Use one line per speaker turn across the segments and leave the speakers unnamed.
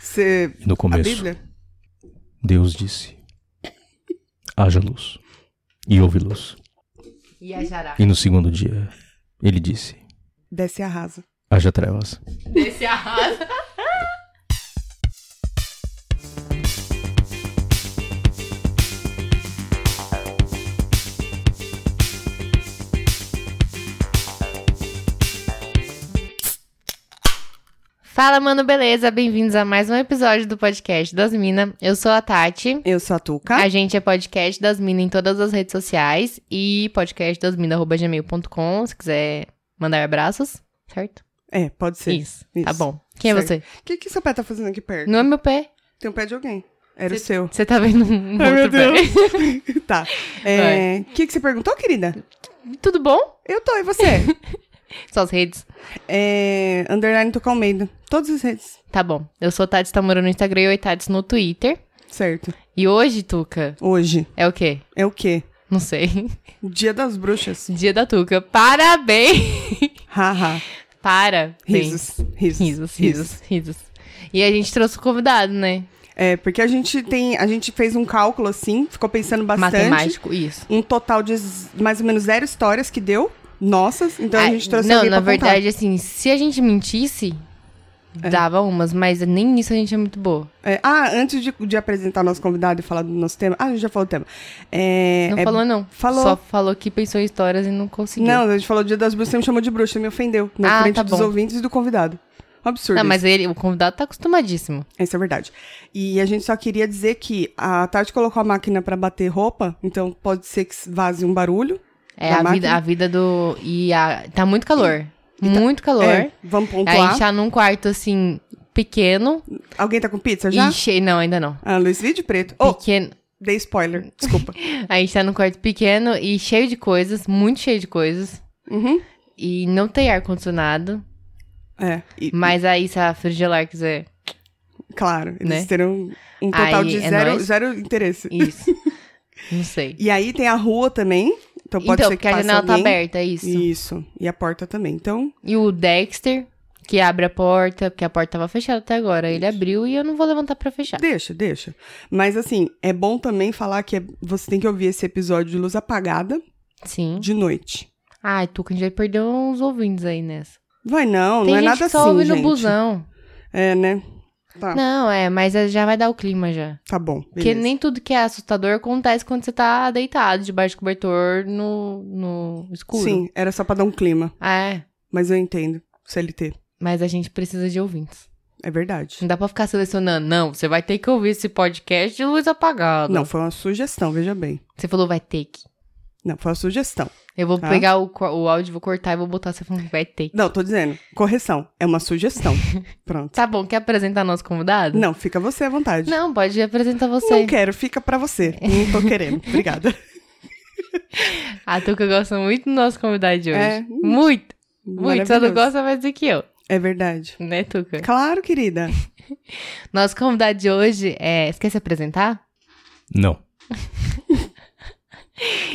Você.
E no
A
começo,
Bíblia?
Deus disse: haja luz. E houve luz.
E a Jará.
E no segundo dia, ele disse:
Desce e arrasa.
haja trevas.
Desse arraso. Fala, mano, beleza? Bem-vindos a mais um episódio do podcast das Minas. Eu sou a Tati.
Eu sou a Tuca.
A gente é podcast das Minas em todas as redes sociais e podcastdasmina.gmail.com, se quiser mandar abraços, certo?
É, pode ser.
Isso. Tá
Isso.
bom. Quem é
Certo.
você?
O que, que seu pé tá fazendo aqui perto?
Não é meu pé.
Tem um pé de alguém. Era
Cê-
o seu.
Você tá vendo um
Ai,
outro
meu
pé.
Deus. tá. É, O que, que você perguntou, querida?
Tudo bom?
Eu tô, e você?
Suas redes.
é, underline Tuca Almeida. Todas as redes.
Tá bom. Eu sou Tati Tamura no Instagram e oi Tati no Twitter.
Certo.
E hoje, Tuca,
Hoje
é o quê?
é o quê?
Não sei.
Dia das bruxas.
Dia da Tuca. Parabéns!
Haha.
Para.
Risos. Risos.
Risos, risos, risos. E a gente trouxe o convidado, né?
É, porque a gente tem. A gente fez um cálculo assim, ficou pensando bastante.
Matemático, isso.
um total de z- mais ou menos zero histórias que deu. Nossas, então a
Ah,
gente trouxe
Não,
alguém
na
pra contar.
verdade, assim, se a gente mentisse, dava umas, mas nem nisso a gente é muito boa.
É, ah, antes de, de apresentar nosso convidado e falar do nosso tema. Ah, a gente já falou o tema. É,
Não
é-
falou, não.
falou.
Só falou que pensou em histórias e não conseguiu.
Não, a gente falou do dia das bruxas, você me chamou de bruxa, me ofendeu. Na
Ah,
frente
tá
dos
bom.
ouvintes e do convidado. Um absurdo.
Não, mas ele, o convidado tá acostumadíssimo.
isso. Essa é a verdade. E a gente só queria dizer que a Tati colocou a máquina pra bater roupa, então pode ser que vaze um barulho.
É
Na
a vida,
máquina?
a vida do. E a, tá muito calor. muito calor.
É, vamos
a gente
pontuar.
tá num quarto, assim, pequeno.
Alguém tá com pizza já?
E cheio. Não, ainda não.
Ah, Luiz Vídeo Preto. Oh,
Pequeno.
dei spoiler, desculpa.
A gente tá num quarto pequeno e cheio de coisas, muito cheio de coisas.
uhum.
E não tem ar-condicionado.
É. e-
Mas aí, se a frigelar quiser.
Claro, eles
Né?
terão um total
Aí,
de
é
zero,
nóis.
zero interesse.
Isso. não sei.
E aí tem a rua também, então pode
então,
ser que
porque a
passe
janela tá
alguém.
aberta, é isso. E...
Isso, e a porta também. Então,
o Dexter, que abre a porta, porque a porta tava fechada até agora. Ele abriu e eu não vou levantar pra fechar.
deixa, deixa. Mas assim, é bom também falar que é- você tem que ouvir esse episódio de luz apagada
Uhum. Sim.
de noite.
Ai, Tuca, a gente vai perder uns ouvintes aí nessa.
Vai não,
Tem
não é
gente
nada
que só
assim,
ouve
gente.
no busão.
É, né? Tá,
Não, é, mas já vai dar o clima já.
tá bom.
Porque
beleza.
nem tudo que é assustador acontece quando você tá deitado debaixo do cobertor no, no escuro.
Sim, era só pra dar um clima,
É,
mas eu entendo. CLT,
mas a gente precisa de ouvintes.
é verdade.
Não dá pra ficar selecionando. Não, você vai ter que ouvir esse podcast de luz apagada.
Não, foi uma sugestão, veja bem.
Você falou vai ter que.
Não, foi uma sugestão.
Eu vou
Tá.
pegar o, co- o áudio, vou cortar e vou botar você falando vai ter que.
Não, tô dizendo, correção, é uma sugestão. Pronto.
Tá bom, quer apresentar nosso convidado?
Não, fica você à vontade.
Não, pode apresentar
Não
você.
quero, fica pra você. Não tô querendo. Obrigada.
A Tuca gosta muito do nosso convidado de hoje.
É.
Muito, muito. Você não
Maravilhoso.
gosta mais do que eu,
É verdade.
né, Tuca?
Claro, querida.
Nosso convidado de hoje é. Esquece de apresentar?
Não.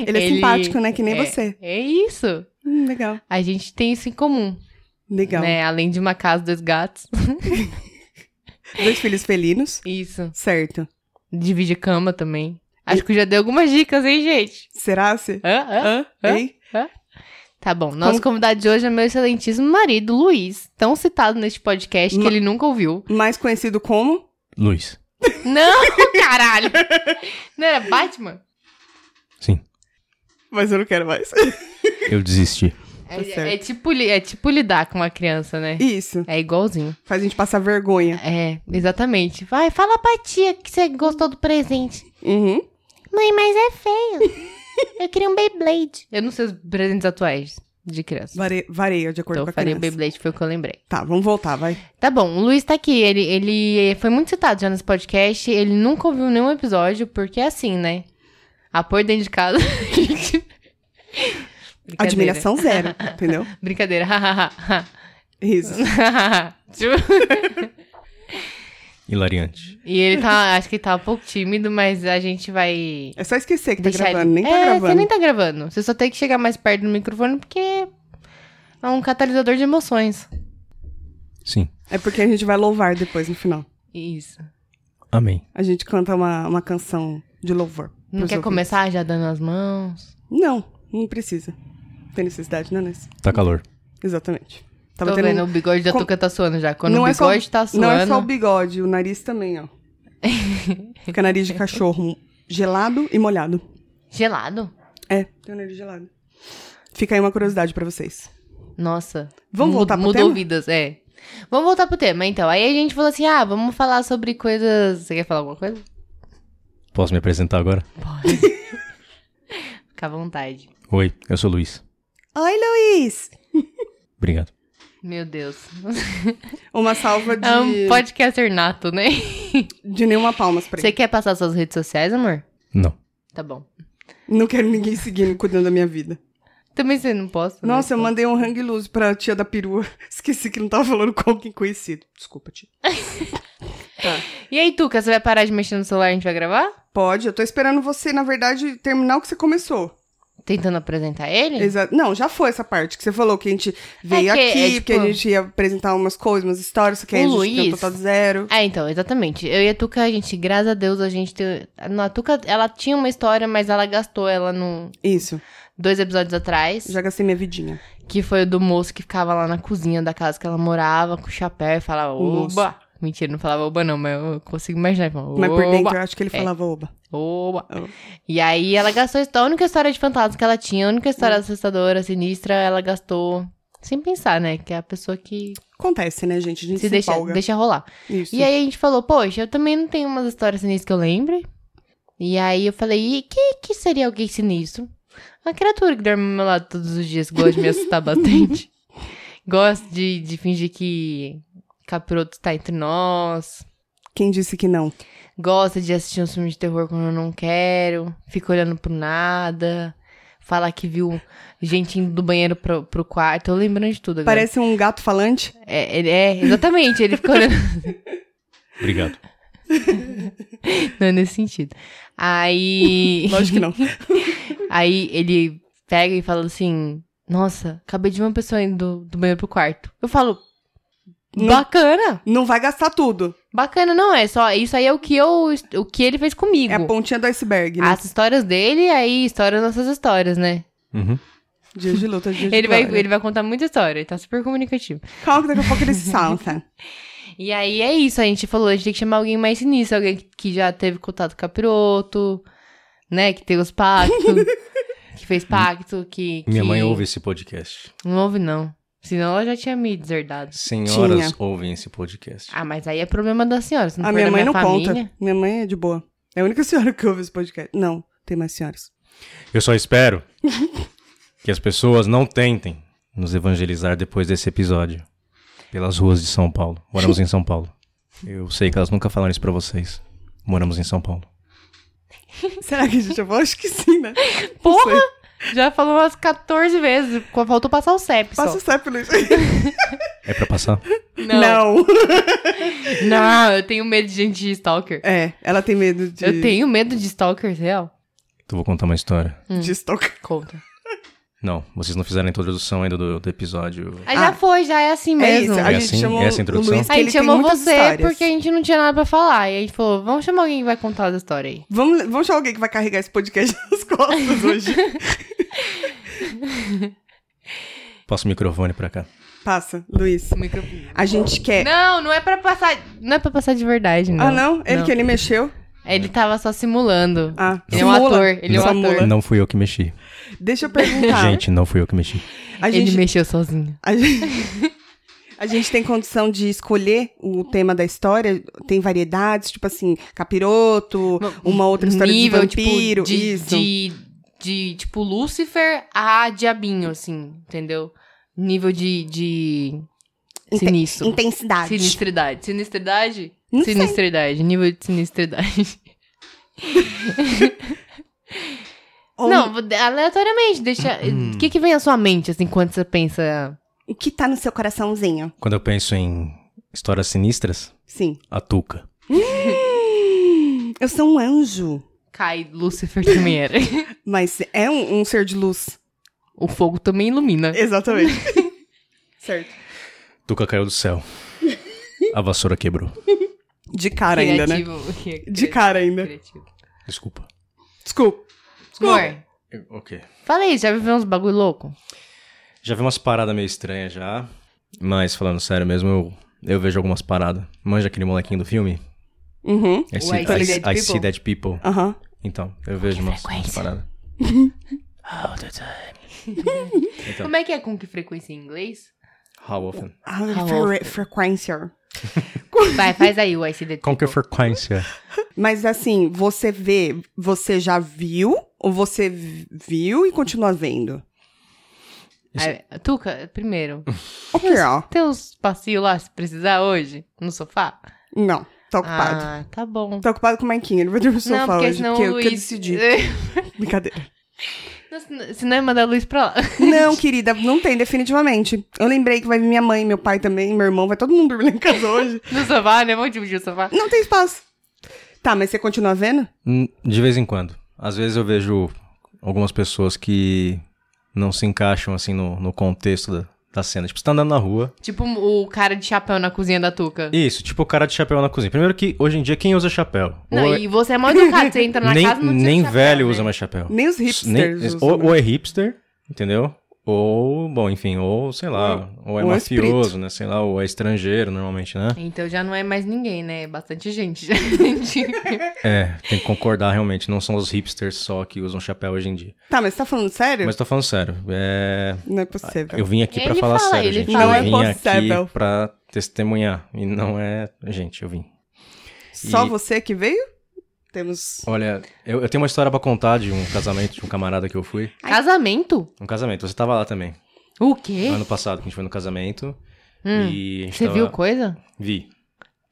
Ele é
Ele-
simpático, né? Que nem
é,
você.
É isso.
Hum, legal.
A gente tem isso em comum,
Legal.
né? Além de uma casa, dois gatos.
Dois filhos felinos.
Isso.
Certo.
Divide cama também. Acho que eu já dei algumas dicas, hein, gente?
Será se?
Hã? Hã? Hã?
Hein?
Tá bom. Nosso convidado de hoje é meu excelentíssimo marido, Luiz. Tão citado neste podcast que
Ma-
ele nunca ouviu.
Mais conhecido como?
Luiz.
Não, caralho! Não era Batman?
Sim.
Mas eu não quero mais.
Eu desisti.
É,
Tá certo.
é tipo, li- é tipo lidar com uma criança, né?
Isso.
É igualzinho.
Faz a gente passar vergonha.
É, exatamente. Vai, fala pra tia que você gostou do presente.
Uhum.
Mãe, mas é feio. Eu queria um Beyblade. Eu não sei os presentes atuais de criança.
Vare... Vareia, de acordo
Então eu
com a
falei o
criança.
Beyblade, foi o que eu lembrei.
Tá, vamos voltar, vai.
Tá bom, o Luiz tá aqui. Ele, ele foi muito citado já nesse podcast. Ele nunca ouviu nenhum episódio, porque é assim, né? Apoio dentro de casa. Brincadeira.
Admiração zero, entendeu?
Brincadeira.
Isso.
Tipo,
Hilariante.
e ele tá, acho que tá um pouco tímido, mas a gente vai
É só esquecer que tá
Deixar
gravando.
ele-
Nem tá
é,
gravando.
Você nem tá gravando. Você só tem que chegar mais perto do microfone porque é um catalisador de emoções.
Sim.
É porque a gente vai louvar depois no final.
Isso.
Amém.
A gente canta uma, uma canção de louvor.
Não
pros
quer
ouvintes.
começar já dando as mãos?
Não, não precisa. Tem necessidade, né, Ness?
Tá calor.
Exatamente.
Tô vendo, o bigode da
Tá Com-
Tuca tá suando já. Quando
Não
o
é só-
bigode tá suando...
Não é só o bigode, o nariz também, ó. Fica nariz de cachorro gelado e molhado.
Gelado?
É, tem o nariz gelado. Fica aí uma curiosidade pra vocês.
Nossa.
Vamos
Mu-
voltar pro
Mudou
tema?
vidas, é. Vamos voltar pro tema, então. Aí a gente falou assim, ah, vamos falar sobre coisas... Você quer falar alguma coisa?
Posso me apresentar agora?
Fica à vontade.
Oi, eu sou o Luiz.
Oi, Luiz!
Obrigado.
Meu Deus.
Uma salva de,
É um podcaster nato, né?
de nenhuma palmas pra ele.
Você quer passar suas redes sociais, amor?
Não.
Tá bom.
Não quero ninguém seguindo, cuidando da minha vida.
Também você não posta, né?
Nossa, eu mandei um hang loose pra tia da perua. Esqueci que não tava falando com alguém conhecido. Desculpa, tia. tá.
E aí, Tuca, você vai parar de mexer no celular e a gente vai gravar?
Pode, eu tô esperando você, na verdade, terminar o que você começou.
Tentando apresentar ele?
Exa- Não, já foi essa parte que você falou que a gente veio
que é,
aqui,
tipo-
que a gente ia apresentar umas coisas, umas histórias, só que aí a
O
gente
Luiz-
tentou total zero.
É, então, exatamente. Eu e a Tuca, a gente, graças a Deus, a gente tem... Não, a Tuca, ela tinha uma história, mas ela gastou ela no...
Isso,
Dois episódios atrás.
já gastei minha vidinha.
Que foi o do moço que ficava lá na cozinha da casa que ela morava, com o chapéu e falava,
O moço.
oba! Mentira, não falava oba não, mas eu consigo imaginar. ele falava,
Mas por dentro
"Oba, É.
eu acho que ele falava oba.
Oba!
Oba.
E aí ela gastou a única história de fantasma que ela tinha, a única história assustadora, sinistra, ela gastou... Sem pensar, né? Que é a pessoa que
Acontece, né, gente? A gente
se,
se,
deixa,
empolga.
deixa rolar.
Isso.
E aí a gente falou, poxa, eu também não tenho umas histórias sinistras que eu lembre. E aí eu falei, e que, que seria alguém sinistro? Uma criatura que dorme ao meu lado todos os dias, gosta de me assustar bastante. Gosta de, de fingir que capiroto está entre nós.
Quem disse que não?
Gosta de assistir um filme de terror quando eu não quero. Fica olhando pro nada. Fala que viu gente indo do banheiro pro, pro quarto. Eu lembrando de tudo agora.
Parece um gato falante.
É, ele- é, exatamente. Ele fica olhando
Obrigado.
Não é nesse sentido. Aí.
Lógico que não.
Aí ele pega e fala assim: Nossa, acabei de ver uma pessoa indo do, do banheiro pro quarto. Eu falo:
Não-
Bacana!
Não vai gastar tudo.
Bacana, não, é só. Isso aí é o que eu. O que ele fez comigo.
É a pontinha do iceberg, né?
As histórias dele, aí histórias nossas histórias, né?
Uhum.
Dias de luta, dias de
Ele vai,
glória.
ele vai contar muita história, ele tá super comunicativo.
Calma que daqui a pouco ele se salta.
E aí é isso, a gente falou, a gente tem que chamar alguém mais sinistro, alguém que, que já teve contato com capiroto, né? Que teve os pactos, que fez pacto, que.
Minha
que-
mãe ouve esse podcast.
Não ouve, não. Senão ela já tinha me deserdado.
Senhoras
Tinha.
ouvem esse podcast.
Ah, mas aí é problema da senhora. Se não
A
for
minha
da
mãe não
família,
conta. Minha mãe é de boa. É a única senhora que ouve esse podcast. Não, tem mais senhoras.
Eu só espero que as pessoas não tentem nos evangelizar depois desse episódio. Pelas ruas de São Paulo. Moramos em São Paulo. Eu sei que elas nunca falaram isso pra vocês. Moramos em São Paulo.
Será que a gente já falou? Acho que sim, né?
Porra! Já falou umas 14 vezes. co- Faltou passar o CEP
Passa
só.
o CEP, Luiz.
É pra passar?
Não.
Não.
não. eu tenho medo de gente de stalker.
É, ela tem medo de...
Eu tenho medo de stalkers, real.
Então vou contar uma história.
De stalker.
Conta.
Não, vocês não fizeram a introdução ainda do, do episódio.
Aí já
Ah.
foi, já é assim
É
mesmo.
isso, a
É
a
gente
assim?
chamou
Essa a
o
introdução?
Luiz, que ele
gente
tem
chamou
muitas
você
histórias.
porque a gente não tinha nada pra falar. E a gente falou, vamos chamar alguém que vai contar as histórias aí.
Vamos, vamos achar alguém que vai carregar esse podcast nas costas hoje.
Passa o microfone pra cá.
Passa, Luiz. A gente quer...
Não, não é pra passar. Não é pra passar de verdade, não.
Ah, não? Ele que ele mexeu?
Ele tava só simulando.
Ah,
Ele é um
simula.
ator, ele é um
Samula.
ator.
Não fui eu que mexi.
Deixa eu perguntar.
Gente, não fui eu que mexi.
a
Ele
gente
mexeu sozinho.
A gente, a gente tem condição de escolher o tema da história? Tem variedades, tipo assim, capiroto, uma outra história
Nível,
de vampiro,
tipo, de,
isso.
De, de, tipo, Lúcifer a diabinho, assim, entendeu? Nível de, de
Inte-
sinistro.
Intensidade.
Sinistridade. Sinistridade?
Não sei.
sinistridade. Nível de sinistridade.
Ou um- Hum.
Não, vou- aleatoriamente, deixa... O que que vem à sua mente, assim, quando você pensa...
O que tá no seu coraçãozinho?
Quando eu penso em histórias sinistras,
Sim.
a Tuca.
Eu sou um anjo,
Cai, Lúcifer também era.
mas é um, um ser de luz.
o fogo também ilumina.
Exatamente. certo.
Tuca caiu do céu. A vassoura quebrou.
De cara ainda, né?
Criativo.
De cara ainda.
Criativo.
Desculpa.
Desculpa.
Amor,
Eu- Ok.
fala aí, já viveu uns bagulho louco?
Já vi umas paradas meio estranhas já. Mas falando sério mesmo, eu, eu vejo algumas paradas. Manja aquele molequinho do filme?
Uhum.
I
I See Dead
I See
People.
Dead People.
Aham.
Então, eu vejo umas, umas
frequência.
paradas. All the time.
Tá.
Então,
Como é que é com que frequência em inglês?
how often?
Ah,
How
fre-
often?
frequência.
Vai, faz aí o ICD.
Com que frequência?
Mas assim, você vê, você já viu ou você vi- viu e continua vendo?
Ah, Tuca, primeiro.
O que é?
Tem uns passeio lá se precisar hoje? No sofá?
Não, tá ocupado.
Ah, tá bom.
Tá ocupado com o Marquinhos, ele vai dormir no
Não,
sofá
porque
hoje,
senão
porque
o
eu, que eu
Luiz.
decidi. Brincadeira.
Não, senão- senão ia mandar o Luiz pra lá.
Não, querida, não tem, definitivamente. Eu lembrei que vai vir minha mãe, meu pai também, meu irmão, vai todo mundo dormir lá em casa hoje.
No sofá, né? Vamos dividir o sofá.
Não tem espaço. Tá, mas você continua vendo?
Hum, De vez em quando. Às vezes eu vejo algumas pessoas que não se encaixam assim no, no contexto da, da cena. Tipo, você tá andando na rua.
Tipo o cara de chapéu na cozinha da Tuca.
Isso, tipo o cara de chapéu na cozinha. Primeiro que hoje em dia quem usa chapéu?
Não,
Ou é-
e você é mó educado. Você entra na
nem
casa não precisa
nem
de chapéu,
velho
né?
usa mais chapéu.
Nem os hipsters.
Nem-
usam,
ou,
né?
ou é hipster, entendeu? Ou, bom, enfim, ou sei lá, ou, é
ou é
mafioso,
espírito.
né? Sei lá, ou é estrangeiro normalmente, né?
Então já não é mais ninguém, né? É bastante gente. gente.
É, tem que concordar realmente. Não são os hipsters só que usam chapéu hoje em dia.
Tá, mas você tá falando sério?
Mas tô falando sério. É,
Não é possível.
Eu vim aqui pra
Ele
falar
fala,
sério,
ele
gente.
fala.
Eu vim
Não é possível.
aqui pra testemunhar. E não é. Gente, eu vim.
Só
e-
você que veio? Temos.
Olha, eu, eu tenho uma história pra contar de um casamento de um camarada que eu fui.
Casamento?
Um casamento, você tava lá também.
O quê?
Ano passado, que a gente foi no casamento.
Hum,
E a gente
Você
tava-
viu coisa?
Vi.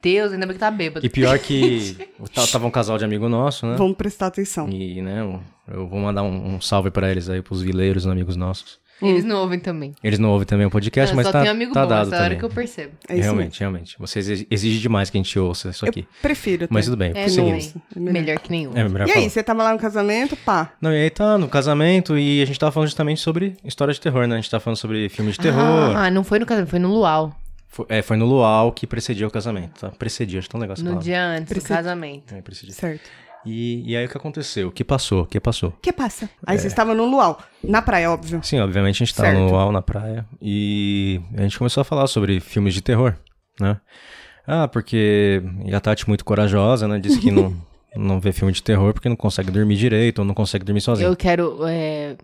Deus, ainda bem que tá bêbado.
E pior que. ta- tava um casal de amigo nosso, né?
Vamos prestar atenção.
E, né, eu- eu vou mandar um, um salve pra eles aí, pros vileiros, amigos nossos.
Eles não ouvem também.
Eles não ouvem também o podcast,
Eu
mas
só
tá,
tenho amigo
tá
bom,
dado
essa
também.
hora que eu percebo.
É isso
realmente, realmente. Vocês ex- exigem demais que a gente ouça isso aqui.
Prefiro.
Mas
até.
tudo bem,
É,
prosseguimos.
Nossa, é melhor.
Melhor que nenhum.
É, melhor
E
falar.
aí, você tava lá no casamento, pá.
Não, e aí tá no casamento e a gente tava falando justamente sobre história de terror, né? A gente tava falando sobre filme de terror.
Ah, não foi no casamento, foi no luau.
Foi, é, foi no luau que precedia o casamento, tá? Precedia, acho tão legal essa
No
palavra.
dia antes do
Precisa-
casamento.
É, precedia.
Certo.
E, e aí o que aconteceu? O que passou? O que passou?
O que passa?
É.
Aí você estava no luau. Na praia, óbvio.
Sim, obviamente a gente tava
Certo.
no luau na praia e a gente começou a falar sobre filmes de terror, né? Ah, porque e a Tati muito corajosa, né? Disse que não, não vê filme de terror porque não consegue dormir direito ou não consegue dormir sozinha.
Eu quero. é,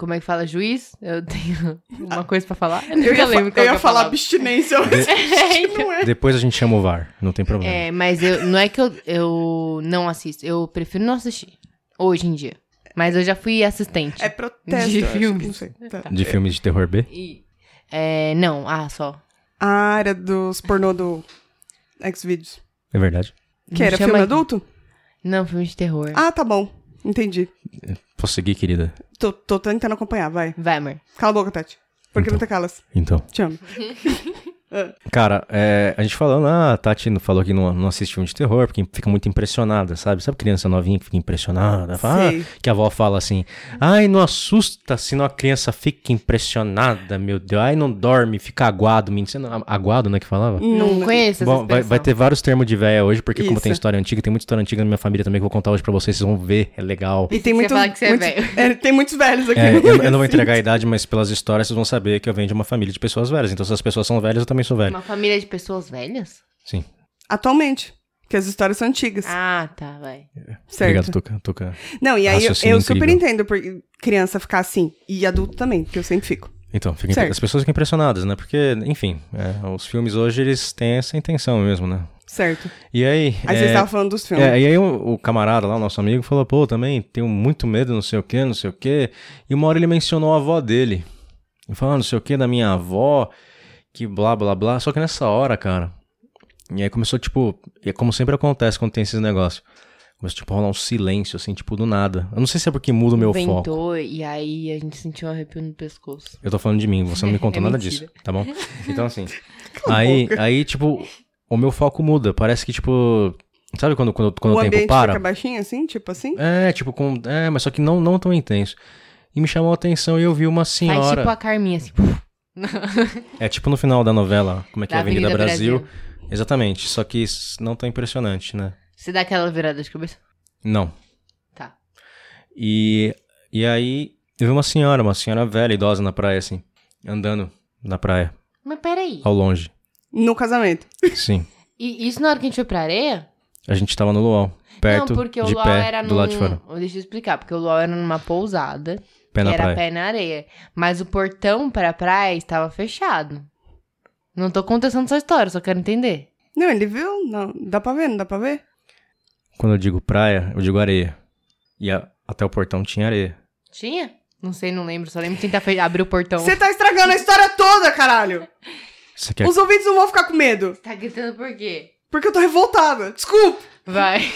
Como é que fala juiz? Eu tenho uma coisa pra falar. Eu,
Eu
nunca
ia, fa-
lembro
eu
qual
ia
que é
falar
falava.
abstinência, mas não é.
Depois a gente chama o VAR, não tem problema.
É, mas eu, não é que eu, eu não assisto. Eu prefiro não assistir. Hoje em dia. Mas eu já fui assistente.
É protesto.
De
eu acho,
filmes.
Não sei. Tá.
De filmes de terror B?
E- é, não, ah, só.
A área dos pornô do Xvideos.
É verdade.
Que
Não
era
chama-
filme adulto?
Não, filme de terror.
Ah, tá bom. Entendi.
Prossegui, querida.
Tô, tô tentando acompanhar, vai.
Vai, amor.
Cala a boca, Tati. Porque não te calas.
Então.
Te amo.
Cara, é, a gente falando, ah, a Tati não- falou que não, não assiste filme de terror, porque fica muito impressionada, sabe? Sabe criança novinha que fica impressionada? Fala,
Sei.
ah, que a avó fala assim, ai, não assusta, senão a criança fica impressionada, meu Deus. Ai, não dorme, fica aguado, menino. Você não- Aguado, né, que falava?
Hum,
Não conheço essa
Bom, vai,
expressão.
vai ter vários termos de véia hoje, porque como
Isso.
tem história antiga, tem muita história antiga na minha família também que eu vou contar hoje pra vocês, vocês vão ver, é legal.
E tem
Você
muito,
fala que você é
muito-
velho.
é, tem muitos velhos aqui.
É, eu, eu não vou entregar a idade, mas pelas histórias vocês vão saber que eu venho de uma família de pessoas velhas. Então, se as pessoas são velhas, eu também sou velho.
Uma família de pessoas velhas?
Sim.
Atualmente. Porque as histórias são antigas.
Ah, tá, vai.
certo.
Obrigado, Tuca. Tuca.
Não, e aí eu,
Raciocínio
eu super
incrível.
entendo por criança ficar assim. E adulto também, porque eu sempre fico.
Então, fica-
Certo.
as pessoas ficam impressionadas, né? Porque, enfim, é, os filmes hoje eles têm essa intenção mesmo, né?
Certo.
E aí.
Aí
é,
você estava falando dos filmes.
é, e aí o, o camarada lá, o nosso amigo, falou, pô, também tenho muito medo, não sei o que, não sei o que. E uma hora ele mencionou a avó dele. Ele falou, ah, não sei o que, da minha avó, que blá, blá, blá. Só que nessa hora, cara, e aí começou, tipo, e é como sempre acontece quando tem esses negócios. Começou, tipo, a rolar um silêncio, assim, tipo, do nada. Eu não sei se é porque muda o meu
Ventou
foco.
e aí a gente sentiu um arrepio no pescoço.
Eu tô falando de mim, você não me contou
É
nada
mentira.
disso, tá bom? Então, assim, aí, aí, tipo, o meu foco muda. Parece que, tipo, sabe quando, quando, quando
o
o tempo
ambiente
para?
fica baixinho assim, tipo assim?
É, tipo, com. É, mas só que não, não tão intenso. E me chamou a atenção e eu vi uma
Faz
senhora.
tipo a Carminha, assim.
É tipo no final da novela, como é que é
Da
Avenida,
Avenida
Brasil, Exatamente, só que isso não tão impressionante, né?
Você dá aquela virada de cabeça?
Não.
Tá.
E, e aí eu vi uma senhora, uma senhora velha, idosa na praia, assim, andando na praia,
Mas peraí.
ao longe.
No casamento.
Sim.
E isso na hora que a gente foi pra areia?
A gente tava no luau, perto
não, porque
de
o luau
pé,
era
do
num...
lado de fora.
Deixa eu explicar, porque o luau era numa pousada.
Pé
que
na
era
praia.
pé na areia. Mas o portão pra praia estava fechado. Não tô contestando sua história, só quero entender.
Não, ele viu? Não. Dá pra ver? Não dá pra ver?
Quando eu digo praia, eu digo areia. E a- até o portão tinha areia.
Tinha? Não sei, não lembro. Só lembro de tentar fe- abrir o portão.
Você tá estragando a história toda, caralho!
Você quer
Os ouvintes não vão ficar com medo.
Tá gritando por quê?
Porque eu tô revoltada. Desculpa.
Vai.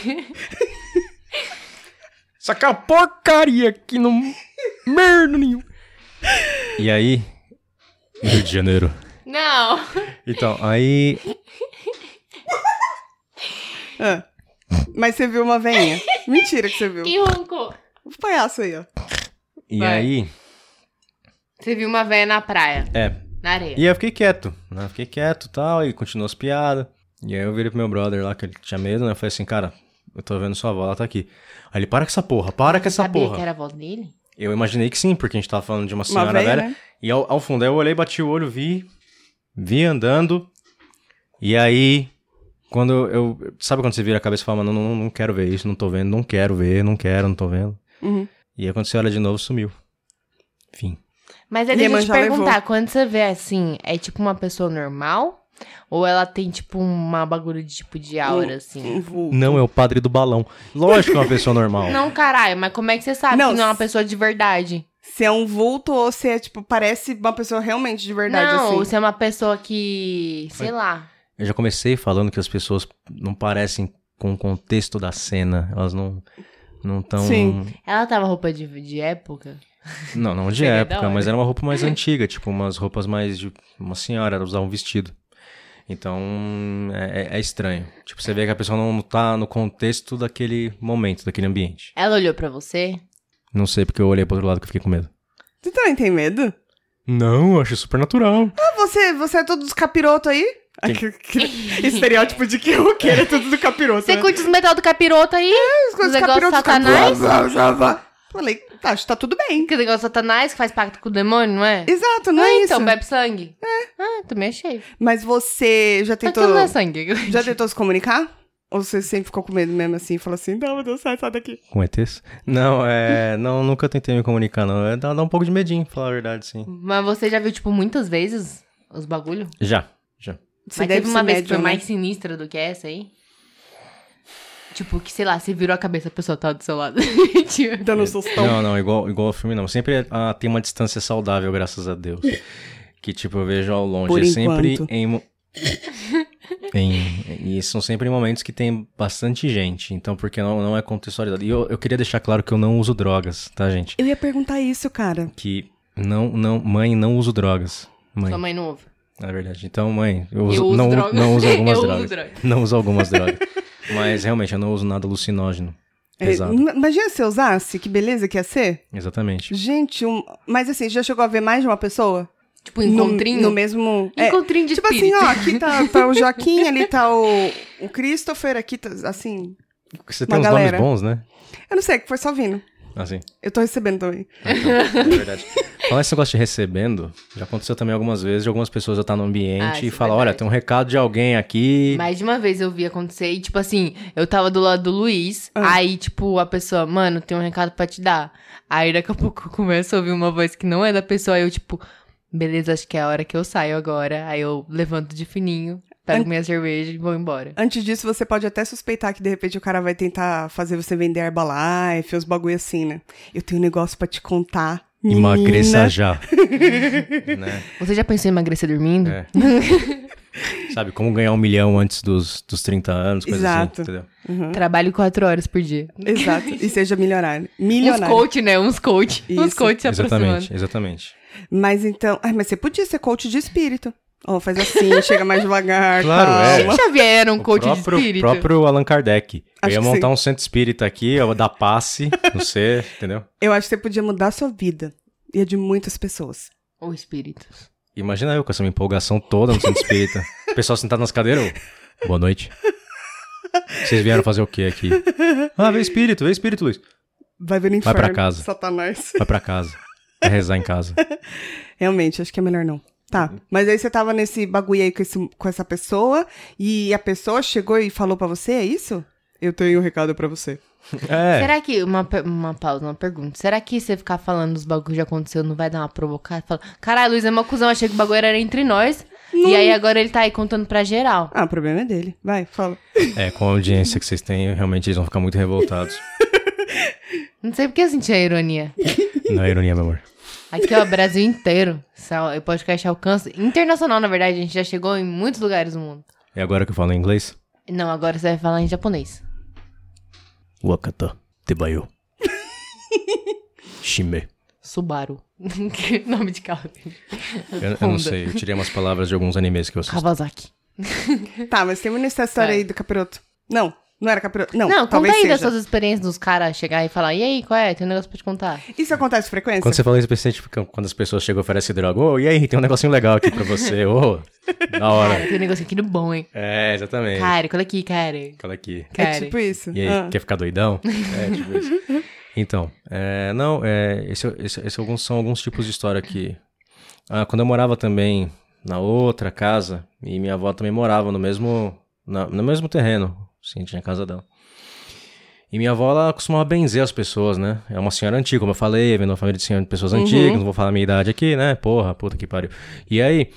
Isso aqui é uma porcaria aqui não. Merda nenhum. E aí. Rio de Janeiro.
Não.
Então, aí.
Ah. Mas você viu uma veinha. Mentira que você viu.
Que ronco.
O palhaço aí, ó.
E
Vai.
aí.
Você viu uma velha na praia,
É.
na areia.
E aí eu fiquei quieto, né? Fiquei quieto e tal, e continuou as piadas. E aí eu virei pro meu brother lá, que ele tinha medo, né? Eu falei assim, cara, eu tô vendo sua avó, ela tá aqui. Aí ele, para com essa porra, para com essa
Sabia
porra.
que era a avó dele?
Eu imaginei que sim, porque a gente tava falando de uma senhora
Uma veia,
velha.
né?
E ao, ao fundo, aí eu olhei, bati o olho, vi. Vi andando. E aí, quando eu. Sabe quando você vira a cabeça e fala, mano, não, não, não quero ver isso, não tô vendo, não quero ver, não quero, não tô vendo.
Uhum.
E aí, quando você olha de novo, sumiu. Fim.
Mas aí
E
deixa
a
eu
mãe
te
já levou.
perguntar, quando você vê assim, é tipo uma pessoa normal? Ou ela tem tipo uma bagulho de tipo de aura, assim?
Um vulto.
Não é o padre do balão. Lógico que é uma pessoa normal.
Não, caralho, mas como é que você sabe
Não,
que não é uma
se-
pessoa de verdade?
Se é um vulto ou se é, tipo, parece uma pessoa realmente de verdade,
não, ou
assim.
se é uma pessoa que. sei
Foi-
lá.
Eu já comecei falando que as pessoas não parecem com o contexto da cena. Elas não. Não tão.
Sim.
Ela tava roupa de, de época?
Não, não de
Seria da
época,
hora.
mas era uma roupa mais antiga, tipo umas roupas mais de uma senhora, ela usava um vestido. Então, é, é- é estranho. Tipo, você vê que a pessoa não tá no contexto daquele momento, daquele ambiente.
Ela olhou pra você?
Não sei porque eu olhei pro outro lado que eu fiquei com medo.
Você também tem medo?
Não, eu acho super natural.
Ah, você, você é todo dos capiroto aí? Aquele- aquele estereótipo de que o que é tudo do capiroto.
Você
né?
curte os metal do capiroto aí?
As coisas
os
do capiroto,
negócios
os capiroto.
satanás?
Vá, vá, vá. Falei, tá, acho que tá tudo bem.
Que negócio satanás que faz pacto com o demônio, não é?
Exato, não
ah,
é
então,
isso.
bebe sangue. É. Ah, também achei.
Mas você já
Mas
tentou.
tudo não é sangue.
Já tentou se comunicar? Ou você sempre ficou com medo mesmo assim? Falou assim, não, meu Deus, sai, sai daqui.
Com ETs? Não, é. Não, nunca tentei me comunicar, não. É, Dá, dá um pouco de medinho, pra falar a verdade, sim.
Mas você já viu, tipo, muitas vezes os bagulho?
Já, já.
Você
Mas teve uma
ser
vez que
médium,
foi
né?
mais sinistra do que essa aí? Tipo, que sei lá, você virou a cabeça, a pessoa tava do seu lado. Tipo,
Dando um sustão.
Não, não, igual, igual ao filme não. Sempre ah, tem uma distância saudável, graças a Deus. Que, tipo, eu vejo ao longe.
Por
é sempre
enquanto.
em, mo- em- E são sempre em momentos que tem bastante gente. Então, porque não, não é contextualizado. E eu, eu queria deixar claro que eu não uso drogas, tá, gente?
Eu ia perguntar isso, cara.
Que não, não, mãe, não uso drogas. Mãe,
sua mãe não ouve.
na verdade. Então, mãe, eu
Eu
uso,
uso
não,
drogas.
não uso algumas
Eu uso
drogas.
drogas.
Não uso algumas drogas. Mas realmente, eu não uso nada alucinógeno.
É,
Exato.
ima- Imagina se eu usasse, que beleza que ia ser.
Exatamente.
Gente, um... mas assim, já chegou a ver mais de uma pessoa?
Tipo, encontrinho.
No, no mesmo... é,
Encontrinho de
tipo
espírito.
assim, ó, aqui tá, tá o Joaquim, ali tá o, o Christopher, aqui tá, assim...
Você
Uma
tem uns
galera.
nomes bons, né?
Eu não sei, é que foi só vindo.
Assim.
Eu tô recebendo também.
É verdade. Falar esse negócio de recebendo, já aconteceu também algumas vezes de algumas pessoas eu estar no
Ah,
ambiente
isso
e
é
falar,
verdade.
olha, tem um recado de alguém aqui.
Mais de uma vez eu vi acontecer e, tipo assim, eu tava do lado do Luiz,
Ah.
aí, tipo, a pessoa, mano, tem um recado pra te dar. Aí daqui a pouco eu começo a ouvir uma voz que não é da pessoa, aí eu, tipo, beleza, acho que é a hora que eu saio agora. Aí eu levanto de fininho, pego minha cerveja e vou embora.
Antes disso, você pode até suspeitar que de repente o cara vai tentar fazer você vender Herbalife, uns bagulho assim, né? Eu tenho um negócio pra te contar. menina.
Emagreça já. né?
Você já pensou em emagrecer dormindo?
É. Sabe, como ganhar um milhão antes dos, dos 30 anos, coisa
Exato.
assim, entendeu?
Uhum.
Trabalho quatro horas por dia.
Exato. E seja milionário.
Uns
Milionário.
coach, né? Uns coach. Uns
Isso.
coach se aproximando.
Exatamente, exatamente.
Mas então. Ai, mas você podia ser coach de espírito. Ó, faz assim, chega mais devagar.
Claro, é.
calma.
Xavier era um
O
coach
próprio,
de espírito.
próprio Allan Kardec. Eu
Acho
ia
que
montar um centro espírita aqui, eu vou dar passe, não sei, entendeu?
Eu acho que você podia mudar a sua vida. E a de muitas pessoas.
Ou espírito.
Imagina eu com essa minha empolgação toda no centro espírita. O pessoal sentado nas cadeiras, eu, Boa noite. Vocês vieram fazer o que aqui? Ah, vê espírito, vê espírito, Luiz.
Vai ver no
Vai
inferno.
pra casa.
Satanás.
Vai pra casa. Vai rezar em casa.
Realmente, acho que é melhor não. Tá,
Uhum.
mas aí você tava nesse bagulho aí com, esse- com essa pessoa e a pessoa chegou e falou pra você, é isso? Eu tenho um recado pra você.
É.
Será que. Uma, pe- uma pausa, uma pergunta. Será que você ficar falando dos bagulhos que já aconteceu não vai dar uma provocada? Fala, caralho, Luiz é uma cuzão, achei que o bagulho era entre nós. E aí agora ele tá aí contando pra geral.
Ah, o problema é dele. Vai, fala.
É, com a audiência que vocês têm, realmente eles vão ficar muito revoltados.
Não sei porque eu senti a ironia.
Não é ironia, meu amor.
Aqui, ó, Brasil inteiro. Essa- O podcast alcança. Internacional, na verdade, a gente já chegou em muitos lugares do mundo.
E É agora que eu falo em inglês?
Não, agora você vai falar em japonês.
Wakata Tebayo. Shime.
Subaru. Que nome de carro.
Eu, eu não
Honda.
sei, eu tirei umas palavras de alguns animes que eu assisto.
Kawasaki.
Tá, mas termina essa história
Vai.
aí do capiroto. Não, não era capiroto. Não,
Não, conta
talvez
aí
seja.
das suas experiências dos caras chegar e falar, e aí, qual é? Tem um negócio pra te contar.
Isso acontece frequência?
Quando você fala isso, você fica- quando as pessoas chegam e oferecem droga, ô, e aí, tem um negocinho legal aqui pra você, ô, da hora.
Cara, tem um negócio aqui do bom, hein?
É, exatamente.
Cara, cola aqui, cara.
Fala aqui.
É
Cara.
tipo isso.
E aí,
Ah.
quer ficar doidão? É, tipo isso. Então, é, não, é, esse, esse, esse alguns, são alguns tipos de história que... Ah, quando eu morava também na outra casa, e minha avó também morava no mesmo, na- no mesmo terreno, sim, tinha a casa dela. E minha avó, ela costumava benzer as pessoas, né? É uma senhora antiga, como eu falei, vendo uma família de, senhora, de pessoas antigas, não vou falar a minha idade aqui, né? Porra, puta que pariu. E aí,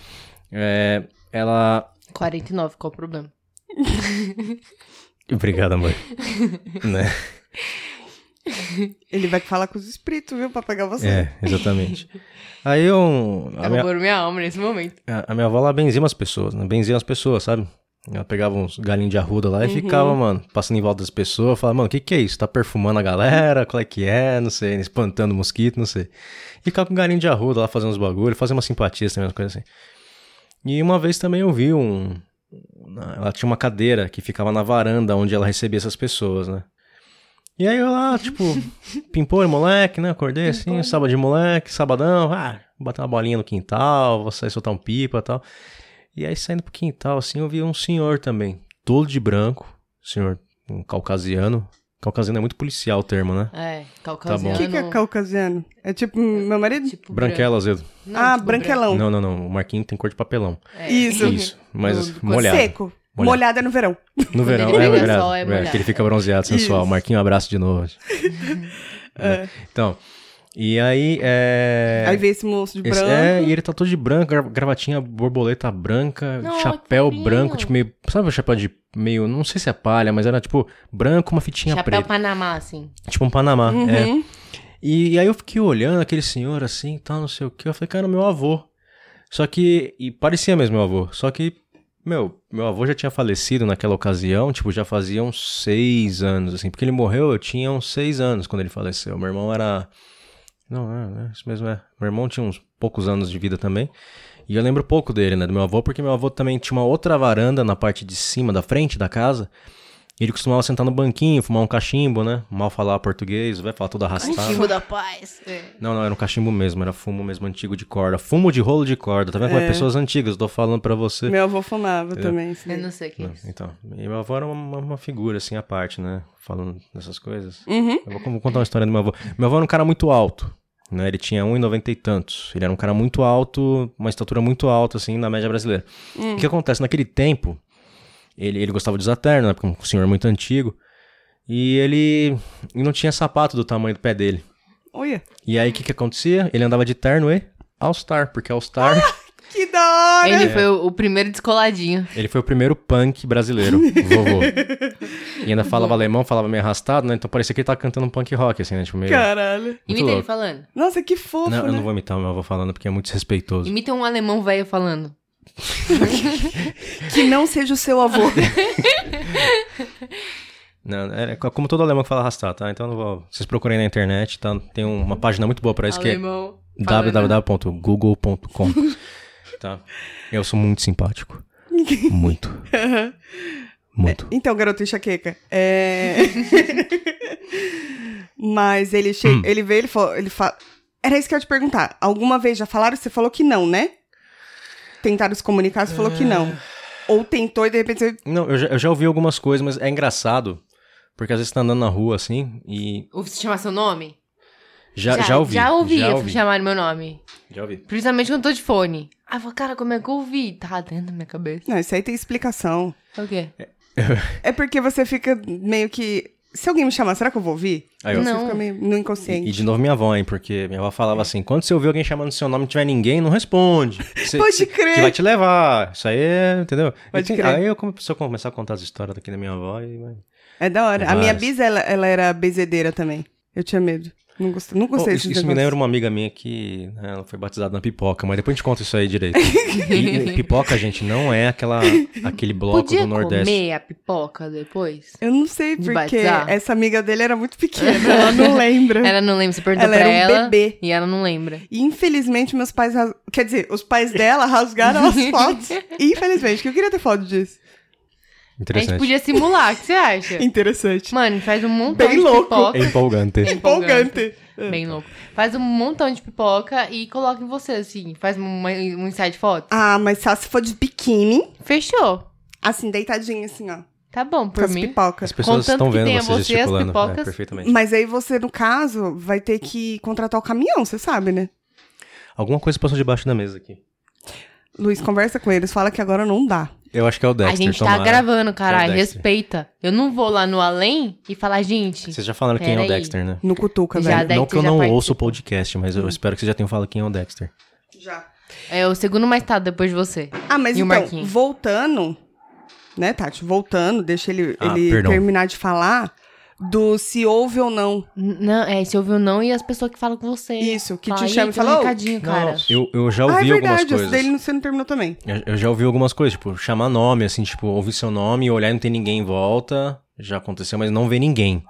é, ela
49, qual o problema?
Obrigado, mãe. né?
Ele vai falar com os espíritos, viu, pra pegar você.
É, exatamente. Aí eu. A
Tá
minha,
roubando minha alma nesse momento.
a- a minha avó lá benzia umas pessoas, né? Benzia as pessoas, sabe? Ela pegava uns galinhos de arruda lá e ficava, mano, passando em volta das pessoas, falava, mano, o que que é isso? Tá perfumando a galera? Qual é que é? Não sei, espantando mosquito, não sei. E ficava com galinho de arruda lá fazendo uns bagulho, fazendo umas simpatias também, umas coisas assim. E uma vez também eu vi um. Ela tinha uma cadeira que ficava na varanda onde ela recebia essas pessoas, né? E aí eu lá, tipo, pimpou moleque, né? Acordei assim, sábado de moleque, sabadão, ah, vou bater uma bolinha no quintal, vou sair soltar um pipa e tal. E aí saindo pro quintal, assim, eu vi um senhor também, todo de branco, senhor um caucasiano. Caucasiano é muito policial o termo, né?
É,
O
caucasiano.
que, que é caucasiano? É tipo hum, meu marido?
Tipo
Branquelo azedo.
branco. Não,
ah,
tipo
branquelão.
Não, não, não. O Marquinho tem cor de papelão.
branco. É.
Isso.
Isso. Mas
Do-
molhado.
Seco.
Molhado.
Molhada no verão.
No
Quando
verão,
ele
é,
pega
verão,
sol, é molhado.
que ele fica bronzeado, sensual.
Isso.
Marquinho, um abraço de novo.
É.
Né? Então, e aí. É...
Aí vê esse moço de
Esse-
branco.
é, e ele tá todo de branco, gra- gravatinha, borboleta branca,
Não,
chapéu
que
branco,
lindo.
tipo meio. Sabe o chapéu de meio. Não sei se é palha, mas era tipo branco, uma fitinha
Chapéu
preta.
Panamá, assim.
Tipo um Panamá. É. E, e aí eu fiquei olhando aquele senhor assim, tal, não sei o que. Eu falei, cara, meu avô. Só que. E parecia mesmo meu avô. Só que. Meu, meu avô já tinha falecido naquela ocasião, tipo, já fazia uns seis anos, assim. Porque ele morreu, eu tinha uns seis anos quando ele faleceu. Meu irmão era. Não, é, é isso mesmo, é. Meu irmão tinha uns poucos anos de vida também. E eu lembro pouco dele, né? Do meu avô, porque meu avô também tinha uma outra varanda na parte de cima, da frente da casa. E ele costumava sentar no banquinho, fumar um cachimbo, né? Mal falar português, vai falar todo arrastado.
Cachimbo da paz. É.
Não, não, era um cachimbo mesmo, era fumo mesmo antigo de corda. Fumo de rolo de corda, tá vendo como é pessoas antigas, eu tô falando pra você.
Meu avô fumava também. isso
Eu
daí.
não sei o que é
Não,
isso.
então, e meu avô era uma, uma figura, assim, à parte, né? Falando dessas coisas.
Uhum.
Eu vou, vou contar uma história do meu avô. Meu avô era um cara muito alto, né? Ele tinha 1,90 e tantos. Ele era um cara muito alto, uma estatura muito alta, assim, na média brasileira. O que acontece? Naquele tempo, ele, ele gostava de usar terno, né? Porque um senhor muito antigo. E ele não tinha sapato do tamanho do pé dele.
Olha.
E aí, o que que acontecia? Ele andava de terno e All-Star, porque All-Star,
Que da hora!
É.
Ele foi o, o primeiro descoladinho.
ele foi o primeiro punk brasileiro, vovô. E ainda falava alemão, falava meio arrastado, né? Então parecia que ele tava cantando um punk rock, assim, né? Tipo, meio...
Caralho.
muito
Imita ele
louco.
falando.
Nossa, que fofo,
Não, eu
né?
não vou imitar o meu avô falando, porque é muito desrespeitoso.
Imita um alemão velho falando.
Que não seja o seu avô.
Não, é é como todo alemão que fala arrastado, tá? Então eu não vou... Vocês procurem na internet, tá? Tem uma página muito boa pra isso, que é
alemão. falando. né?
www.google.com Tá? Eu sou muito simpático. Muito.
É.
Muito.
então, garoto enxaqueca. É... Mas ele, che... ele veio, ele falou... Ele fa... Era isso que eu ia te perguntar. Alguma vez já falaram? Você falou que não, né? Tentaram se comunicar, você falou que não. Ou tentou e de repente você.
Não, eu já, eu já ouvi algumas coisas, mas é engraçado. Porque às vezes você tá andando na rua assim e.
Ou se chamar seu nome?
Já, já, ouvi.
Já ouvi
Já
eu
ouvi.
chamar meu nome.
já ouvi.
Principalmente quando eu tô de fone. Ah, eu falo, cara, como é que eu ouvi? Tá dentro da minha cabeça.
Não, isso aí tem explicação.
É O quê?
É porque você fica meio que. Se alguém me chamar, será que eu vou ouvir?
Aí, ó.
Você
Não.
fica meio no
E,
inconsciente.
e de novo minha avó, hein? Porque minha avó falava assim: quando você ouvir alguém chamando seu nome e não tiver ninguém, não responde. Cê-
Pode
cê-
crer.
Que vai te levar. Isso aí é, entendeu?
Pode
E tem-
crer.
Aí eu come- se eu começar a contar as histórias daqui da minha avó e. vai-
É da hora. A minha
Várias.
bisa, ela, ela era bezedeira também. Eu tinha medo. Não gostei, não
Pô,
gostei
isso,
desse
isso me lembra
negócio.
uma amiga minha que né, ela foi batizada na pipoca, mas depois a gente conta isso aí direito. E- e pipoca, gente, não é aquela, aquele bloco
Podia
do Nordeste.
comer a pipoca depois?
Eu não sei
De
porque
batizar.
essa amiga dele era muito pequena. ela não lembra.
Ela não lembra, você perguntou
Ela
pra
era um
ela.
bebê.
E ela não lembra.
E infelizmente meus pais. ras- Quer dizer, os pais dela rasgaram as fotos. Infelizmente, que eu queria ter foto disso.
A gente
Interessante.
podia simular, o que você acha?
Interessante.
Mano, faz um montão
Bem
de
louco. É.
É
pipoca.
empolgante.
É
Empolgante.
Bem louco. Faz um montão de pipoca e coloca em você, assim. Faz uma, um inside foto.
Ah, mas só se for de biquíni,
Fechou.
assim, deitadinha, assim, ó.
Tá bom,
Com
por
as
mim.
pipocas.
As pessoas
Contanto
estão
que
vendo
tenha
você,
você e as
gesticulando.
pipocas.
É, perfeitamente.
Mas aí você, no caso, vai ter que contratar o caminhão, você sabe, né?
Alguma coisa passou debaixo da mesa aqui.
Luiz, conversa com eles, fala que agora não dá.
Eu acho que é o Dexter.
a gente
tomara.
tá gravando, caralho.
É o Dexter.
Respeita. Eu não vou lá no além e falar, gente.
Vocês já falaram quem é o
Peraí.
Dexter, né?
No cutuca,
Já
velho.
dá-
não que eu
Dexter já
não
participou. Uhum.
ouça o podcast, mas eu espero que vocês já tenham falado quem é o Dexter.
Já.
É o segundo mais tarde depois de você.
Ah, mas
E o
então,
Marquinhos?
voltando, né, Tati? Voltando, deixa ele,
Ah,
ele
perdão.
terminar de falar do se ouve ou não.
N- Não, é, você ouviu não e as pessoas que falam com você.
Isso, que
Fala,
te
"Ih,
chama e
tem um
fala, "Ô,
recadinho, cara.
Não, eu, eu já ouvi
ah, é
algumas
verdade,
coisas.
esse dele não- você não terminou também.
Eu, eu já ouvi algumas coisas, tipo, chamar nome, assim, tipo, ouvir seu nome, olhar e não tem ninguém em volta. Já aconteceu, mas não ver ninguém.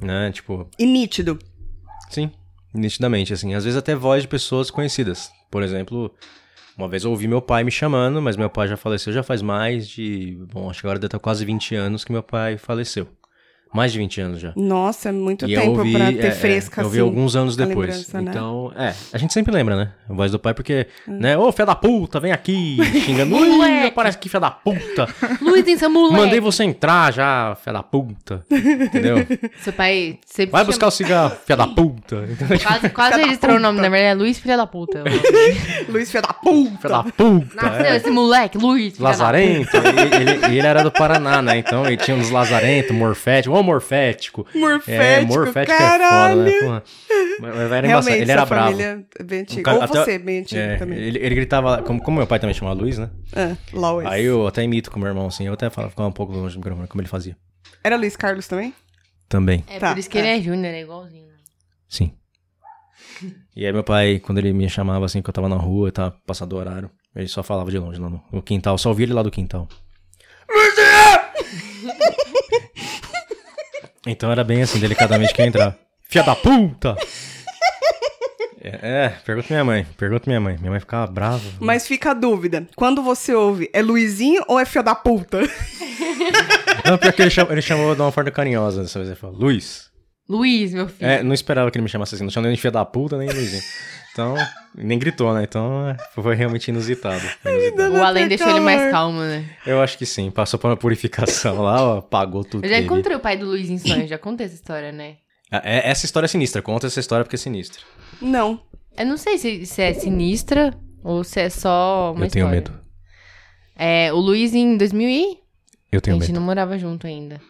Né? Tipo,
E nítido.
sim, nitidamente, assim. Às vezes até voz de pessoas conhecidas. Por exemplo, uma vez eu ouvi meu pai me chamando, mas meu pai já faleceu já faz mais de. Bom, acho que agora deve estar quase 20 anos que meu pai faleceu. Mais de 20 anos já.
Nossa, é muito
E
tempo
ouvi,
pra ter
é, é,
fresca
Eu vi
assim.
alguns anos
a
depois.
lembrança, né? Hum.
Então, é, a gente sempre lembra, né? A voz do pai, porque, né? Ô, filha da puta, vem aqui, xingando. Ui,
Moleque.
aparece aqui, filha da puta.
Luiz, tem seu moleque.
Mandei você entrar já, filha da puta. Entendeu?
é. Seu pai sempre
Vai
te
buscar o cigarro, filha da puta.
chama- Quase, quase registrou o nome, na verdade. É Luiz, filha da puta.
Luiz, filha da puta!
Filha da puta.
Nasceu
é.
esse moleque, Luiz. filha da
Lazarento, e ele, ele era do Paraná, né? Então ele tinha uns lazarento, morfético, ô morfético. é,
Morfético,
morfético
caralho!
é foda, né? Porra. Mas, mas era embaçado,
Realmente,
ele era
sua
bravo. Um
família é bem antiga.
cara-
Ou
até-
você, bem antigo
É,
também.
ele, ele gritava, como, como meu pai também chamava Luiz, né?
Ah, Lois.
Aí eu até imito com meu irmão, assim, eu até falava, ficava um pouco longe do microfone, como ele fazia.
Era Luiz Carlos também?
Também,
É
Tá,
por isso que
é.
ele é júnior, é igualzinho.
sim. E aí meu pai, quando ele me chamava, assim, que eu tava na rua, eu tava passado do horário, ele só falava de longe, lá no, no quintal, só ouvia ele lá do quintal. então era bem assim, delicadamente que eu entrava. Fia da puta! É, é, pergunta minha mãe, pergunta minha mãe. Minha mãe ficava brava.
Mas fica a dúvida. Quando você ouve, é Luizinho ou é filho da puta?
Não, pior que ele chamou, ele chamou de uma forma carinhosa dessa vez. Ele falou, Luiz.
Luiz, meu filho.
É, não esperava que ele me chamasse assim. Não chamou nem de filha da puta, nem Luizinho. Então, nem gritou, né? Então, é, foi realmente inusitado. inusitado.
O Além
Ela tem
deixou ele mais
calor.
calmo, né?
Eu acho que sim. Passou por uma purificação lá, ó, apagou tudo.
Eu já
que ele-
encontrei o pai do Luiz em sonho, já contei essa história, né?
Ah, é- essa história é sinistra. Conta essa história porque é sinistra.
Não.
Eu não sei se, se é sinistra ou se é só uma
eu tenho
história.
medo.
É, o Luiz em 2000 e...
Eu
A
tenho
gente
medo.
não morava junto ainda.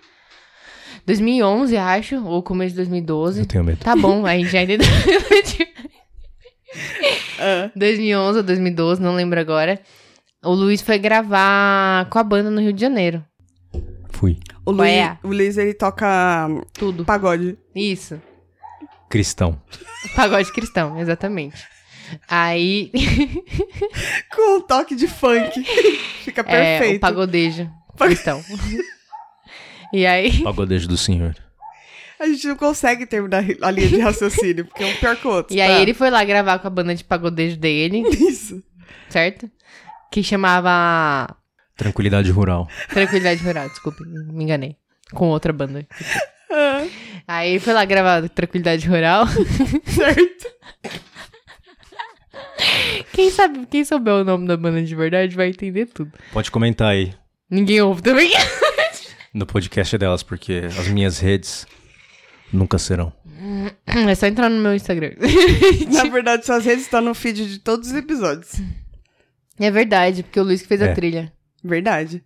2011, acho, ou começo de 2012.
Eu tenho medo.
Tá bom, aí já entendeu.
Ah.
2011 ou 2012, não lembro agora. O Luiz foi gravar com a banda no Rio de Janeiro.
Fui.
O
Qual
Luiz,
é?
o Luiz, ele toca hum,
Tudo.
pagode.
Isso.
Cristão.
Pagode cristão, exatamente. Aí,
Com um toque de funk. Fica
é, o
perfeito.
pagodejo cristão. E aí,
Pagodejo do senhor.
A gente não consegue terminar a linha de raciocínio, porque é um pior que o outro.
e aí
Tá.
ele foi lá gravar com a banda de pagodejo dele,
Isso.
certo? Que chamava
Tranquilidade rural.
Tranquilidade Rural, desculpe, me enganei. Com outra banda.
Ah,
Aí ele foi lá gravar Tranquilidade Rural.
certo.
Quem sabe, quem souber o nome da banda de verdade vai entender tudo.
Pode comentar aí
Ninguém ouve também.
no podcast delas, porque as minhas redes nunca serão.
É só entrar no meu Instagram.
Na verdade, suas redes estão no feed de todos os episódios.
É verdade, porque o Luiz que fez
É.
a trilha.
Verdade.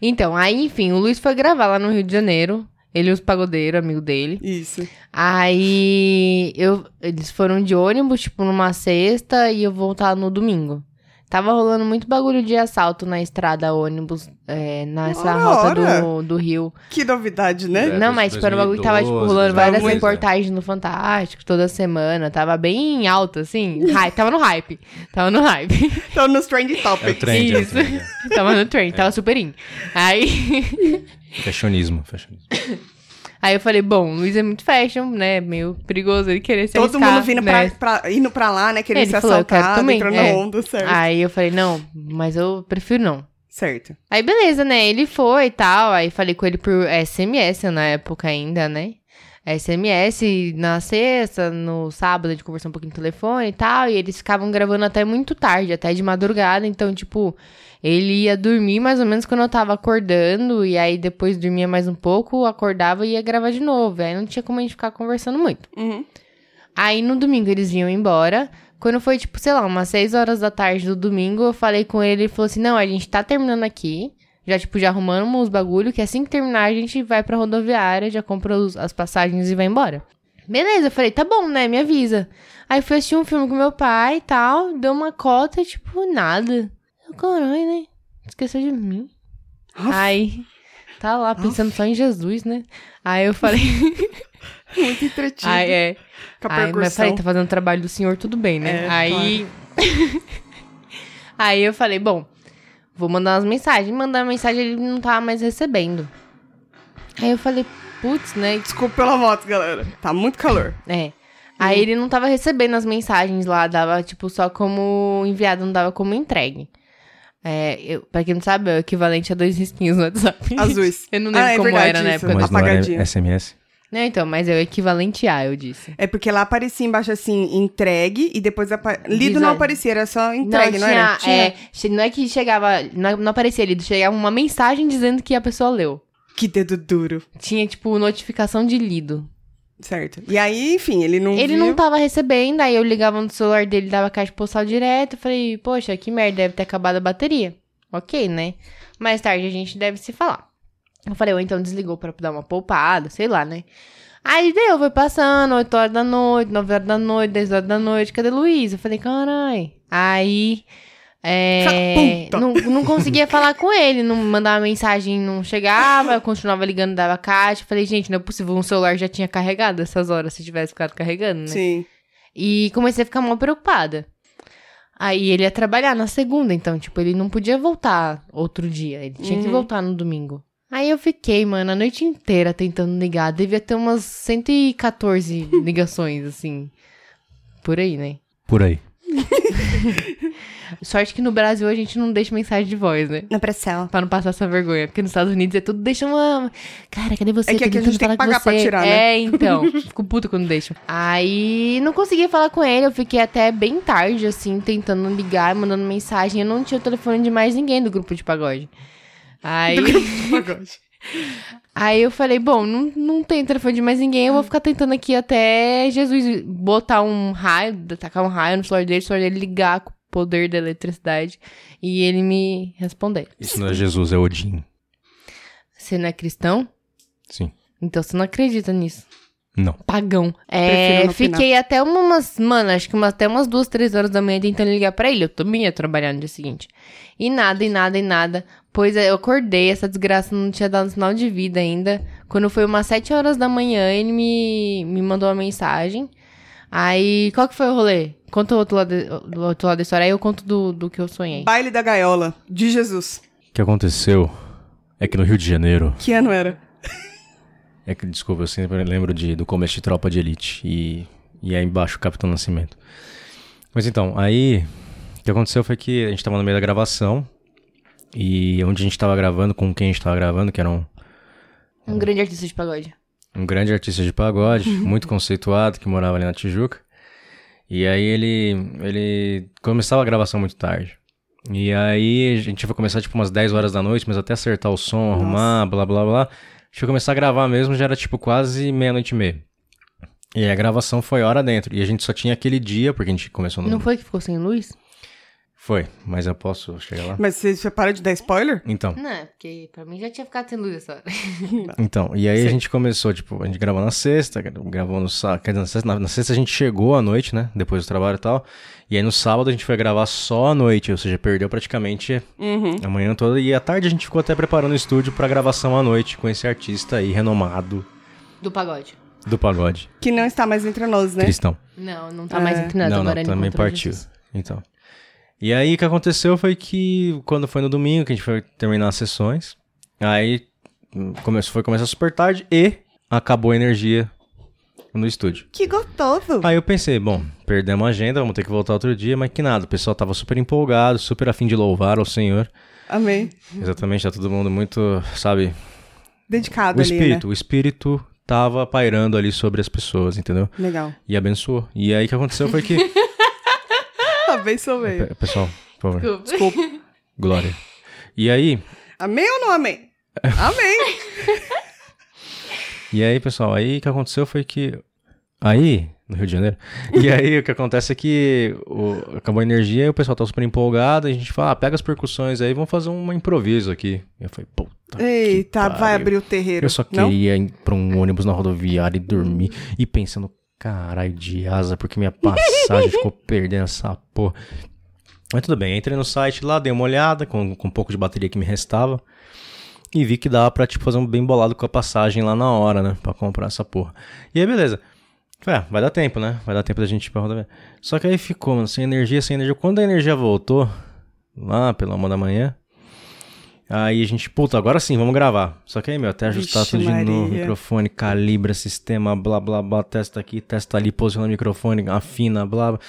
Então, aí, enfim, o Luiz foi gravar lá no Rio de Janeiro. Ele e os pagodeiros, amigo dele.
Isso.
Aí eu, eles foram de ônibus, tipo, numa sexta e eu voltar no domingo. Tava rolando muito bagulho de assalto na estrada, ônibus, é, nessa
Ora,
rota
ora.
do, do Rio.
Que novidade, né?
É,
não, mas tipo, era um bagulho que tava, tipo,
2012,
rolando várias
2013, né?
reportagens no Fantástico toda semana. Tava bem alto, assim. Hype, tava no hype. Tava no hype.
Então, nos trend
É o
topics.
trend, é o
Isso.
trend. é.
tava no trem, tava super in. Aí.
Fashionismo, fashionismo.
Aí eu falei, bom, o Luiz é muito fashion, né? Meio perigoso ele querer se
Todo
arriscar,
mundo vindo
né?
pra, pra- indo pra lá, né? Querendo
Ele
ser
falou, eu quero
assaltado,
também,
entrou
é.
na onda, certo.
Aí eu falei, não, mas eu prefiro não.
Certo.
Aí beleza, né? Ele foi e tal. Aí falei com ele por SMS na época ainda, né? SMS na sexta, no sábado a gente conversou um pouquinho no telefone e tal. E eles ficavam gravando até muito tarde, até de madrugada. Então, tipo, ele ia dormir mais ou menos quando eu tava acordando. E aí depois dormia mais um pouco, acordava e ia gravar de novo. Aí não tinha como a gente ficar conversando muito.
Uhum.
Aí no domingo eles vinham embora. Quando foi, tipo, sei lá, umas 6 horas da tarde do domingo, eu falei com ele, ele falou assim: não, a gente tá terminando aqui. Já, tipo, já arrumamos os bagulho, que assim que terminar a gente vai pra rodoviária, já compra os- as passagens e vai embora. Beleza, eu falei, tá bom, né? Me avisa. Aí fui assistir um filme com meu pai e tal, deu uma cota, tipo, nada. Eu, caralho, né? Esqueceu de mim.
Aff.
Aí, tá lá, pensando só em Jesus, né? Aí eu falei,
Muito entretido.
ai, é.
Com a
Aí, mas
percussão.
falei, tá fazendo o trabalho do senhor, tudo bem, né?
É,
aí. aí eu falei, bom, vou mandar umas mensagens. Mandar uma mensagem, ele não tava mais recebendo. Aí eu falei, putz, né?
Desculpa pela moto, galera. Tá muito calor.
É.
Hum.
Aí ele não tava recebendo as mensagens lá, dava tipo só como enviado, não dava como entregue. É, eu, pra quem não sabe, é o equivalente a dois risquinhos no WhatsApp.
Azuis.
Eu não lembro
Ah, é
como
verdade
era na
isso.
época.
Mas-
Não.
não era
Apagadinho.
SMS?
então, mas é o equivalente a, eu disse.
É porque lá aparecia embaixo assim, entregue, e depois apa... lido
Visual.
não aparecia, era só entregue, não,
tinha,
era?
É, che- não é que chegava, não, não aparecia ali, chegava uma mensagem dizendo que a pessoa leu.
é.
Que dedo duro.
Tinha, tipo, notificação de lido.
Certo. E aí, enfim, ele não
Ele
viu.
tá,
não tava recebendo, aí eu ligava no celular dele, dava caixa postal direto, falei, poxa, que merda, deve ter acabado a bateria. Ok, né? Mais tarde a gente deve se falar. Eu falei, ou então desligou pra dar uma poupada, sei lá, né? Aí deu, foi passando, 8 horas da noite, 9 horas da noite, 10 horas da noite, cadê Luiz? Eu falei, carai. Aí. É,
Filha da
não, não conseguia falar com ele, não mandava mensagem, não chegava, eu continuava ligando, dava caixa. Eu Falei, gente, não é possível, um celular já tinha carregado essas horas se tivesse ficado carregando, né?
Sim.
E comecei a ficar mal preocupada. Aí ele ia trabalhar na segunda, então, tipo, ele não podia voltar outro dia. Ele tinha que
Uhum.
voltar no domingo. Aí eu fiquei, mano, a noite inteira tentando ligar. Devia ter umas 114 ligações, assim. Por aí, né?
Por aí.
Sorte que no Brasil a gente não deixa mensagem de voz, né?
Na pressão.
Pra não passar essa vergonha. Porque nos Estados Unidos é tudo, deixa uma. Cara, cadê você?
É que
Tô
aqui a
tentando
gente tem que
falar com
pagar pra
você.
tirar, né?
É, então. Fico puto quando deixa. Aí não consegui falar com ele. Eu fiquei até bem tarde, assim, tentando ligar, mandando mensagem. Eu não tinha o telefone de mais ninguém do grupo de pagode. Aí,
Pagode.
aí eu falei, bom, não, não tem telefone de mais ninguém, eu vou ficar tentando aqui até Jesus botar um raio, tacar um raio no celular dele, o celular dele ligar com o poder da eletricidade e ele me responder.
Isso não é Jesus, é Odin.
Você não é cristão?
Sim.
Então você não acredita nisso.
Não.
Pagão.
Prefiro
É,
não opinar.
fiquei até umas, mano, acho que umas, até umas duas, três horas da manhã tentando ligar pra ele. Eu também ia trabalhar no dia seguinte. E nada, e nada, e nada. Pois é, eu acordei, essa desgraça não tinha dado sinal de vida ainda. Quando foi umas sete horas da manhã, ele me, me mandou uma mensagem. Aí, qual que foi o rolê? Conta o outro lado, o outro lado da história, aí eu conto do, do que eu sonhei.
Baile da Gaiola, de Jesus.
O que aconteceu é que no Rio de Janeiro.
Que ano era?
É que, desculpa, eu sempre lembro de, do começo de Tropa de Elite e, e aí embaixo o Capitão Nascimento. Mas então, aí o que aconteceu foi que a gente tava no meio da gravação e onde a gente tava gravando, com quem a gente tava gravando, que era um,
Um grande artista de pagode.
um grande artista de pagode, muito conceituado, que morava ali na Tijuca. E aí ele, ele começava a gravação muito tarde. E aí a gente foi começar tipo umas 10 horas da noite, mas até acertar o som, arrumar, blá blá blá. A gente foi começar a gravar mesmo, já era tipo quase meia-noite e meia. E aí a gravação foi hora dentro. E a gente só tinha aquele dia, porque a gente começou no.
Não foi que ficou sem luz?
Foi, mas eu posso chegar lá.
Mas você, você para de dar spoiler?
Então.
Não, é porque pra mim já tinha ficado sem luz essa hora.
Então, e aí a gente começou, tipo, a gente gravou na sexta, gra- gravou no sábado, quer dizer, na sexta, na- na sexta a gente chegou à noite, né, depois do trabalho e tal, e aí no sábado a gente foi gravar só à noite, ou seja, perdeu praticamente
Uhum.
a manhã toda, e à tarde a gente ficou até preparando o estúdio pra gravação à noite com esse artista aí, renomado,
Do pagode.
do pagode,
Que não está mais entre nós, né?
Cristão.
Não, não tá mais entre nós
não,
agora.
não,
ele
também
encontrou
partiu,
Jesus.
então. E aí o que aconteceu foi que, quando foi no domingo, que a gente foi terminar as sessões, aí hum, começou, foi começar super tarde e acabou a energia no estúdio.
Que gostoso!
Aí eu pensei, bom, perdemos a agenda, vamos ter que voltar outro dia, mas que nada, o pessoal tava super empolgado, super afim de louvar ao Senhor.
Amei.
Exatamente, tá todo mundo muito, sabe,
Dedicado
o
ali, né?
espírito, o espírito tava pairando ali sobre as pessoas, entendeu?
né? Legal.
E abençoou. E aí o que aconteceu foi que,
Abençoei.
Pe- pessoal, por favor,
Desculpa.
Desculpa.
glória. E aí,
Amei ou não amei? Amei!
E aí, pessoal, aí o que aconteceu foi que. Aí, no Rio de Janeiro. E aí o que acontece é que o- acabou a energia e o pessoal tá super empolgado. E a gente fala, ah, pega as percussões aí, vamos fazer um improviso aqui. E eu falei, puta. que
Eita, vai
pariu.
abrir o terreiro.
Eu só
não?
queria ir pra um ônibus na rodoviária e dormir. E pensando, caralho, de asa, porque minha passagem ficou perdendo essa porra. Mas tudo bem, entrei no site lá, dei uma olhada com, com um pouco de bateria que me restava. E vi que dava pra, tipo, fazer um bem bolado com a passagem lá na hora, né? Pra comprar essa porra. E aí, beleza. Falei, ah, vai dar tempo, né? Vai dar tempo da gente ir pra rodoviária. Só que aí ficou, mano, sem energia, sem energia. Quando a energia voltou, lá pela uma da manhã, Aí a gente, puta, agora sim, vamos gravar. Só que aí, meu, até ajustar
Vixe,
tudo de
Maria.
novo, microfone, calibra, sistema, blá, blá, blá, testa aqui, testa ali, posiciona o microfone, afina, blá, blá.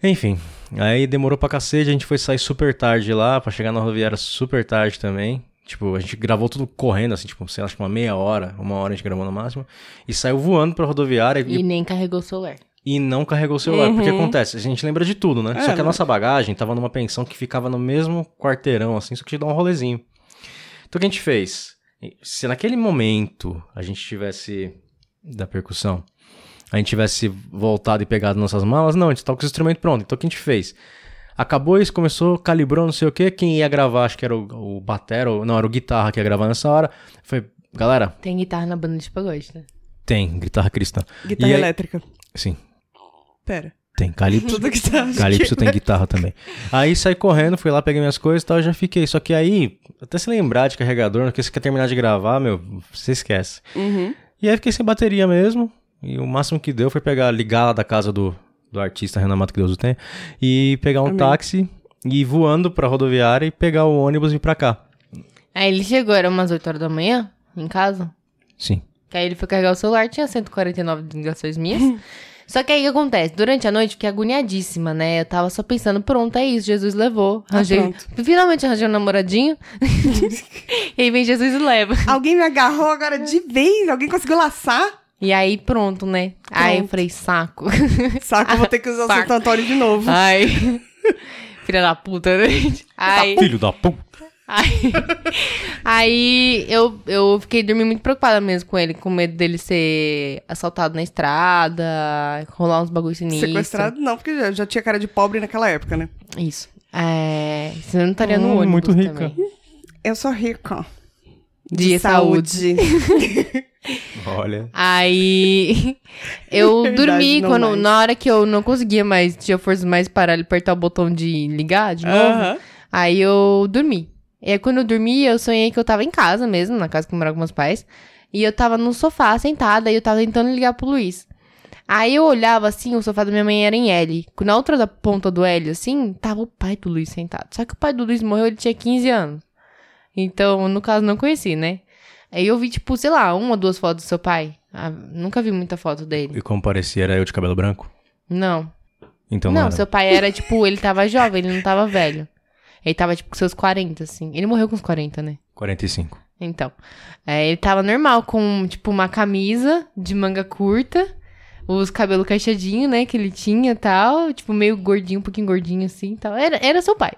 Enfim, aí demorou pra cacete, a gente foi sair super tarde lá, pra chegar na rodoviária super tarde também. Tipo, a gente gravou tudo correndo, assim, tipo, sei lá, acho que uma meia hora, uma hora a gente gravou no máximo. E saiu voando pra rodoviária e,
E nem carregou o celular.
e não carregou o celular. Porque acontece, a gente lembra de tudo, né?
É,
só que a
né?
nossa bagagem tava numa pensão que ficava no mesmo quarteirão, assim, só que a gente dá um rolezinho. Então o que a gente fez? Se naquele momento a gente tivesse. da percussão. A gente tivesse voltado e pegado nossas malas, não, a gente tava com os instrumentos prontos. Então o que a gente fez? Acabou isso, começou, calibrou, não sei o quê. Quem ia gravar, acho que era o, o batera, ou não, era o guitarra que ia gravar nessa hora. Foi, galera,
Tem guitarra na banda de pagode, né?
tem, guitarra cristã.
Guitarra
E aí-
elétrica.
Sim,
Pera.
tem, calypso.
Tudo que tá.
Calypso tem guitarra também. Aí saí correndo, fui lá, peguei minhas coisas e tal, já fiquei. Só que aí, até se lembrar de carregador, porque você quer terminar de gravar, meu, você esquece.
Uhum.
E aí fiquei sem bateria mesmo. E o máximo que deu foi pegar, ligar lá da casa do, do artista Renamato que Deus o tenha, e pegar um
Amém.
táxi e ir voando pra rodoviária e pegar o ônibus e ir pra cá.
Aí ele chegou, era umas 8 horas da manhã, em casa.
Sim.
Que aí ele foi carregar o celular, tinha 149 ligações minhas. Só que aí o que acontece? Durante a noite, fiquei agoniadíssima, né? Eu tava só pensando, pronto, é isso, Jesus levou. Arranjei, finalmente arranjei um namoradinho. e aí vem Jesus e leva.
Alguém me agarrou agora de vez. Alguém conseguiu laçar.
E aí, pronto, né? Aí eu
Pronto.
falei, saco.
Saco, eu vou ter que usar o
Saco. Ah,
Santo Antônio de novo.
Ai. Filha da puta, né? gente? Aí,
Filho da puta.
aí, aí eu, eu fiquei dormindo muito preocupada mesmo com ele, com medo dele ser assaltado na estrada, rolar uns bagulho sinistro.
Sequestrado não, porque já, já tinha cara de pobre naquela época, né?
Isso. É, senão eu não estaria no
Hum,
ônibus
muito rica.
também.
Eu sou rica.
De, saúde.
Olha.
Aí eu
Verdade,
dormi
não
quando,
mais.
na hora que eu não conseguia mais, tinha força mais para apertar o botão de ligar de novo.
Aham.
Aí eu dormi. E aí, quando eu dormi, eu sonhei que eu tava em casa mesmo, na casa que eu morava com meus pais. E eu tava no sofá, sentada, e eu tava tentando ligar pro Luiz. Aí eu olhava assim, o sofá da minha mãe era em L. Na outra da ponta do L, assim, tava o pai do Luiz sentado. Só que o pai do Luiz morreu, ele tinha 15 anos. Então, no caso, não conheci, né? Aí eu vi, tipo, sei lá, uma ou duas fotos do seu pai. Ah, nunca vi muita foto dele.
E como parecia, era eu de cabelo branco?
Não.
Então não,
não,
era.
seu pai era, tipo, ele tava jovem, ele não tava velho. Ele tava, tipo, com seus 40, assim. Ele morreu com os 40, né?
45.
Então. é, ele tava normal, com, tipo, uma camisa de manga curta, os cabelos caixadinho, né, que ele tinha e tal. Tipo, meio gordinho, um pouquinho gordinho assim e tal. Era, era seu pai.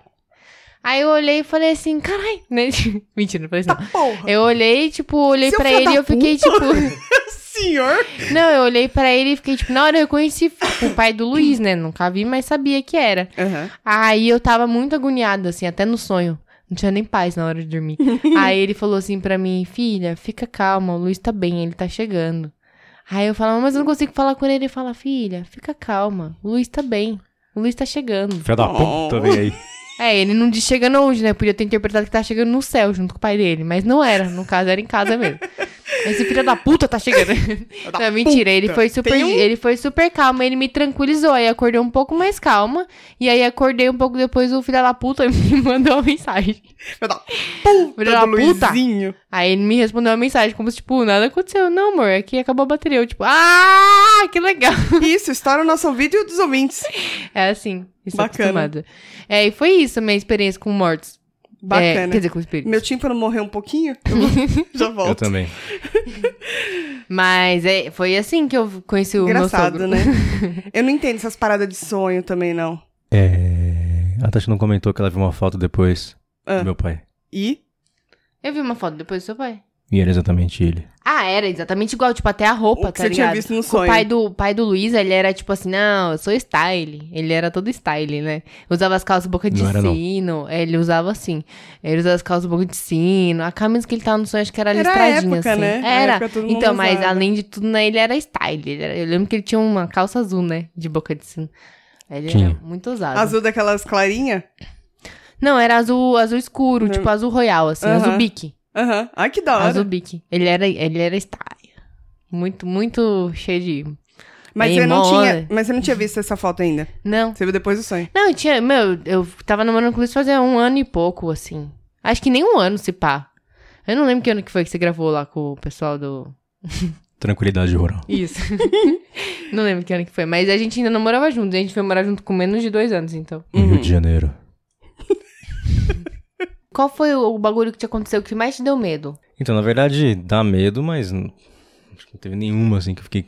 Aí eu olhei e falei assim, carai, né? Mentira, não falei isso não.
Porra!
Eu olhei, tipo, olhei
Seu
pra
filho
ele
da
e eu fiquei, tipo.
Senhor!
Não, eu olhei pra ele e fiquei, tipo, na hora eu reconheci tipo, o pai do Luiz, né? Nunca vi, mas sabia que era.
Aham.
Aí eu tava muito agoniada, assim, até no sonho. Não tinha nem paz na hora de dormir. Aí ele falou assim pra mim, filha, fica calma, o Luiz tá bem, ele tá chegando. Aí eu falava, mas eu não consigo falar com ele. Ele fala, filha, fica calma, o Luiz tá bem, o Luiz tá chegando.
Filha da puta, vem aí.
É, ele não diz chegando onde, né? Podia ter interpretado que tá chegando no céu junto com o pai dele, mas não era. No caso, era em casa mesmo. Esse filho da puta tá chegando.
da
não, mentira, ele
puta.
foi super.
Tem um-
Ele foi super calmo, ele me tranquilizou. Aí acordei um pouco mais calma. E aí acordei um pouco depois, o filho da puta me mandou uma mensagem.
Filho da puta
Filho da
do
puta.
Luizinho.
Aí ele me respondeu uma mensagem, como se, tipo, nada aconteceu. Não, amor, aqui acabou a bateria. Eu, tipo, ah, que legal.
Isso, estoura o nosso vídeo e dos ouvintes.
É assim, estou
Bacana.
acostumada. É, e foi isso a minha experiência com mortos. É,
Bacana.
quer dizer, com espíritos.
Meu tímpano morreu um pouquinho? Eu vou- Já volto.
Eu também.
Mas é, foi assim que eu conheci o meu
Engraçado,
sogro.
né? Eu não entendo essas paradas de sonho também, não.
É... A Tati não comentou que ela viu uma foto depois
Ah.
do meu pai.
E?
Eu vi uma foto depois do seu pai.
E era exatamente ele.
Ah, era exatamente igual, tipo, até a roupa,
o que
tá
você
ligado?
tinha visto no
O
sonho.
pai do, o pai do Luiz, ele era tipo assim, não, eu sou style. Ele era todo style, né? Usava as calças boca de
Não era, não.
sino. é, Ele usava assim. Ele usava as calças boca de sino. A camisa que ele tava no sonho, acho que era,
Era a
listradinha,
época,
assim.
né? A
Era.
época todo mundo
então, mas
usava.
além de tudo, né, ele era style. Ele era- eu lembro que ele tinha uma calça azul, né? De boca de sino. Ele era
Tinha.
muito usado.
Azul daquelas clarinhas?
Não, era azul, azul escuro, tipo azul royal, assim,
Hum. Aham.
azul bique.
Aham. Ai, que da hora.
Azul Bic. Ele era, ele era style. Muito, muito cheio de.
Mas
Bem
você, não
mó
tinha,
hora.
mas você não tinha visto essa foto ainda.
Não.
Você viu depois do sonho.
Não, eu tinha. Meu, eu tava namorando com o Luiz fazia um ano e pouco, assim. Acho que nem um ano, se pá. Eu não lembro que ano que foi que você gravou lá com o pessoal do.
Tranquilidade rural.
Isso. não lembro que ano que foi. Mas a gente ainda não morava junto. A gente foi morar junto com menos de dois anos, então.
No Rio de Janeiro.
Qual foi o o bagulho que te aconteceu que mais te deu medo?
Então, na verdade, dá medo, mas n- acho que não teve nenhuma, assim, que eu fiquei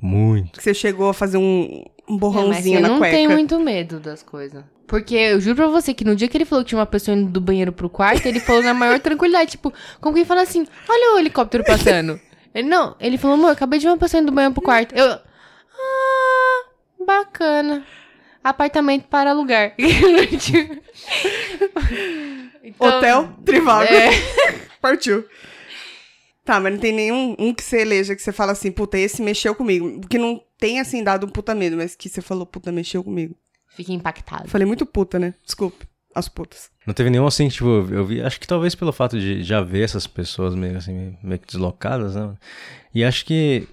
muito.
Que você chegou a fazer um, um
É, mas
borrãozinho
eu
na
não
cueca.
tenho muito medo das coisas. Porque eu juro pra você que no dia que ele falou que tinha uma pessoa indo do banheiro pro quarto, ele falou na maior tranquilidade, tipo, como quem fala assim, olha o helicóptero passando. Ele, não, ele falou, amor, acabei de ver uma pessoa indo do banheiro pro quarto. Eu, ah, bacana. Apartamento para alugar. Então,
Hotel, Trivago.
É,
Partiu. Tá, mas não tem nenhum um que você eleja que você fala assim, puta, esse mexeu comigo. Que não tem, assim, dado um puta medo, mas que você falou, puta, mexeu comigo.
fiquei impactado.
Falei muito puta, né? Desculpe. As putas.
Não teve nenhum, assim, que, tipo, eu vi. Acho que talvez pelo fato de já ver essas pessoas meio assim, meio que deslocadas, né? E acho que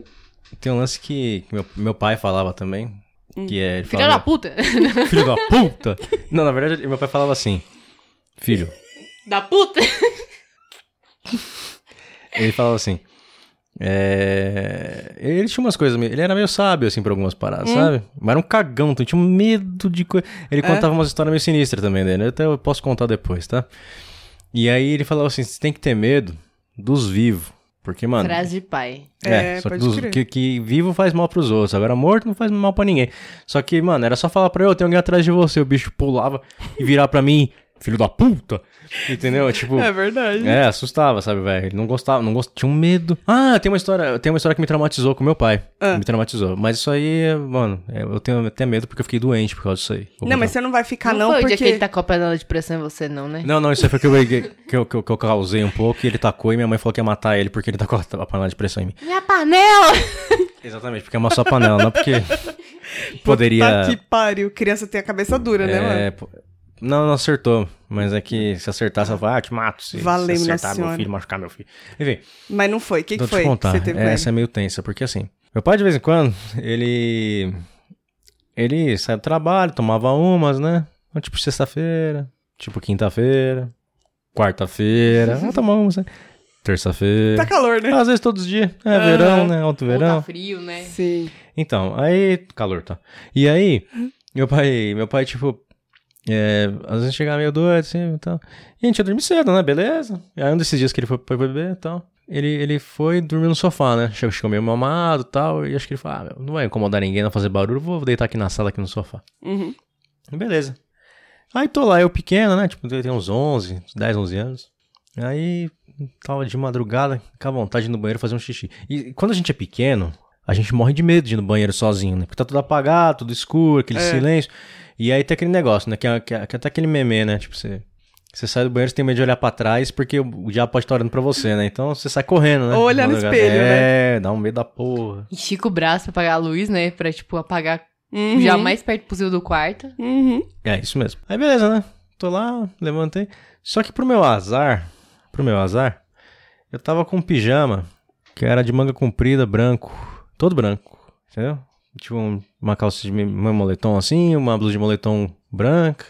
tem um lance que, que meu, meu pai falava também. Que é. ele
Filha da
falava,
puta.
Filho da puta! Não, na verdade, meu pai falava assim. Filho,
da puta.
Ele falava assim. É... Ele tinha umas coisas. meio- Ele era meio sábio, assim, pra algumas
Hum.
paradas, sabe? Mas era um cagão, então tinha um medo de coisa.
É.
Ele contava umas histórias meio sinistras também dele. né? Até eu posso contar depois, tá? E aí ele falava assim: você tem que ter medo dos vivos. Porque, mano.
Frase de pai.
É,
É,
só que,
pode
dos-
crer.
que, que vivo faz mal pros outros. Agora morto não faz mal pra ninguém. Só que, mano, era só falar pra eu, tem alguém atrás de você. O bicho pulava e virar pra mim, filho da puta. Entendeu? Tipo.
verdade.
É, assustava, sabe, velho? Ele não gostava, não gostava, tinha um medo. Ah, tem uma história, tem uma história que me traumatizou com meu pai.
Ah.
Me traumatizou. Mas isso aí, é, mano, é, eu tenho até medo porque eu fiquei doente por causa disso aí. Vou
Não, mas
contar.
você não vai ficar, não,
foi o dia que
porque.
ele tá tacou a panela de pressão em você, não, né?
Não, não, isso aí foi que eu, briguei- que, eu, que eu- que eu causei um pouco e ele tacou e minha mãe falou que ia matar ele porque ele tacou a panela de pressão em mim.
Minha panela!
Exatamente, porque é uma só panela, não porque poderia...
Puta que pariu. Criança tem a cabeça dura, né, mano?
É, pô- Não, não acertou. Mas é que se acertar, você fala, ah, te mato. Se, se
Valeu, Nossa
acertar meu
Senhora.
filho, machucar meu filho. Enfim.
Mas não foi. O que, que
Vou
foi?
te contar.
Você teve
É,
medo?
essa é meio tensa, porque assim, meu pai de vez em quando, ele. Ele saia do trabalho, tomava umas, né? Então, Tipo sexta-feira, tipo quinta-feira, quarta-feira, vamos tomar umas, né? Terça-feira.
Tá calor, né?
Às vezes todos os dias. É
Aham.
verão, né? Alto
Ou tá
verão.
frio, né?
É. Sim.
Então, aí. Calor, tá? E aí, meu pai, meu pai, tipo. é, às vezes chegava meio doido, assim e tal. E a gente ia dormir cedo, né? Beleza. E aí um desses dias que ele foi, foi beber e tal. Ele, ele foi dormir no sofá, né? Chegou, chegou meio mamado e tal. E acho que ele falou: ah, meu, não vai incomodar ninguém, não fazer barulho, vou deitar aqui na sala, aqui no sofá.
Uhum.
Beleza. Aí tô lá, eu pequeno, né? Tipo, eu tenho uns 11, uns 10, 11 anos. Aí tava de madrugada, com a vontade de ir no banheiro fazer um xixi. E quando a gente é pequeno, a gente morre de medo de ir no banheiro sozinho, né? Porque tá tudo apagado, tudo escuro, aquele
É.
silêncio. E aí tem aquele negócio, né? Que, é- que é- que é até aquele meme, né? Tipo, você, você sai do banheiro, você tem medo de olhar pra trás, porque o, o diabo pode estar olhando pra você, né? Então você sai correndo, né?
Ou olhar no
Madrugada.
espelho, né?
é, dá um medo da porra.
Estica o braço pra apagar a luz, né? Pra, tipo, apagar
Uhum.
já o mais perto possível do quarto.
Uhum.
É, isso mesmo. Aí beleza, né? Tô lá, levantei. Só que pro meu azar, pro meu azar, eu tava com um pijama que era de manga comprida, branco, todo branco, entendeu? Tipo um- uma calça de me- um moletom assim, uma blusa de moletom branca.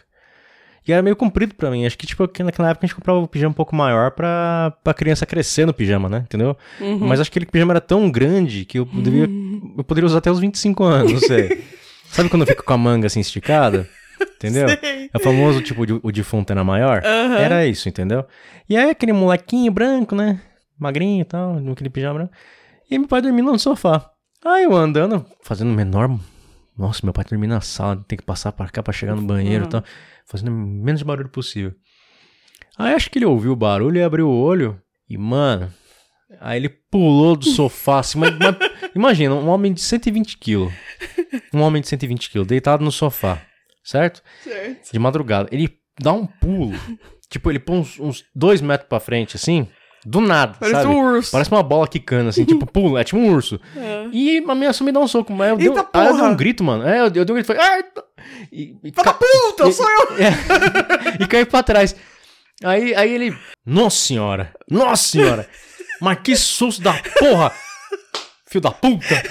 E era meio comprido pra mim. Acho que, tipo, que naquela época a gente comprava um pijama um pouco maior pra, pra criança crescer no pijama, né? Entendeu?
Uhum.
Mas acho que aquele pijama era tão grande que eu, devia, eu poderia usar até os 25 anos, não sei. Sabe quando eu fico com a manga assim esticada? Entendeu?
Sei.
É o famoso tipo de- o de Fontana Maior.
Aham.
Era isso, entendeu? E aí aquele molequinho branco, né? Magrinho e tal, aquele pijama branco. E meu pai dormindo no sofá. Aí eu andando, fazendo o menor. Nossa, meu pai dormir na sala, tem que passar pra cá pra chegar no banheiro e tal. Fazendo o menos barulho possível. Aí acho que ele ouviu o barulho e abriu o olho. E, mano. Aí ele pulou do sofá assim, mas, mas- imagina, um homem de 120 quilos. Um homem de 120 quilos, deitado no sofá, certo?
Certo.
De madrugada. Ele dá um pulo. tipo, ele põe uns, uns dois metros pra frente, assim. Do nada,
Parece
sabe?
um urso.
Parece uma bola quicando, assim, tipo, pula. É tipo um urso.
É.
E ameaçou me dar um soco. Mas eu, dei, um-
Eita
aí eu dei
porra!
um grito, mano. É, eu dei, eu dei um grito. Falei, ai! tá-" E, e,
Fala,
ca-
puta, eu sou eu.
é, e caí pra trás. Aí, aí ele... Nossa senhora! Nossa senhora! Mas que susto da porra! Filho da puta!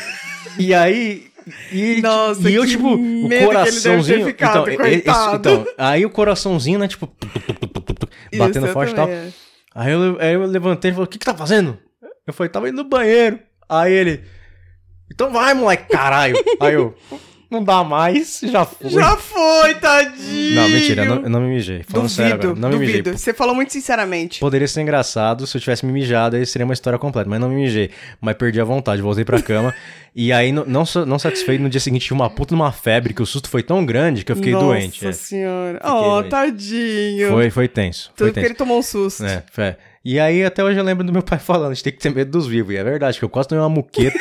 E aí... E, ele-
Nossa,
e eu,
que
tipo,
medo que
o
ele
coraçãozinho.
deve ter ficado,
então, e- esse-
coitado.
então, aí o coraçãozinho, né, tipo, tuc, tuc, tuc, tuc, tuc, batendo
Isso, eu
forte e tal.
também, é.
Aí eu, aí eu levantei e falei, o que que tá fazendo? Eu falei, tava indo no banheiro. Aí ele, então vai, moleque, caralho. Aí eu, não dá mais, já foi.
Já foi, tadinho.
Não, mentira, não, eu não me mijei. Falando
Duvido,
sério agora, não me mijei.
duvido. Você falou muito sinceramente.
Poderia ser engraçado se eu tivesse me mijado, aí seria uma história completa, mas não me mijei. Mas perdi a vontade, voltei pra cama. e aí, no- não, sa- não satisfeito, no dia seguinte tive uma puta numa febre, que o susto foi tão grande que eu fiquei
Nossa
doente. é.
senhora.
Fiquei
oh,
doente.
tadinho.
Foi, foi tenso.
Tudo
Foi
que
tenso.
ele tomou um susto.
É, é. E aí até hoje eu lembro do meu pai falando, a gente tem que ter medo dos vivos. E é verdade, que eu quase tomei uma muqueta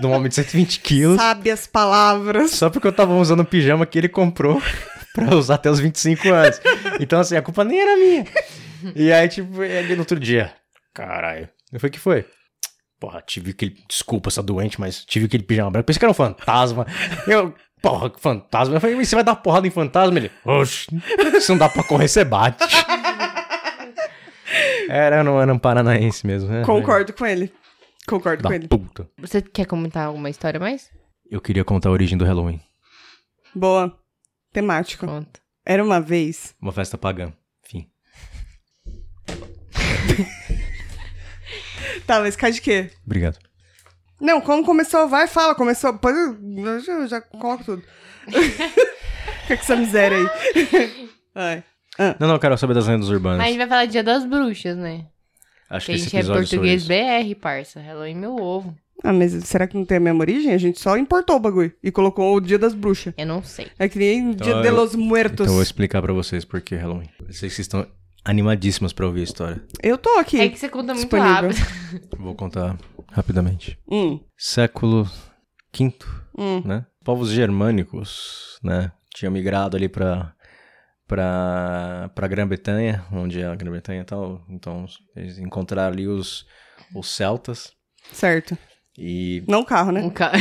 de um homem de 120 quilos.
Sabe as palavras.
Só porque eu tava usando o pijama que ele comprou pra usar até os 25 anos. Então, assim, a culpa nem era minha. E aí, tipo, ele no outro dia. Caralho. Eu falei, que foi? Porra, tive aquele. Desculpa, essa doente, mas tive aquele pijama branco. Pensei que era um fantasma. Eu. Porra, que fantasma. Eu falei, "E você vai dar porrada em fantasma? Ele. Oxe, se não dá pra correr, você bate. Era, não era um paranaense mesmo, né?
Concordo com ele. Concordo
Da
com ele.
puta.
Você quer comentar alguma história mais?
Eu queria contar a origem do Halloween.
Boa. Temático.
Conta.
Era uma vez.
Uma festa pagã. Fim.
Tá, mas cai de quê?
Obrigado.
Não, como começou, vai, fala. Começou. Pois eu eu já, eu já coloco tudo. Fica com essa miséria aí. Vai.
Não, não, eu quero saber das lendas urbanas.
Mas a gente vai falar de Dia das Bruxas, né?
Acho que
Que a
esse
gente é
episódio é sobre
português
isso.
BR, parça. Halloween meu ovo.
Ah, mas será que não tem a mesma origem? A gente só importou o bagulho e colocou o Dia das Bruxas.
Eu não sei.
É que nem Dia de
eu-
los Muertos.
Então eu vou explicar pra vocês por que Halloween. Eu sei que vocês estão animadíssimas pra ouvir a história.
Eu tô aqui.
É que você conta muito
disponível.
rápido.
Vou contar rapidamente.
Hum,
Século V,
hum.
né? Povos germânicos, né? Tinham migrado ali pra, pra, pra Grã-Bretanha, onde é a Grã-Bretanha e tal. Então, eles encontraram ali os, os celtas
Certo.
e...
Não o carro, né?
Um ca...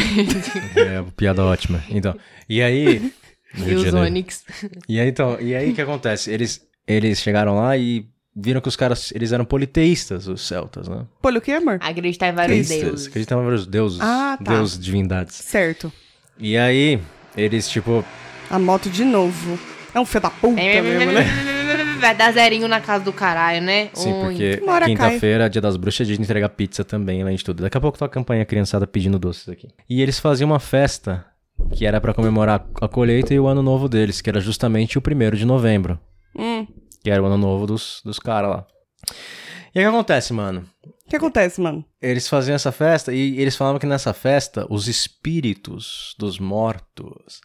É, piada ótima. Então, e aí... no
e
Rio de
os
Janeiro.
Onix.
E aí, então, e aí o que acontece? Eles, eles chegaram lá e viram que os caras, eles eram politeístas, os celtas, né?
Polho o quê, amor?
Acreditar em vários deuses.
Acreditavam em vários deuses,
Ah, tá.
deuses, divindades.
Certo.
E aí, eles, tipo,
A moto de novo. É um filho da puta
Tá
mesmo, né?
Vai dar zerinho na casa do caralho, né?
sim,
Oi.
porque
Uma hora
quinta-feira, dia das bruxas, é dia de entregar pizza também, além de tudo. Daqui a pouco toca a campanha criançada pedindo doces aqui. E eles faziam uma festa que era pra comemorar a colheita e o ano novo deles, que era justamente o primeiro de novembro.
Hum,
Que era o ano novo dos, dos caras lá. E aí o que acontece, mano?
O que acontece, mano?
Eles faziam essa festa e eles falavam que nessa festa os espíritos dos mortos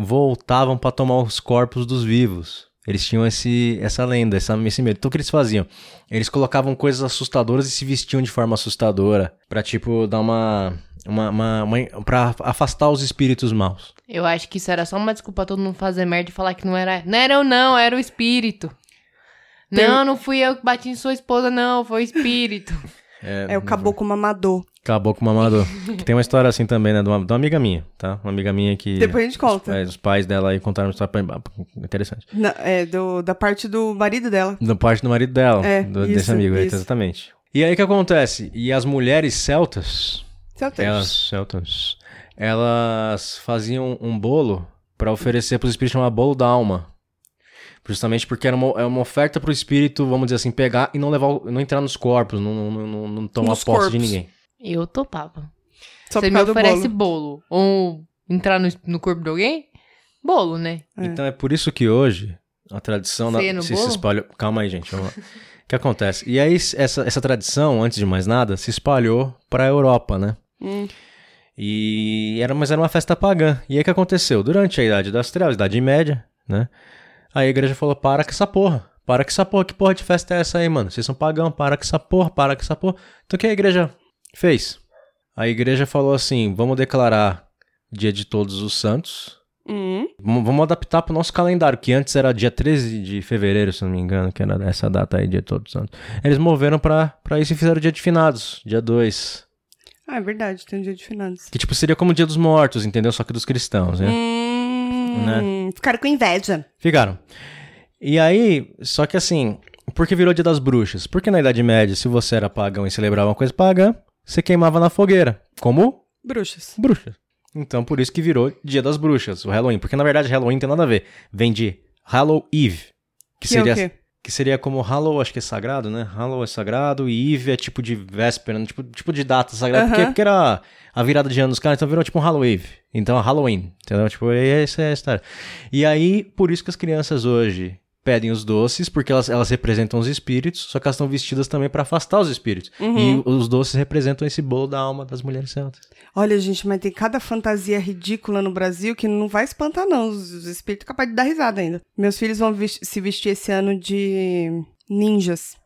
voltavam pra tomar os corpos dos vivos. Eles tinham esse, essa lenda, essa, esse medo. Então o que eles faziam? Eles colocavam coisas assustadoras e se vestiam de forma assustadora Pra, tipo dar uma, uma, uma, uma para afastar os espíritos maus.
Eu acho que isso era só uma desculpa pra todo mundo fazer merda e falar que não era. Não era eu, não, era o espírito.
Tem-
Não, não fui eu que bati em sua esposa, não, foi o espírito.
É o caboclo mamador.
Caboclo mamador. Que tem uma história assim também, né? De uma, de uma amiga minha, tá? Uma amiga minha que.
Depois a gente
os,
conta.
é, os pais dela aí contaram uma história pra mim. Interessante.
Na- é, do- da parte do marido dela.
Da parte do marido dela,
É,
do-
isso,
desse amigo, aí,
isso.
exatamente. E aí o que acontece? E as mulheres celtas,
Seu texto.
elas, celtas, elas faziam um bolo pra oferecer pros espíritos, chamava bolo da alma. Justamente porque era uma, é uma oferta pro espírito, vamos dizer assim, pegar e não levar, o- não entrar nos corpos, não, não, não, não tomar
Nos
posse de
corpos.
ninguém.
Eu topava.
Só
Você
por
me
causa do
oferece
bolo.
bolo. ou entrar no, no corpo de alguém? Bolo, né?
É.
Então é por isso que hoje a tradição na-
Ceia no
se, se
bolo?
espalhou. Calma aí, gente. vamos lá. O que acontece? E aí, essa, essa tradição, antes de mais nada, se espalhou pra Europa, né?
Hum.
E era, mas era uma festa pagã. E aí o que aconteceu? Durante a Idade das Trevas, Idade Média, né? A igreja falou: para com essa porra. Para com essa porra. Que porra de festa é essa aí, mano? Vocês são pagão, para com essa porra, para com essa porra. Então o que a igreja fez? A igreja falou assim: vamos declarar dia de todos os santos.
Hum.
Vamos vamos adaptar pro nosso calendário, que antes era dia 13 de fevereiro, se não me engano, que era essa data aí, dia de todos os santos. Eles moveram pra, pra isso e fizeram dia de finados, dia 2.
Ah, é verdade, tem um dia de finanças.
Que tipo seria como o dia dos mortos, entendeu? Só que dos cristãos,
É.
né?
Hum, Ficaram com inveja.
Ficaram. E aí, só que assim, por que virou dia das bruxas? Porque na Idade Média, se você era pagão e celebrava uma coisa pagã, você queimava na fogueira, como
Bruxas.
bruxa. Então por isso que virou dia das bruxas, o Halloween. Porque na verdade Halloween tem nada a ver. Vem de Hallow Eve.
Que
Que, seria
é o quê?
Que seria como Hallow, acho que é sagrado, né? Hallow é sagrado e Eve é tipo de véspera, né? tipo, tipo de data sagrada.
Aham.
Porque, porque era a virada de ano dos caras, então virou tipo um Hallow Eve. Então é Halloween, entendeu? Tipo, é- essa é a história. E aí, por isso que as crianças hoje pedem os doces, porque elas, elas representam os espíritos, só que elas estão vestidas também pra afastar os espíritos.
Uhum.
E os doces representam esse bolo da alma das mulheres celtas.
Olha, gente, mas tem cada fantasia ridícula no Brasil que não vai espantar, não. Os os espíritos capazes de dar risada ainda. Meus filhos vão vis- se vestir esse ano de ninjas.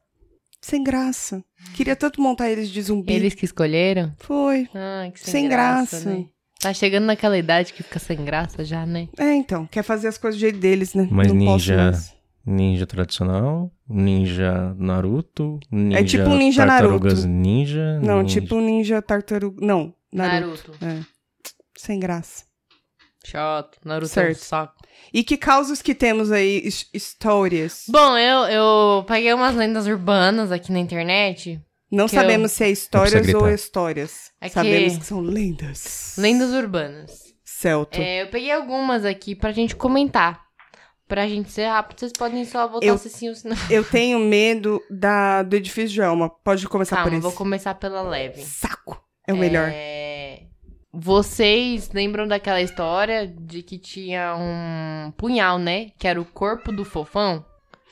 Sem graça. Queria tanto montar eles de zumbi.
Eles que escolheram.
Foi.
Ah, que sem,
Sem
graça.
graça.
né? Tá chegando naquela idade que fica sem graça já, né?
É, então. Quer fazer as coisas do jeito deles, né?
Mas
não posso
ninja-
mais.
Ninja tradicional, ninja Naruto, ninja
tipo um ninja
tartarugas
Naruto.
ninja.
Não,
ninja-
tipo ninja tartaruga. Não, Naruto.
Naruto.
Sem graça.
Chato. Naruto é um
Certo.
saco.
E que causos que temos aí? his- Histórias.
Bom, eu, eu peguei umas lendas urbanas aqui na internet.
Não
que
sabemos se é
Não
histórias
precisa
ou
gritar.
histórias.
É que-
Sabemos que são lendas.
Lendas urbanas.
Celto.
É, eu peguei algumas aqui pra gente comentar. Pra gente ser rápido, vocês podem só assim, um voltar
Eu-
se sim ou se não.
Eu tenho medo da, do edifício de Elma. Pode começar
Calma,
por esse.
vou começar pela leve.
Saco. É o melhor.
É, Vocês lembram daquela história de que tinha um punhal, né? Que era o corpo do fofão?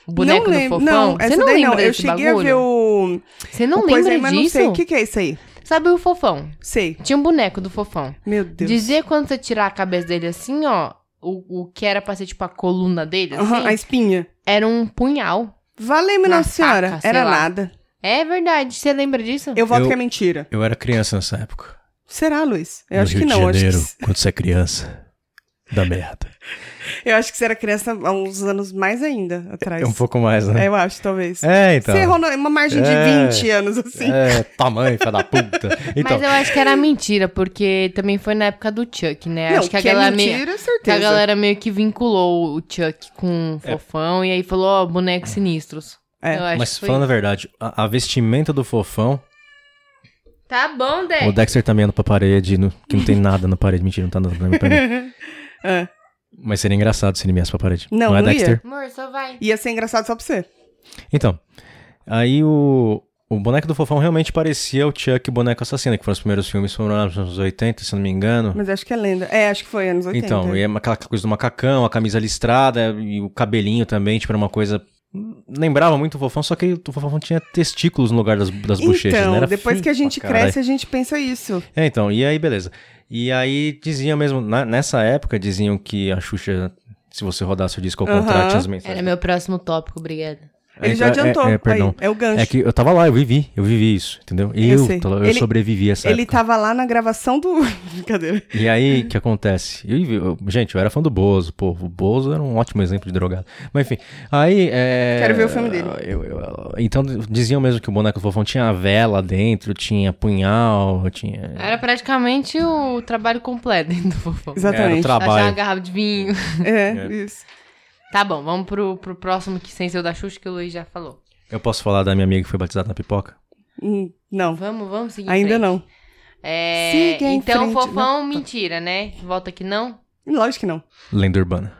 O boneco
não lembro.
do fofão?
Não,
Você
essa
não
daí
lembra
não. Eu
desse
cheguei
bagulho?
a ver o.
Você não
o coisa
lembra
aí, mas não
disso?
sei. O que, que é isso aí?
Sabe o fofão?
Sei.
Tinha um boneco do fofão.
Meu Deus.
Dizia quando você tirar a cabeça dele assim, ó, o, o que era pra ser tipo a coluna dele, assim,
Aham, a espinha.
era um punhal.
Valeu, minha
Na
Nossa senhora.
faca, sei
Era
lá.
nada.
É verdade, você lembra disso?
Eu voto
Eu-
que é mentira.
Eu era criança nessa época.
Será, Luiz? Eu
no
acho
Rio
que
de
não. eu acho que-
Janeiro, quando você é criança. Da merda.
Eu acho que você era criança há uns anos mais ainda atrás.
É um pouco mais, né?
É, Eu acho, talvez.
É, então.
Você errou na- uma margem de
É.
20 anos, assim.
É, tamanho, filha da puta. Então,
Mas eu acho que era mentira, porque também foi na época do Chuck, né?
Não,
acho que a,
que é
galera meio,
mentira,
que
certeza.
a galera meio que vinculou o Chuck com o fofão e aí falou, ó, bonecos sinistros.
É,
Eu acho
É. Uhum. mas
que foi
falando a verdade, a, a vestimenta do fofão,
isso. Tá bom,
É.
Dé.
o Dexter tá mirando pra parede, no- que não tem nada na parede. Mentira, não tá nada pra mim. pra mim.
É.
Mas seria engraçado se ele miasse pra parede.
Não,
é,
não ia.
Dexter?
Amor, só vai.
Ia ser engraçado só pra você.
Então, aí o, o boneco do fofão realmente parecia o Chuck, o boneco assassino, que foram os primeiros filmes, foram lá nos anos 80, se eu não me engano.
Mas acho que é lenda. É, acho que foi anos 80.
Então, e é aquela coisa do macacão, a camisa listrada e o cabelinho também, tipo, era uma coisa Lembrava muito o Fofão, só que o Fofão tinha testículos no lugar das, das bochechas, né?
então,
Era
depois
feio
que a
pra
gente
caralho.
cresce, a gente pensa isso.
É, então, e aí, beleza. E aí diziam mesmo, na- nessa época, diziam que a Xuxa, se você rodasse o disco ao
Aham.
contrário, tinha as
Era
mensagens.
meu próximo tópico, obrigada.
Ele
É,
já
é,
adiantou.
É,
Aí,
é, perdão.
é o gancho.
É que eu tava lá, eu vivi, eu vivi isso, entendeu?
Eu
Eu,
sei.
tô- eu
Ele-
sobrevivi a essa
Ele
época.
tava lá na gravação do. Brincadeira.
E aí, o que acontece? Eu- eu- gente, eu era fã do Bozo, pô. O Bozo era um ótimo exemplo de drogado. Mas enfim, aí... é,
Quero ver o filme dele.
eu- eu- então, diziam mesmo que o boneco do Fofão tinha a vela dentro, tinha punhal, tinha...
Era praticamente o trabalho completo do fofão.
Era o
Exatamente.
Achar uma
trabalho.
garrafa de vinho.
É, isso.
Tá bom, vamos pro, pro próximo que sem ser o da Xuxa, que o Luiz já falou.
Eu posso falar da minha amiga que foi batizada na pipoca?
Hum, Não,
Vamos, vamos seguir. em
ainda
frente.
não.
É,
Siga em
então,
frente. né? Tá.
fofão, mentira, né? Volta que não.
Lógico que não.
Lenda urbana.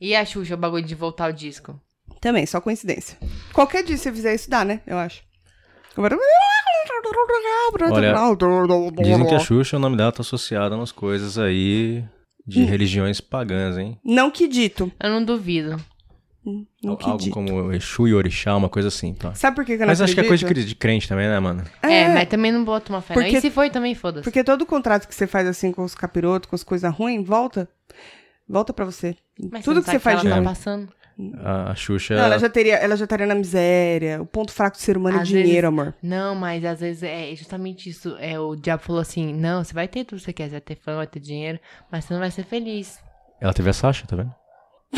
E a Xuxa, o bagulho de voltar ao disco.
Também, só coincidência. Qualquer dia você fizer isso, dá, né? Eu acho. Agora.
Olha, Dizem que a Xuxa, o nome dela tá associado a umas coisas aí
Hum.
de religiões pagãs, hein?
Não que dito.
Eu não duvido.
Não que
Algo
dito.
como Exu e Orixá, uma coisa assim, tá?
Sabe por que que eu não
Mas acho que é coisa de
acredito?
cre- de crente também, né, mano?
É,
É,
mas também não vou tomar fé. não.
Porque-
E se foi, também foda-se.
porque todo contrato que você faz assim com os capirotos, com as coisas ruins, volta. Volta pra você.
Mas
Tudo
não
que
sabe
você faz de
ela tá
ruim.
passando.
A a Xuxa.
Não, ela já teria, ela já estaria na miséria. O ponto fraco do ser humano
Às
é dinheiro, amor.
Não, mas às vezes é justamente isso. É, o diabo falou assim: não, você vai ter tudo que você quer, você vai ter fama, vai ter dinheiro, mas você não vai ser feliz.
Ela teve a Sasha, tá vendo?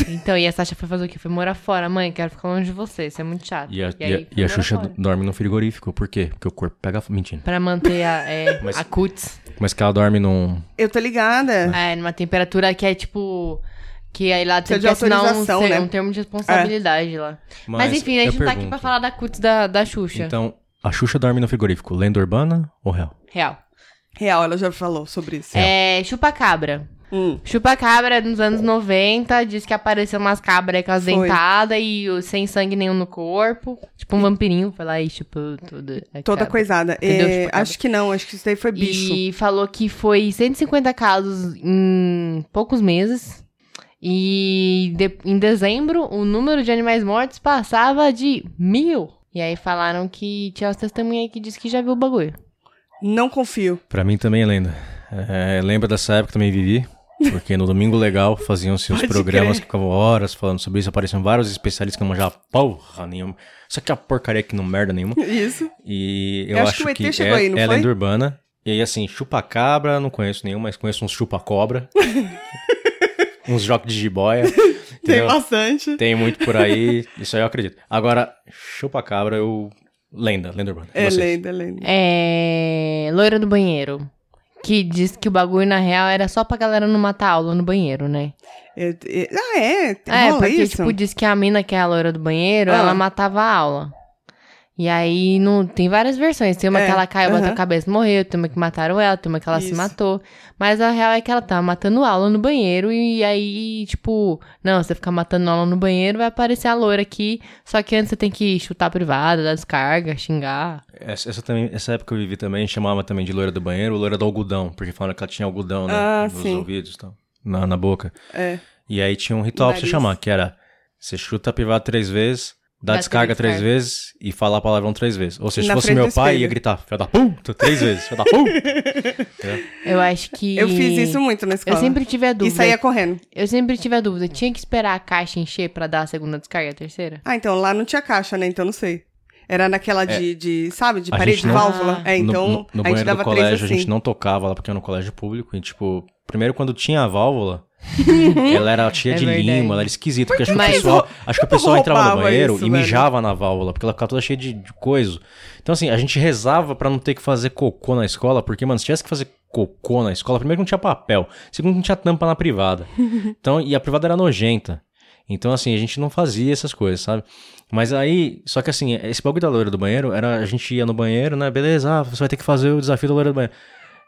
Então, e a Sasha foi fazer o quê? Foi morar fora. Mãe, quero ficar longe de você, isso é muito chato.
E a, e a-
aí, foi
e a
morar
Xuxa
fora.
dorme no frigorífico. Por quê? Porque o corpo pega. Mentira.
Pra manter a, é,
Mas-
a cutis
Mas que ela dorme num.
Eu tô ligada.
é, numa temperatura que é tipo. Que aí lá tem
Precisa de
que assinar um,
autorização,
ter-
né?
um termo de responsabilidade lá. Mas, enfim, a
eu
gente não tá aqui
pergunto,
pra falar da cutis da, da Xuxa.
Então, a Xuxa dorme no frigorífico. Lenda urbana ou real?
Real.
Real, ela já falou sobre isso.
É, chupa-cabra.
Hum.
Chupa-cabra nos é anos 90, diz que apareceu umas cabras com as
Foi.
dentadas e o- sem sangue nenhum no corpo. Tipo um vampirinho, foi lá e chupou tudo. a
Toda
cabra.
coisada.
Entendeu?
É,
Tipo, cabra.
acho que não, acho que isso daí foi bicho.
E falou que foi 150 casos em poucos meses. E de- em dezembro, o número de animais mortos passava de mil. E aí falaram que tinha umas testemunhas aí que disse que já viu o bagulho.
Não confio.
Pra mim também é lenda. É, lembra dessa época que também vivi? Porque no Domingo Legal faziam-se os
Pode
programas
crer.
que ficavam horas falando sobre isso. Apareciam vários especialistas que não manjavam porra nenhuma. Só que a porcaria é que não merda nenhuma.
Isso.
E eu,
Eu acho
acho,
que o ET
que,
chegou
é,
aí, não
é
foi?
lenda urbana. E aí, assim, chupa-cabra, não conheço nenhum, mas conheço uns chupa-cobra. uns jogos de jiboia.
Tem
entendeu?
bastante.
Tem muito por aí. Isso aí eu acredito. Agora, chupa-cabra, eu... Lenda, lenda urbana.
É
Vocês?
lenda, é lenda.
É. Loira do banheiro. Que diz que o bagulho, na real, era só pra galera não matar aula no banheiro, né?
É, é- ah, é? Tem-
É,
rola
porque,
isso?
tipo, diz que a mina que é a loira do banheiro,
Ah.
ela matava a aula. E aí, não, tem várias versões. Tem uma
É,
que ela caiu, bateu
aham.
a cabeça e morreu. Tem uma que mataram ela, tem uma que ela se
Isso.
matou. Mas a real é que ela tava matando aula no banheiro. E aí, tipo, não, você ficar matando aula no banheiro, vai aparecer a loira aqui. Só que antes você tem que chutar a privada, dar descarga, xingar.
Essa, essa também, essa época que eu vivi também, chamava também de loira do banheiro, ou loira do algodão, porque falaram que ela tinha algodão, né?
Ah,
nos
sim.
ouvidos e tal. Na, na boca.
É.
E aí tinha um ritual pra você
Nariz.
chamar, que era você chuta a privada três vezes, dá
Dá
descarga três
três
vezes e fala palavrão três vezes. Ou seja,
Na
se fosse
frente
meu
do
pai,
espelho.
ia gritar, filha da puta, três vezes, filha da puta.
Eu acho que.
Eu fiz isso muito na
Eu
escola. é
sempre né? tive a
E
dúvida.
saía correndo.
Eu sempre tive a dúvida. Tinha que esperar a caixa encher pra dar a segunda descarga e a terceira?
Ah, então lá não tinha caixa, né? Então não sei. Era naquela de, de sabe, de
É. A
parede,
gente não-
válvula. É, então
no, no, no
a gente
banheiro do
dava
colégio,
três
a
assim.
gente não tocava lá, porque era no colégio público, e tipo, primeiro quando tinha a válvula. Ela era cheia
É
de
verdade.
limo, ela era esquisita, porque acho que, o
Mas-
pessoal, acho que o
que o
pessoal
povo
entrava no
roubava
banheiro
isso,
e
velho?
mijava na válvula, porque ela ficava toda cheia de, de coisa. Então, assim, a gente rezava pra não ter que fazer cocô na escola, porque, mano, se tivesse que fazer cocô na escola, primeiro que não tinha papel, segundo que não tinha tampa na privada. Então, e a privada era nojenta. Então, assim, a gente não fazia essas coisas, sabe? Mas aí, só que assim, esse bagulho da loira do banheiro era a gente ia no banheiro, né? Beleza, ah, você vai ter que fazer o desafio da loira do banheiro.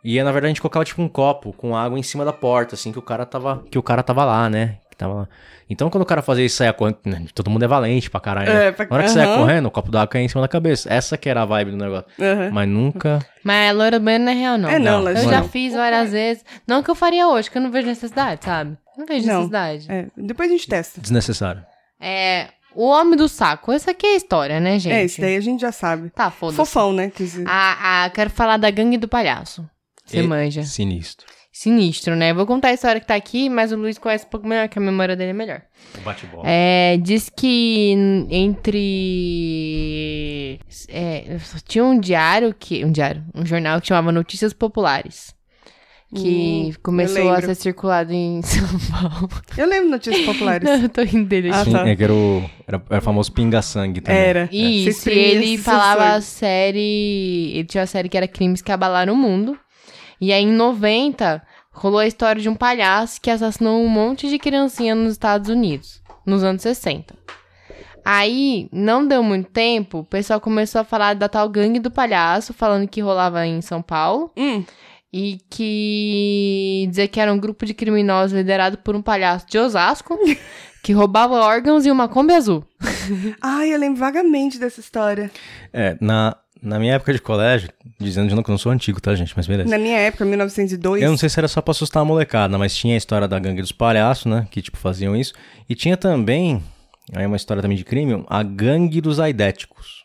E na verdade a gente colocava tipo um copo com água em cima da porta, assim, que o cara tava, que o cara tava lá, né? Que tava lá. Então quando o cara fazia isso saia correndo, né, todo mundo é valente pra caralho. né?
É, pra-
Na hora que você saia
aham.
correndo, o copo d'água caía em cima da cabeça. Essa que era a vibe do negócio.
Aham.
Mas nunca.
Mas a loira do banheiro não é real, não.
É, não,
Não,
ela
Eu
não.
já
não.
fiz várias vezes. Não que eu faria hoje, que eu não vejo necessidade, sabe? Não vejo
Não.
necessidade.
É, depois a gente testa.
Desnecessário.
É, O homem do saco. Essa aqui é a história, né, gente?
É, isso daí a gente já sabe.
Tá, foda-se.
Fofão, né? Quer dizer,
Ah, ah, quero falar da gangue do palhaço. Você
E-
manja.
Sinistro.
Sinistro, né? Vou contar a história que tá aqui, mas o Luiz conhece um pouco melhor, que a memória dele é melhor.
O bate-bola.
É, diz que n- entre. é, tinha um diário que. Um diário, um jornal que chamava Notícias Populares. Que começou a
Hum, lembro.
ser circulado em São Paulo.
Eu lembro notícias populares.
Não, eu tô rindo dele.
Ah,
Sim,
tá. É,
é que era o, era, era o famoso pinga-sangue também.
Era. Você
Isso, e
exprimia
ele
esse
falava a
sangue.
série. Ele tinha uma série que era Crimes que Abalaram o Mundo. E aí, em 90, rolou a história de um palhaço que assassinou um monte de criancinha nos Estados Unidos, nos anos 60. Aí, não deu muito tempo, o pessoal começou a falar da tal gangue do palhaço, falando que rolava em São Paulo.
Hum,
E que dizer que era um grupo de criminosos liderado por um palhaço de Osasco, que roubava órgãos e uma Kombi azul.
Ai, eu lembro vagamente dessa história.
É, na, na minha época de colégio, dizendo de novo que eu não sou antigo, tá, gente? Mas beleza.
Na minha época, 1902.
Eu não sei se era só pra assustar a molecada, mas tinha a história da gangue dos palhaços, né? Que, tipo, faziam isso. E tinha também, aí é uma história também de crime, a gangue dos aidéticos.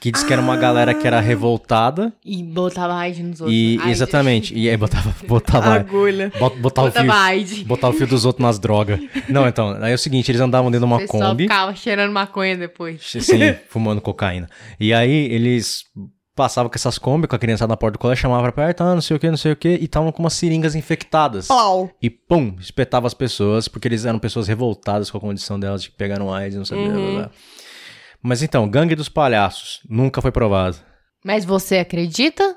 Que diz que era
Ah!
uma galera que era revoltada
E botava AIDS nos outros.
e...
AIDS.
Exatamente. E aí botava... botava
Agulha.
bot- botava o fio...
Ah, Botava AIDS.
Botar o fio dos outros nas drogas. Não, então, aí é o seguinte, eles andavam dentro de
O
uma
pessoal
Kombi.
ficava cheirando maconha depois.
Sim, fumando cocaína. E aí eles passavam com essas Kombi, com a criançada na porta do colégio, chamavam pra perto, ah, não sei o que, não sei o que, e estavam com umas seringas infectadas.
Plau.
E pum, espetava as pessoas, porque eles eram pessoas revoltadas com a condição delas de que pegaram AIDS, não sabia. blá, blá. Mas então, gangue dos palhaços, nunca foi provado.
Mas você acredita?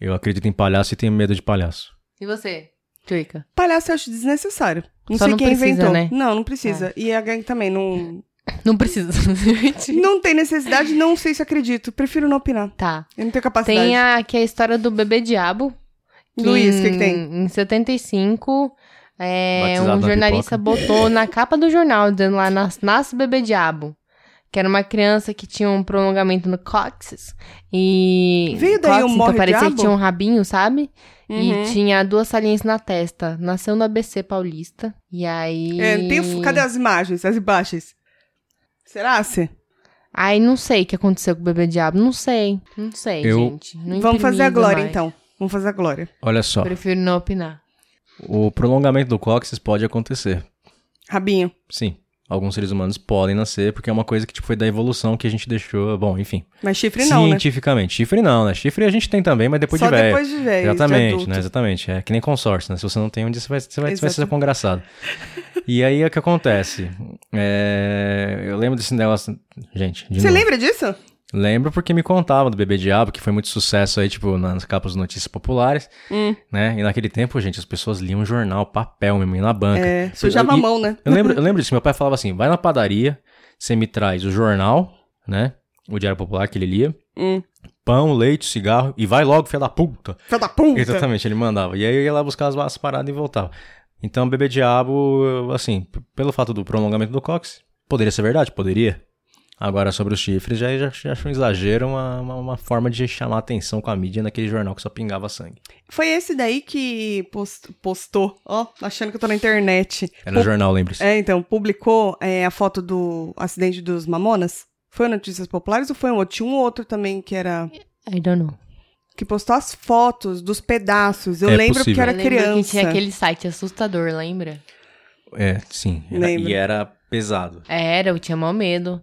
Eu acredito em palhaço e tenho medo de palhaço.
E você? Tuica.
Palhaço eu acho desnecessário. Não
Só
sei
não
quem
precisa,
inventou.
né?
Não, não precisa. E a gangue também. Não,
Não precisa. gente.
não tem necessidade, não sei se acredito. Prefiro não opinar.
tá.
Eu não tenho capacidade.
Tem a, que é a história do bebê diabo.
Luiz, o
em-
que, que tem?
Em 75, é,
Batizado
um
na
jornalista botou na capa do jornal, dizendo lá, nas- nasce bebê diabo. Que era uma criança que tinha um prolongamento no cóccix. E.
Veio daí o
cóccix,
morre
então parecia
diabo?
que tinha um rabinho, sabe?
Uhum.
Hum. E tinha duas salinhas na testa. Nasceu no ABC paulista. E aí.
É, tem o- cadê as imagens? As imagens? Será se?
Aí não sei o que aconteceu com o bebê diabo. Não sei. Não sei,
Eu-
gente. Não
Vamos fazer a
imprimido
glória,
mais.
então. Vamos fazer a glória.
Olha só,
Prefiro não opinar.
o prolongamento do cóccix pode acontecer.
Rabinho.
Sim, alguns seres humanos podem nascer, porque é uma coisa que tipo, foi da evolução que a gente deixou, bom, enfim.
Mas chifre não, né?
Cientificamente. Chifre não, né? Chifre a gente tem também, mas depois
Só
tipo de velho.
depois de velho. de
Exatamente,
adulto.
né? Exatamente. É que nem consórcio, né? Se você não tem um dia, você vai, você vai, você vai ser
Exato.
congraçado. E aí é o que acontece. É, eu lembro desse negócio. Gente, de
Você
novo.
lembra disso?
Lembro porque me contavam do Bebê Diabo, que foi muito sucesso aí, tipo, nas capas de notícias populares,
Hum.
né? E naquele tempo, gente, as pessoas liam jornal, papel mesmo, e na banca.
É, sujava a
e-
mão, né?
Eu lembro, eu lembro disso. Meu pai falava assim: vai na padaria, você me traz o jornal, né? O Diário Popular que ele lia,
Hum.
pão, leite, cigarro, e vai logo, filha da puta.
Filho da puta.
Exatamente, ele mandava. E aí eu ia lá buscar as, as paradas e voltava. Então, Bebê Diabo, eu, assim, p- pelo fato do prolongamento do cox, poderia ser verdade, poderia. Agora, sobre os chifres, já, já, já acho um exagero, uma, uma, uma forma de chamar atenção com a mídia naquele jornal que só pingava sangue.
Foi esse daí que post- postou, ó, achando que eu tô na internet.
Era jornal, lembre-se.
É, então, publicou é, a foto do acidente dos mamonas. Foi o Notícias Populares ou foi um outro? Tinha um outro também que era.
I don't know.
Que postou as fotos dos pedaços. Eu
É
lembro
possível.
que era
Eu lembro
criança.
que tinha aquele site assustador, lembra?
É, sim. era-
Lembro.
e era pesado.
Era, eu tinha mau medo.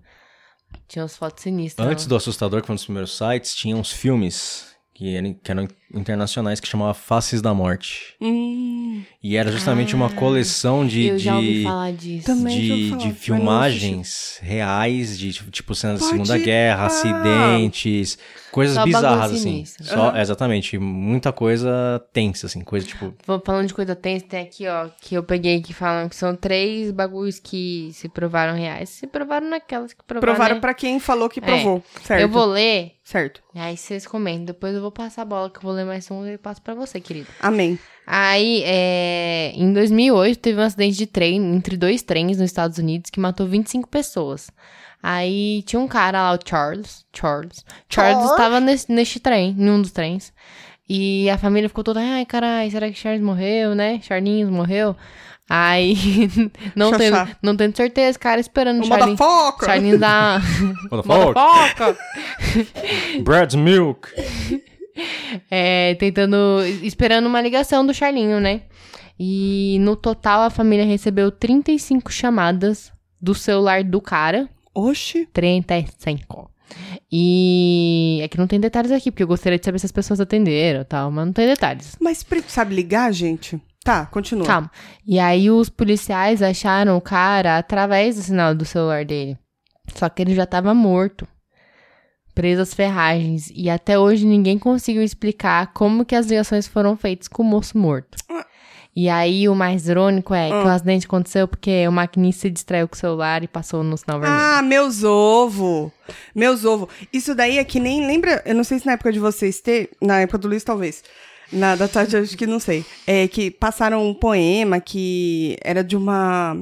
Tinha umas fotos
Então.
sinistras.
Antes do Assustador, que foi um dos primeiros sites, tinha uns filmes que eram, que eram internacionais que chamava Faces da Morte.
Hum,
E era justamente uma coleção de.
Ah, Eu já ouvi
de-
falar disso.
Também. já ouvi
de,
falar,
de
mas não
filmagens reais de tipo, tipo cenas da
Pode
Segunda Guerra,
pá.
acidentes, coisas
Só
bizarras
bagulho
assim.
sinistro.
Só,
Aham.
Exatamente, muita coisa tensa assim, coisa tipo
Vou falando de coisa tensa, tem aqui, ó, que eu peguei que falam que são três bagulhos que se provaram reais. Se provaram naquelas que provaram.
provaram
né?
pra quem falou que
É.
provou. Certo.
Eu vou ler,
Certo.
e aí vocês comentam. Depois eu vou passar a bola, que eu vou ler mais um e passo pra você, querido.
Amém.
Aí, é, em 2008, teve um acidente de trem entre dois trens nos Estados Unidos que matou 25 pessoas. Aí tinha um cara lá, o Charles. Charles. Charles
Charles?
estava nesse, neste trem, em um dos trens. E a família ficou toda, ai, carai, será que Charles morreu, né? Charlinhos morreu. Aí, não,
Chá,
tendo,
chá.
não tendo certeza, cara, esperando o
O
Charlie,
Motherfucker!
Charlie dar...
Motherfucker.
Motherfucker!
Bread's milk.
É, tentando. Esperando uma ligação do Charlinho, né? E no total a família recebeu 35 chamadas do celular do cara.
Oxi.
35. E é que não tem detalhes aqui, porque eu gostaria de saber se as pessoas atenderam e tal, mas não tem detalhes.
Mas preto sabe ligar, gente? Tá, continua.
Calma. E aí os policiais acharam o cara através do sinal do celular dele. Só que ele já tava morto. Preso às ferragens. E até hoje ninguém conseguiu explicar como que as ligações foram feitas com o moço morto.
Ah.
E aí o mais irônico é que o
Ah.
acidente aconteceu porque o maquinista se distraiu com o celular e passou no sinal vermelho.
Ah, meus ovo. Meus ovo. Isso daí é que nem lembra, eu não sei se na época de vocês ter, na época do Luiz talvez. Na da Tati, acho que não sei. É que passaram um poema que era de uma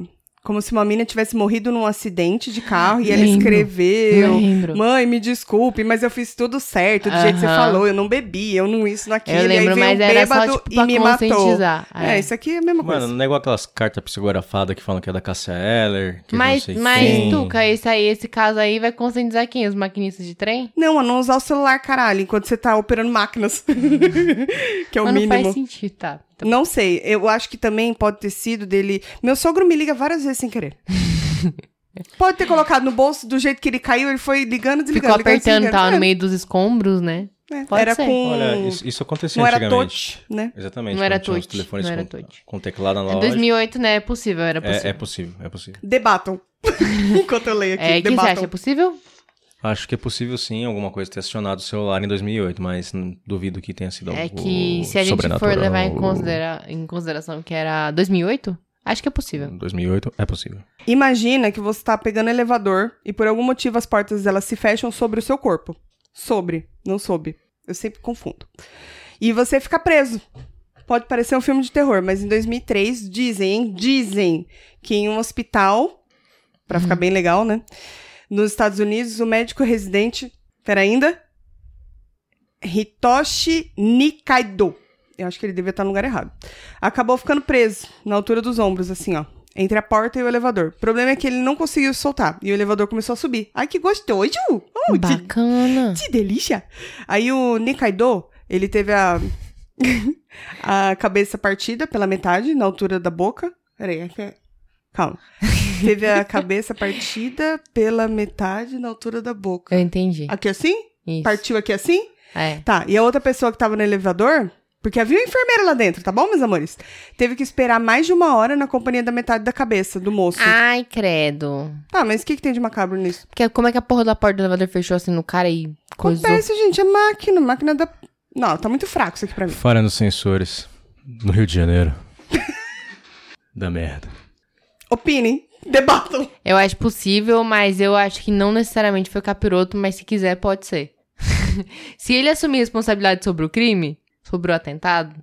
como se uma mina tivesse morrido num acidente de carro e ela
Lembro.
escreveu.
lembro.
Mãe, me desculpe, mas eu fiz tudo certo, do jeito que você
Aham.
falou, eu não bebi, eu não isso, não aquilo.
Eu
e aí
lembro,
veio
mas
um
era só
bêbado
tipo,
e
pra
me matou.
conscientizar.
É. isso aqui é a mesma coisa.
Mano, não é igual aquelas cartas psicografadas que falam que é da Cassia Eller. Que
Mas,
não sei é assim.
mas
quem.
Tuca, esse, aí, esse caso aí vai conscientizar quem? Os maquinistas de trem?
Não, a não usar o celular, caralho, enquanto você tá operando máquinas. que é o
mas não
mínimo.
faz sentido, tá? Então,
Não sei, eu acho que também pode ter sido dele. Meu sogro me liga várias vezes sem querer. pode ter colocado no bolso do jeito que ele caiu, ele foi ligando,
Ficou
desligando. ligando,
apertando, tava no
desligando.
meio dos escombros, né?
É, é.
Pode
era
ser.
com.
Olha, isso, isso acontecia
não era
antigamente.
touch, né?
Exatamente.
Não era
quando tinha os
touch,
telefones
não era
com,
touch.
com teclado
Em
analógico.
2008, né? É possível, era
É, é
possível.
possível, é possível.
Debatam. Enquanto eu leio aqui.
É, o que você
debatam.
acha? É possível?
Acho que é possível sim alguma coisa ter acionado o celular em 2008, mas hum, duvido que tenha sido
É
algo
que se a gente for
sobrenatural. é um
levar em, considera- em consideração que era 2008, acho que é possível.
2008 é possível.
Imagina que você tá pegando elevador e por algum motivo as portas delas se fecham sobre o seu corpo. Sobre, não sob. Eu sempre confundo. E você fica preso. Pode parecer um filme de terror, mas em 2003 dizem, hein? dizem que em um hospital, pra ficar bem legal, né? Nos Estados Unidos, o médico residente, pera ainda, Hitoshi Nikaido. Eu acho que ele devia estar no lugar errado. Acabou ficando preso na altura dos ombros, assim, ó entre a porta e o elevador. O problema é que ele não conseguiu soltar e o elevador começou a subir. Ai, que gostoso! Oh, que,
Bacana.
que delícia! Aí o Nikaido, ele teve a, a cabeça partida pela metade, na altura da boca. Peraí, é que é- calma. teve a cabeça partida pela metade, na altura da boca.
Eu entendi.
Aqui assim?
É Isso.
Partiu aqui assim?
É.
Tá, e a outra pessoa que tava no elevador, porque havia uma enfermeira lá dentro, tá bom, meus amores? Teve que esperar mais de uma hora na companhia da metade da cabeça do moço.
Ai, credo.
Tá, mas o que, que tem de macabro nisso?
Porque como é que a porra da porta do elevador fechou assim no cara e coisou?
Acontece, gente, é máquina, máquina da. Não, tá muito fraco isso aqui pra mim.
Falha nos sensores. No Rio de Janeiro. da merda.
Opinem, debatam.
Eu acho possível, mas eu acho que não necessariamente foi o capiroto, mas se quiser, pode ser. se ele assumir responsabilidade sobre o crime, sobre o atentado,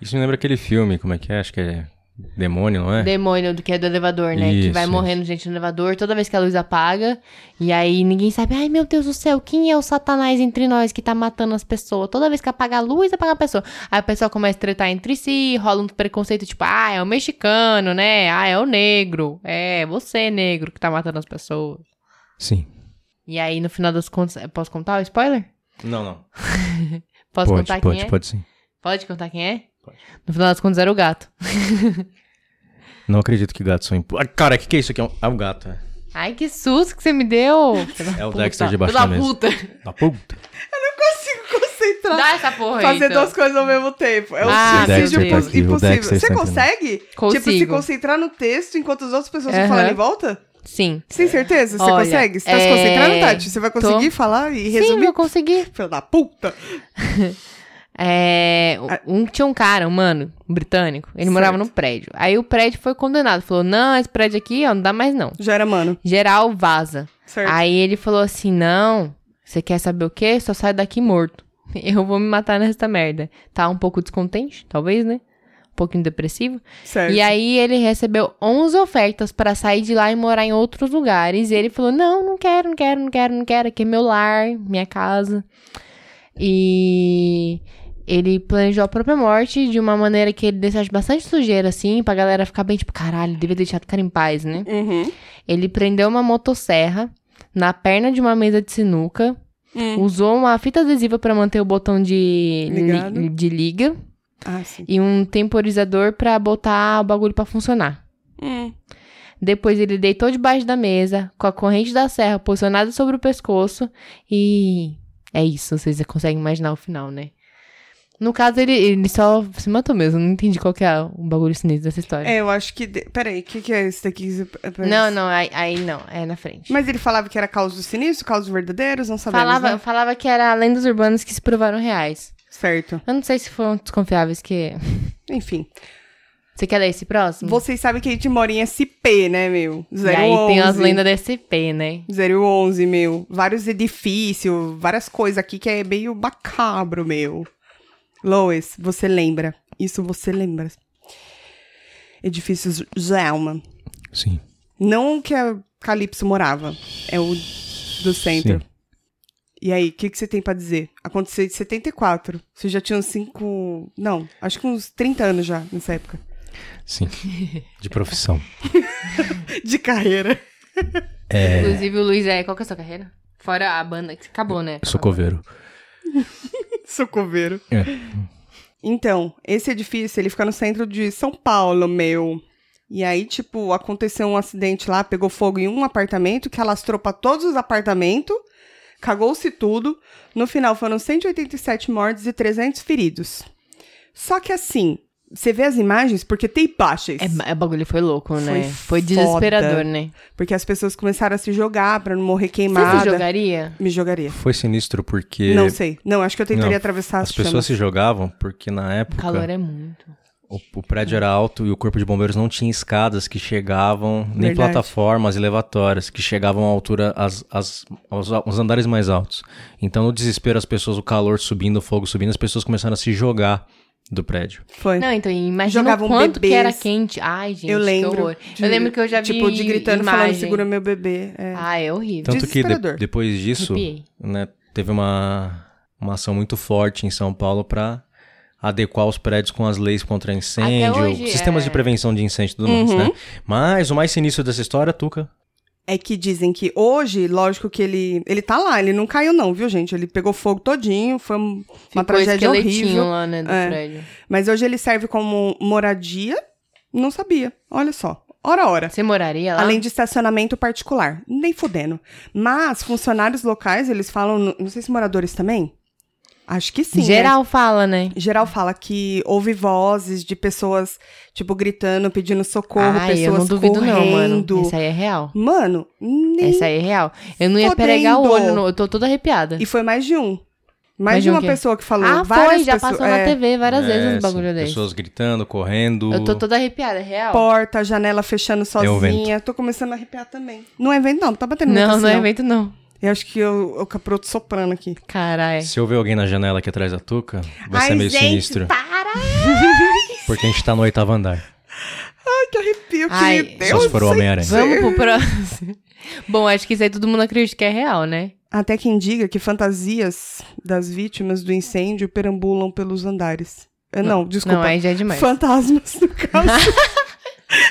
Isso me lembra aquele filme, como é que é? Acho que é Demônio, não é?
demônio do que é do elevador, né? que
Isso,
vai
isso.
morrendo gente no elevador toda vez que a luz apaga. E aí ninguém sabe, ai meu Deus do céu, quem é o satanás entre nós que tá matando as pessoas? Toda vez que apaga a luz, apaga a pessoa. Aí o pessoal começa a tretar entre si, rola um preconceito tipo, ah, é o mexicano, né? Ah, é o negro. É, você negro que tá matando as pessoas.
Sim.
E aí, no final das contas, é, posso contar o spoiler?
Não, não.
Posso
pode,
contar
pode,
quem é?
pode sim.
Pode contar quem é?
Pode.
No final das contas era o gato.
Não acredito que gatos são impuros. Cara, o que, que é isso aqui? É um, é um gato, é.
Ai, que susto que você me deu!
É o
Puta,
Dexter debaixo
pela
da mesa.
puta!
Da puta.
Consigo concentrar.
Dá essa porra aí,
Fazer
então.
duas coisas ao mesmo tempo. É um
Ah,
suicídio
meu Deus.
impo-
Dexter tá aqui, o
impossível.
Dexter
Você
tá entrando.
consegue? Tipo, se
Consigo.
concentrar no texto enquanto as outras pessoas
Aham.
vão falar em volta?
Sim.
Sem certeza? Você
Olha,
consegue? Você tá se
é,
concentrando, Tati? Você vai
tô.
conseguir falar e
Sim,
resumir?
eu consegui.
Filho da puta!
É, um, tinha um cara, um mano, um britânico, ele
Ah. Certo.
morava num prédio. Aí o prédio foi condenado. Falou, não, esse prédio aqui, ó, não dá mais não.
Já era, mano.
Geral vaza.
Certo.
Aí ele falou assim: não, você quer saber o quê? Só sai daqui morto. Eu vou me matar nessa merda. Tá um pouco descontente, talvez, né? Um pouquinho depressivo.
certo.
E aí ele recebeu 11 ofertas pra sair de lá e morar em outros lugares. E ele falou: Não, não quero, não quero, não quero, não quero. Aqui é meu lar, minha casa. E. Ele planejou a própria morte de uma maneira que ele deixasse bastante sujeira, assim, pra galera ficar bem tipo, caralho, devia ter deixado o cara em paz, né?
Uhum.
Ele prendeu uma motosserra na perna de uma mesa de sinuca,
Hum.
usou uma fita adesiva pra manter o botão de, li-
Ligado.
de liga
Ah, sim.
e um temporizador pra botar o bagulho pra funcionar.
Hum.
Depois ele deitou debaixo da mesa, com a corrente da serra posicionada sobre o pescoço e é isso, vocês conseguem imaginar o final, né? No caso, ele, ele só se matou mesmo, não entendi qual que é o bagulho sinistro dessa história.
É, eu acho que. de- Peraí, o que, que é esse daqui? que você- é pra-
não, não, aí, aí não, é na frente.
Mas ele falava que era causos sinistros, causos verdadeiros, não sabemos.
falava,
Né?
falava que era lendas urbanas que se provaram reais.
Certo.
Eu não sei se foram desconfiáveis que.
Enfim.
Você quer ler esse próximo?
Vocês sabem que a gente mora em SP, né, meu? 011.
E aí tem as lendas da SP, né?
011, meu. Vários edifícios, várias coisas aqui que é meio macabro, meu. Lois, você lembra. Isso você lembra. Edifícios Zelma.
Sim.
Não o que a Calypso morava. É o do centro.
Sim.
E aí, o que, que você tem pra dizer? Aconteceu em 74. Você já tinha uns 5. Não, acho que uns 30 anos já nessa época.
Sim. De profissão.
De carreira.
Inclusive, o Luiz é. Qual que é a sua carreira? Fora a banda, que acabou, né?
Socoveiro.
Socoveiro.
É.
Então, esse edifício, ele fica no centro de São Paulo, meu. E aí, tipo, aconteceu um acidente lá, pegou fogo em um apartamento, que alastrou pra todos os apartamentos, cagou-se tudo. No final, foram 187 mortes e 300 feridos. Só que assim, você vê as imagens, porque tem baixas.
É, ba- o bagulho foi louco, né?
Foi
Foi, desesperador,
foda.
né?
Porque as pessoas começaram a se jogar pra não morrer
Você
queimada.
se jogaria?
Me jogaria.
Foi sinistro porque
Não sei. Não, acho que eu tentaria
Não.
atravessar as,
as pessoas
chamas.
se jogavam porque na
O
época
calor é muito.
o, o prédio era alto e o corpo de bombeiros não tinha escadas que chegavam, nem
Verdade.
plataformas elevatórias que chegavam à altura as, as, aos, aos andares mais altos. Então no desespero as pessoas, o calor subindo, o fogo subindo, as pessoas começaram a se jogar do prédio.
Foi.
Não, então, imagina o
Jogavam
quanto que era
um bebês.
quente. Ai, gente,
eu
que
lembro.
horror. eu lembro que eu já vi
Tipo, de gritando,
imagem.
falando, segura meu bebê. É.
Ah, é horrível.
Tanto que de-
Desesperador.
depois disso,
Arrepiei.
né, teve uma, uma ação muito forte em São Paulo para adequar os prédios com as leis contra incêndio,
hoje,
sistemas de
é.
prevenção de incêndio e tudo mais,
Uhum.
né? Mas o mais sinistro dessa história, Tuca,
É que dizem que hoje, lógico que ele. Ele tá lá, ele não caiu, não, viu, gente? Ele pegou fogo todinho, foi um- uma
Ficou
tragédia
esqueletinho
horrível.
lá, né, do
É.
prédio.
Mas hoje ele serve como moradia. Não sabia. Olha só. Ora, ora.
Você moraria lá?
Além de estacionamento particular. Nem fudendo. Mas funcionários locais, eles falam. no- Não sei se moradores também? Acho que sim. né?
Geral fala, né?
Geral fala que houve vozes de pessoas, tipo, gritando, pedindo socorro,
Ai,
pessoas
eu não duvido não, mano.
correndo.
Isso aí é real.
Mano, nem...
Essa aí é real. Eu não ia
Fodendo.
pegar o olho, não. eu tô toda arrepiada.
E foi mais de um. Mais
Mais
de
de um
uma
quê?
pessoa que falou.
Ah,
várias
foi, já
pessoas,
passou na
é,
TV várias
É,
vezes um
sim,
bagulho desse.
Pessoas gritando, correndo.
Eu tô toda arrepiada, é real.
Porta, janela fechando sozinha.
É vento.
Tô começando a arrepiar também. Não é vento, não. Tá batendo muito
Não,
assim,
não é evento, não.
Eu acho que eu, o caproto soprando aqui.
Caralho.
Se eu ver alguém na janela aqui atrás da Tuca, vai ser
Ai,
é meio
gente, tá
sinistro.
Para!
Porque a gente tá no oitavo andar.
Ai, que arrepio.
Ai,
que
só
Deus.
se for o Homem-Aranha.
Vamos pro próximo. Bom, acho que isso aí todo mundo acredita que é real, né?
Até quem diga que fantasias das vítimas do incêndio perambulam pelos andares. Ah, Não, desculpa.
Não, aí já é demais.
Fantasmas, no caso.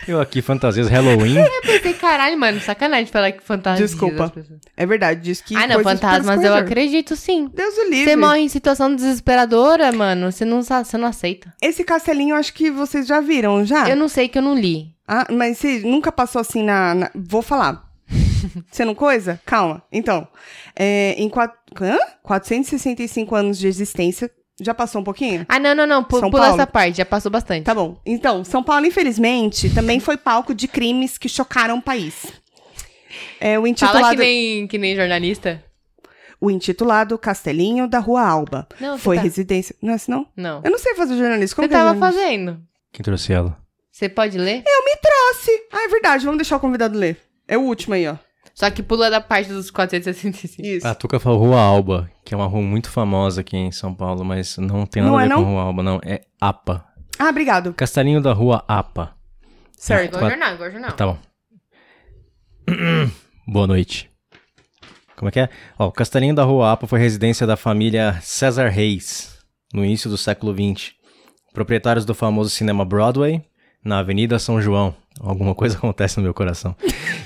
Eu aqui, fantasias Halloween.
Pensei, caralho, mano, sacanagem falar que fantasma.
Desculpa. é verdade, diz que.
ah, não,
coisas
fantasmas eu
pelas coisas.
acredito sim.
Deus o livre.
Você morre em situação desesperadora, mano, você não, sa- você não aceita.
Esse castelinho eu acho que vocês já viram, já?
Eu não sei que eu não li.
Ah, mas você nunca passou assim na. na- Vou falar. Você não coisa? Calma. Então, é, em quat... Hã? 465 anos de existência, já passou um pouquinho?
Ah, não, não, não, pu-
São
pula
Paulo.
essa parte, já passou bastante.
Tá bom. Então, São Paulo, infelizmente, também foi palco de crimes que chocaram o país. É o
Fala que
intitulado,
nem, que nem jornalista.
o intitulado Castelinho da Rua Alba.
Não, você
foi
tá-
residência. Não é assim, não?
Não.
Eu não sei fazer jornalismo. Como
Você
que é
tava
jornalismo?
fazendo.
Quem trouxe ela?
Você pode ler?
Trouxe. Ah, é verdade. Vamos deixar o convidado ler. É o último aí, ó. Ah,
Só que pula da parte dos 465.
Isso.
A Tuca falou Rua Alba, que é uma rua muito famosa aqui em São Paulo, mas não tem nada
Não
a
é
ver
não?
com Rua Alba, não. É APA.
Ah, obrigado.
Castelinho da Rua APA.
É
Certo.
igual ao jornal, igual ao jornal.
Tá bom. Boa noite. Como é que é? Ó, o Castelinho da Rua APA foi residência da família César Reis, no início do século XX, proprietários do famoso cinema Broadway, na Avenida São João. Alguma coisa acontece no meu coração.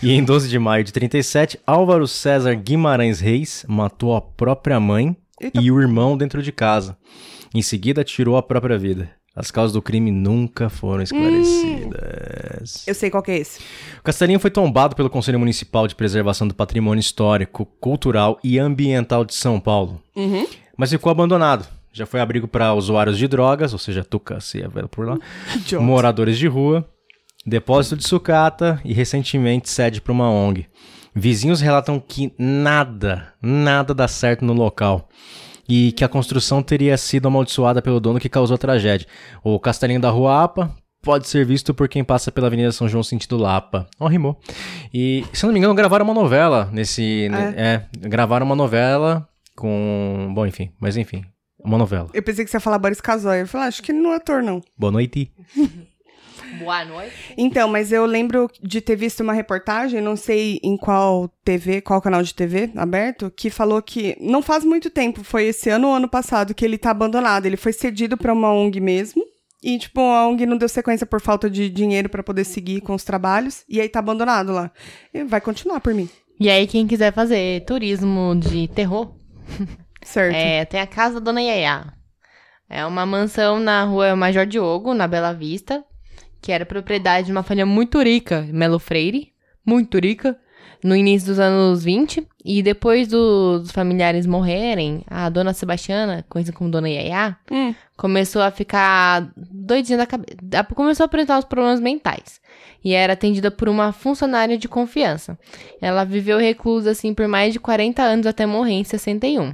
E em 12 de maio de 37, Álvaro César Guimarães Reis matou a própria mãe
Eita.
e o irmão dentro de casa. Em seguida, tirou a própria vida. As causas do crime nunca foram esclarecidas.
Eu sei qual que é esse.
O Castelinho foi tombado pelo Conselho Municipal de Preservação do Patrimônio Histórico, Cultural e Ambiental de São Paulo,
Uhum.
mas ficou abandonado. Já foi abrigo para usuários de drogas, ou seja, Tuca se é velho por lá,
Idiota.
moradores de rua, depósito de sucata e recentemente sede para uma ONG. Vizinhos relatam que nada, nada dá certo no local. E que a construção teria sido amaldiçoada pelo dono que causou a tragédia. O Castelinho da Rua Apa pode ser visto por quem passa pela Avenida São João sentido Lapa. Ó, rimou. E, se eu não me engano, gravaram uma novela nesse...
Ah,
É, gravaram uma novela com... Bom, enfim, mas enfim, uma novela.
Eu pensei que você ia falar Boris Casoy. Eu falei, ah, acho que ele não é ator, não.
Boa noite.
Boa noite.
Então, mas eu lembro de ter visto uma reportagem, não sei em qual TV, qual canal de TV aberto, que falou que não faz muito tempo, foi esse ano ou ano passado, que ele tá abandonado. Ele foi cedido pra uma ONG mesmo. E, tipo, a ONG não deu sequência por falta de dinheiro pra poder seguir com os trabalhos. E aí tá abandonado lá. E vai continuar por mim.
E aí, quem quiser fazer turismo de terror,
Certo.
é, tem a Casa Dona Yaya. É uma mansão na rua Major Diogo, na Bela Vista, que era propriedade de uma família muito rica, Melo Freire, muito rica, no início dos anos 20. E depois do- dos familiares morrerem, a dona Sebastiana, conhecida como Dona Yaya,
Hum.
começou a ficar doidinha da cabeça. Começou a apresentar os problemas mentais. E era atendida por uma funcionária de confiança. Ela viveu reclusa, assim, por mais de 40 anos até morrer em 61.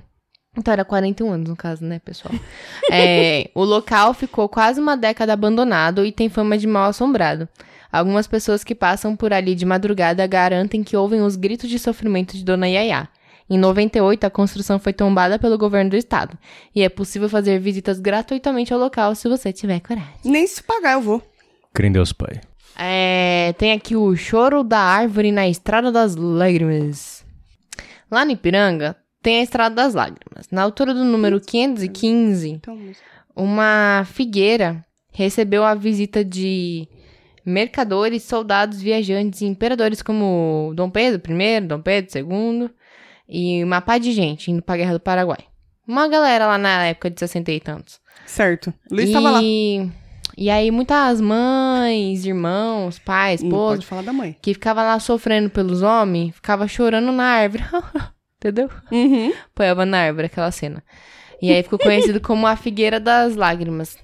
Então era 41 anos, no caso, né, pessoal? É, o local ficou quase uma década abandonado e tem fama de mal assombrado. Algumas pessoas que passam por ali de madrugada garantem que ouvem os gritos de sofrimento de Dona Yaya. Em 98, a construção foi tombada pelo governo do estado. E é possível fazer visitas gratuitamente ao local se você tiver coragem.
Nem se pagar, eu vou.
Crê em Deus, pai.
É, tem aqui o Choro da Árvore na Estrada das Lágrimas. Lá no Ipiranga, tem a Estrada das Lágrimas. Na altura do número 515,
Então, mas-
uma figueira recebeu a visita de mercadores, soldados, viajantes e imperadores como Dom Pedro I, Dom Pedro II e uma pá de gente indo pra Guerra do Paraguai. Uma galera lá na época de 60 e tantos.
Certo. Luiz
e...
tava lá.
E aí muitas mães, irmãos, pais,
Não
esposa,
Hum, pode falar da mãe.
que ficava lá sofrendo pelos homens, ficava chorando na árvore. Entendeu?
Uhum.
apoiava na árvore aquela cena. E aí ficou conhecido como a Figueira das Lágrimas.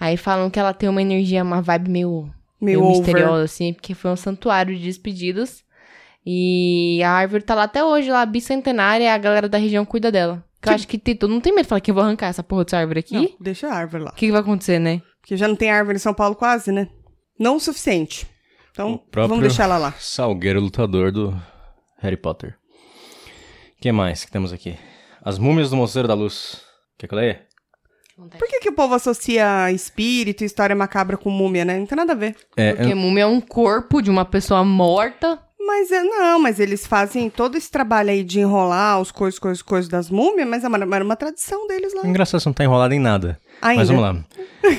Aí falam que ela tem uma energia, uma vibe meio,
Meio over.
misteriosa, assim, porque foi um santuário de despedidos. E a árvore tá lá até hoje, lá, bicentenária, a galera da região cuida dela. Que eu acho que Tito não tem medo de falar que eu vou arrancar essa porra dessa árvore aqui.
Não, deixa a árvore lá.
O que, que vai acontecer, né?
Porque já não tem árvore em São Paulo quase, né? Não o suficiente. Então,
O próprio-
vamos deixar ela lá.
Salgueiro lutador do Harry Potter. O que mais que temos aqui? As múmias do Mosteiro da Luz. Quer que eu leia?
Por que, que o povo associa espírito e história macabra com múmia, né? Não tem nada a ver.
É,
Porque múmia é um corpo de uma pessoa morta.
Mas é, não, mas eles fazem todo esse trabalho aí de enrolar os coisas, coisas, coisas das múmias, mas é uma- era uma tradição deles lá.
é engraçado, você não tá enrolado em nada.
Ainda.
Mas vamos lá.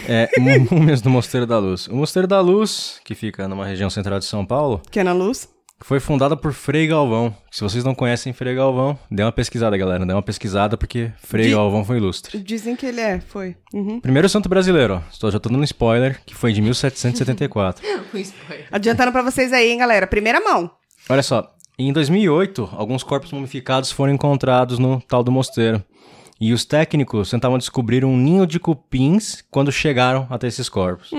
É, mú- múmias do Mosteiro da Luz. O Mosteiro da Luz, que fica numa região central de São Paulo,
Que é na luz.
foi fundada por Frei Galvão. Se vocês não conhecem Frei Galvão, dê uma pesquisada, galera. Dê uma pesquisada, porque Frei
De-
Galvão foi ilustre.
Dizem que ele é, foi. Uhum.
Primeiro santo brasileiro, ó. Estou já tô dando um spoiler, que foi de 1774.
Adiantando pra vocês aí, hein, galera. Primeira mão.
Olha só, em 2008, alguns corpos mumificados foram encontrados no tal do mosteiro. E os técnicos tentavam descobrir um ninho de cupins quando chegaram até esses corpos.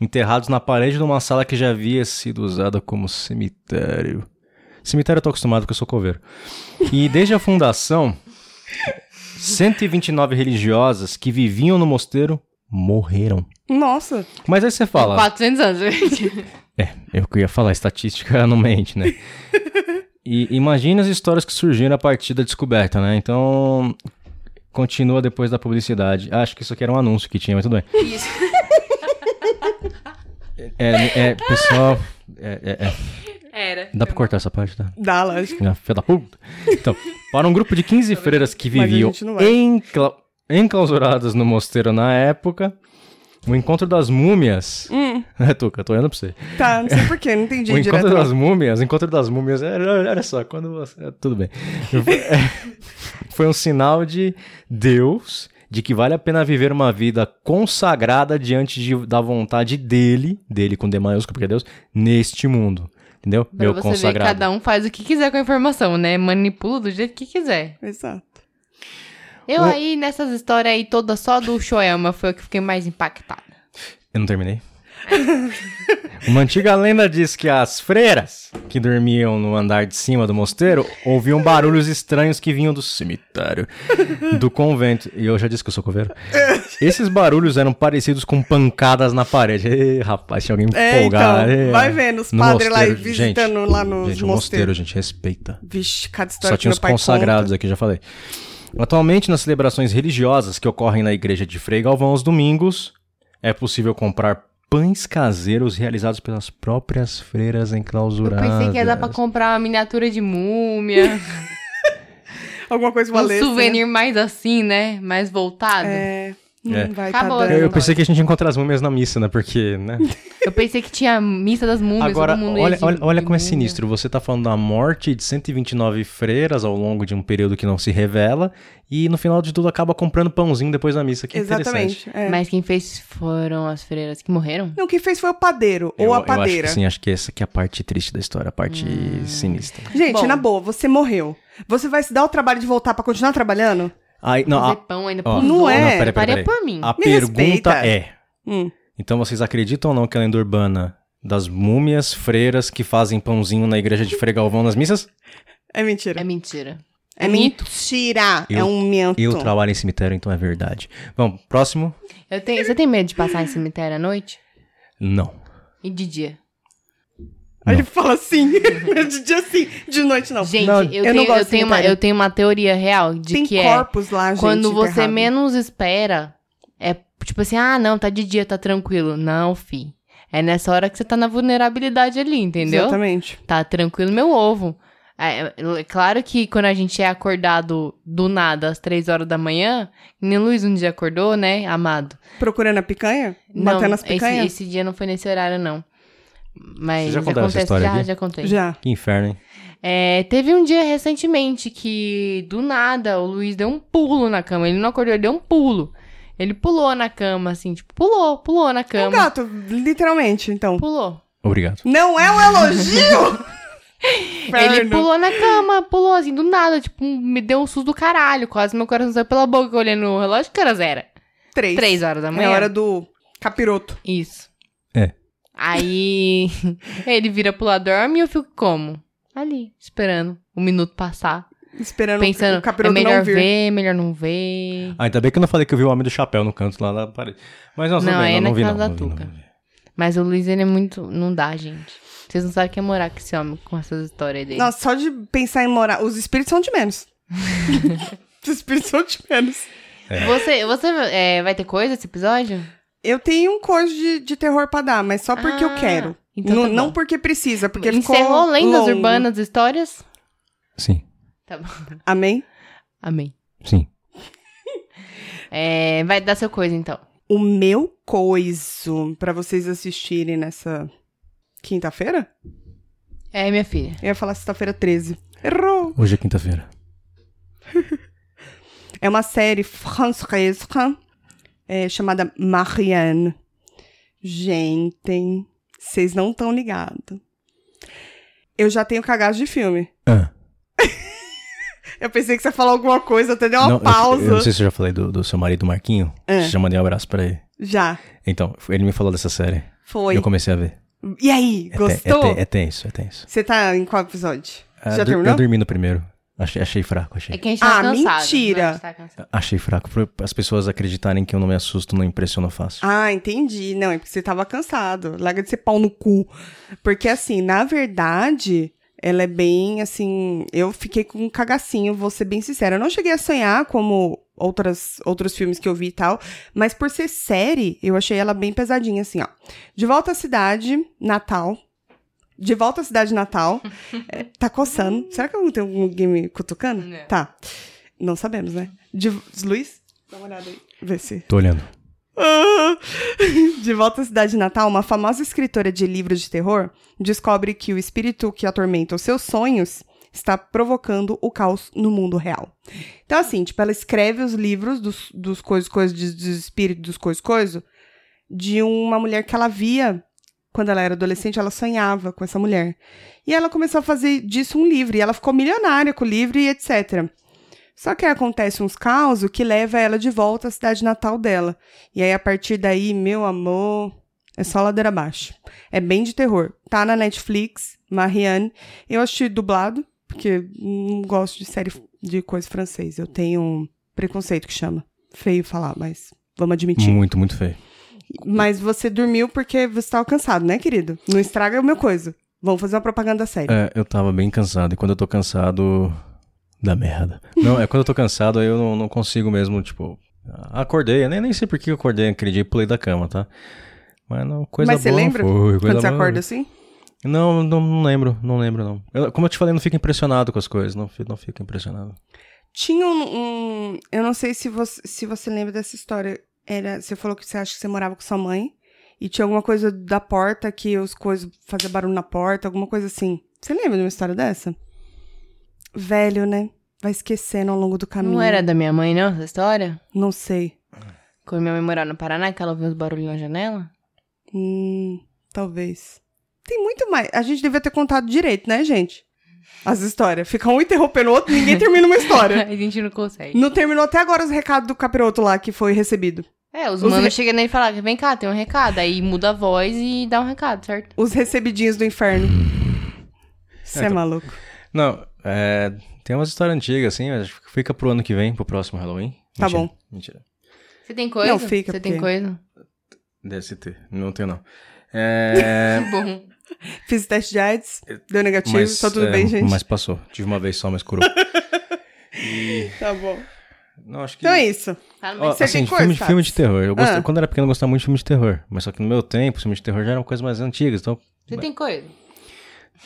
Enterrados na parede de uma sala que já havia sido usada como cemitério. Cemitério eu tô acostumado porque eu sou coveiro. E desde a fundação, 129 religiosas que viviam no mosteiro morreram.
Nossa.
Mas aí você fala...
400 anos, gente.
É, eu que ia falar, estatística não mente, né? e imagina as histórias que surgiram a partir da descoberta, né? Então, continua depois da publicidade. Acho que isso aqui era um anúncio que tinha, mas tudo bem.
Isso.
É, é, pessoal. É, é, é.
Era.
Dá pra cortar essa parte, tá?
Dá, lógico.
Filha da puta. Então, para um grupo de 15 freiras que
Mas a
viviam
gente não vai.
enclau- enclausuradas no mosteiro na época. O encontro das múmias.
Hum,
É, Tuca, tô olhando pra você.
tá, não sei porquê, não entendi
o
direto.
encontro
não.
das múmias, o encontro das múmias, é, olha, olha só, quando você. é, Tudo bem. É, Foi um sinal de Deus, de que vale a pena viver uma vida consagrada diante de- da vontade dele, dele com D maiúsculo, porque é Deus, neste mundo. Entendeu?
Pra
Meu
você
consagrado.
ver, cada um faz o que quiser com a informação, né? Manipula do jeito que quiser.
Exato.
Eu
O-
aí, nessas histórias aí toda só do Shoelma, foi o que fiquei mais impactada.
Eu não terminei. Uma antiga lenda diz que as freiras que dormiam no andar de cima do mosteiro ouviam barulhos estranhos que vinham do cemitério, do convento. E eu já disse que eu sou coveiro. Esses barulhos eram parecidos com pancadas na parede. Ê, rapaz, tinha alguém
É,
empolgado.
então,
Ê,
vai vendo os
no
padres lá e
mosteiro,
visitando
gente,
lá nos
Gente, o mosteiro, gente, respeita.
Vixe, cada história
Só
que
tinha
meu
os
pai
consagrados aqui, já falei. Atualmente, nas celebrações religiosas que ocorrem na igreja de Frei Galvão aos domingos, é possível comprar pães caseiros realizados pelas próprias freiras
Eu
Ah,
enclausuradas.
pensei que ia dar pra comprar uma miniatura de múmia,
conta. Alguma coisa
um
valesse.
souvenir mais assim, né? Mais voltado.
É, não
É.
vai
Acabou,
tá
Eu, eu
dando.
pensei que a gente ia encontrar as múmias na missa, né? Porque, né?
Eu pensei que tinha missa das múmias,
Agora,
todo mundo ia
olha,
de-
olha, olha como é
de múmia.
sinistro. Você tá falando da morte de 129 freiras ao longo de um período que não se revela, e no final de tudo acaba comprando pãozinho depois da missa. Que interessante.
Exatamente. é.
Mas quem fez foram as freiras que morreram?
Não, quem fez foi o padeiro ou
Eu- eu
a
acho que
padeira.
sim, acho que essa que é a parte triste da história, a parte
Hum.
sinistra.
Gente,
Bom.
na boa, você morreu. Você vai se dar o trabalho de voltar pra continuar trabalhando?
Aí, não,
Fazer
a,
pão ainda
ó,
pros
Não
outros.
é.
peraí, peraí,
Faria
peraí.
por mim.
A
Me
pergunta
respeita.
é:
Hum.
então vocês acreditam ou não que a lenda urbana das múmias freiras que fazem pãozinho na igreja de Frei Galvão nas missas?
É mentira.
É mentira.
É, mentira. é
Eu-
um mento.
Eu trabalho em cemitério, então é verdade. Vamos, próximo?
Eu tenho... Você tem medo de passar em cemitério à noite?
Não.
E de dia?
Aí ele fala assim, de dia assim, de noite não.
Gente,
Não,
eu
eu,
não
tenho,
gosto
eu,
de
tenho uma,
cemitério.
eu tenho uma teoria real de
Tem
que é...
corpos lá, gente.
Quando você
enterrado.
menos espera, é tipo assim, ah, não, tá de dia, tá tranquilo. Não, fi. É nessa hora que você tá na vulnerabilidade ali, entendeu?
Exatamente.
Tá tranquilo meu ovo. É, é claro que quando a gente é acordado do nada às três horas da manhã, nem Luiz um dia acordou, né, amado?
Procurando a picanha?
Não,
Batendo as
esse,
picanhas?
esse dia não foi nesse horário, não. Mas
Vocês já contaram essa
acontece,
história
já,
aqui?
já contei.
Já.
Que inferno, hein?
É, teve um dia recentemente que, do nada, o Luiz deu um pulo na cama. Ele não acordou, ele deu um pulo. Ele pulou na cama, assim, tipo, pulou, pulou na
É um
cama.
gato, literalmente, então.
Pulou.
Obrigado.
Não é um elogio!
Ele pulou na cama, pulou assim, do nada, tipo, me deu um susto do caralho. Quase meu coração saiu pela boca olhando o relógio. Que horas era?
Três.
Três horas da
É
manhã.
a hora do capiroto.
Isso.
É.
Aí ele vira pro lado, dorme e eu fico como? Ali, esperando o minuto passar.
Esperando o
pensando, é
capiroto
melhor
não vir.
ver, melhor não ver.
Ah, ainda bem que eu não falei que eu vi o homem do chapéu no canto lá na parede. Mas não, tudo
Não,
bem,
é
não, não vi
na
não.
casa
não
da
vi, não
Tuca.
vi.
Mas o Luiz, ele é muito. Não dá, gente. Vocês não sabem o que é morar com esse homem, com essas histórias dele.
Nossa, só de pensar em morar. Os espíritos são de menos. Os espíritos são de menos.
Você, você é, vai ter coisa esse episódio?
Eu tenho um coisa de, de terror pra dar, mas só porque eu
Ah,
quero.
então
não,
tá bom.
não porque precisa, porque
Encerrou
ficou
lendas
longo.
urbanas, histórias?
Sim,
Tá bom.
Amém?
Amém.
sim.
É, vai dar seu coisa, então.
O meu coiso pra vocês assistirem nessa quinta-feira?
É, minha filha.
Eu ia falar sexta-feira 13. Errou!
Hoje é quinta-feira.
É uma série francesa é, chamada Marianne. Gente, vocês não estão ligados. Eu já tenho cagado de filme.
Ah,
Eu pensei que você ia falar alguma coisa, até deu uma
não, eu-
pausa.
Eu, não sei se eu já falei do, do seu marido Marquinho.
Ah.
Já mandei um abraço pra ele.
Já.
Então, ele me falou dessa série.
Foi.
Eu comecei a ver.
E aí,
É,
gostou?
te- É, te- é tenso, é tenso.
Você tá em qual episódio?
Ah,
já
dur-
terminou?
Eu dormi no primeiro. Achei, achei fraco, achei.
É que a gente tá
Ah,
cansado.
mentira.
Não, a gente tá cansado.
É.
Achei fraco. Pra as pessoas acreditarem que eu não me assusto, não impressiono fácil.
Ah, entendi. Não, é porque você tava cansado. Larga de ser pau no cu. Porque, assim, na verdade, ela é bem, assim... Eu fiquei com um cagacinho, vou ser bem sincera. Eu não cheguei a sonhar como outras, outros filmes que eu vi e tal. Mas por ser série, eu achei ela bem pesadinha, assim, ó. De volta à cidade, Natal. De volta à cidade, Natal. É, tá coçando. Será que eu não tenho alguém me cutucando?
Não.
Tá. Não sabemos, né? De, Luiz? Dá uma olhada aí. Vê se.
Tô olhando.
Ah! De volta à cidade natal, uma famosa escritora de livros de terror descobre que o espírito que atormenta os seus sonhos está provocando o caos no mundo real. Então, assim, tipo, ela escreve os livros dos, dos coisas, coisas, dos, dos espíritos, dos coisas, coisas, de uma mulher que ela via quando ela era adolescente, ela sonhava com essa mulher. E ela começou a fazer disso um livro, e ela ficou milionária com o livro e etc. Só que aí acontece uns causos que leva ela de volta à cidade natal dela. E aí, a partir daí, meu amor, é só ladeira abaixo. É bem de terror. Tá na Netflix, Marianne. Eu assisti dublado, porque não gosto de série de coisa francesa. Eu tenho um preconceito que chama. Feio falar, mas vamos admitir.
Muito, muito feio.
Mas você dormiu porque você tava cansado, né, querido? Não estraga o meu coisa. Vamos fazer uma propaganda séria.
É, eu tava bem cansado. E quando eu tô cansado. Da merda. Não, é quando eu tô cansado, aí eu não, não consigo mesmo, tipo. Acordei, eu nem, nem sei por que eu acordei, aquele dia e pulei da cama, tá? Mas não, coisa
Mas você
boa. não
lembra
foi, coisa
Quando você
boa não
acorda assim?
Não, não, não lembro, não lembro, não. Eu- como eu te falei, eu não fico impressionado com as coisas, não, fi- não fico impressionado.
Tinha um, um- Eu não sei se você, se você lembra dessa história. Era, você falou que você acha que você morava com sua mãe. E tinha alguma coisa da porta que os coisas faziam barulho na porta, alguma coisa assim. Você lembra de uma história dessa? Velho, né? Vai esquecendo ao longo do caminho.
Não era da minha mãe, não, essa história?
Não sei.
Quando minha mãe morava no Paraná, que ela ouvia uns barulhos na janela?
Hum, talvez. Tem muito mais. A gente devia ter contado direito, né, gente? As histórias. Fica um interrompendo o outro, ninguém termina uma história.
A gente não consegue.
Não terminou até agora os recados do capiroto lá que foi recebido.
É, os,
Os
manos
re-
chegam nele e falam, vem cá, tem um recado. Aí muda a voz e dá um recado, certo?
Os recebidinhos do inferno. Você é
então-
maluco.
Não, é, tem umas histórias antigas, assim, acho que fica pro ano que vem, pro próximo Halloween.
Tá
Mentira,
bom.
Mentira.
Você tem coisa?
Não, fica,
Você tem
porque-
coisa?
DST, não tenho não. É,
Bom.
Fiz o teste de AIDS, deu negativo,
mas,
tá tudo
é,
bem, gente.
Mas passou, tive uma vez só, mas curou. E-
Tá bom.
não, acho que...
Então é isso.
Tá no
Ó,
meio.
Você
assim,
tem
filme,
coisa,
filme
Fábio?
de terror. Eu gostava-
Ah.
Quando eu era pequeno, eu gostava muito de filme de terror. Mas só que no meu tempo, filme de terror já era uma coisa mais antiga. Então,
Você tem coisa?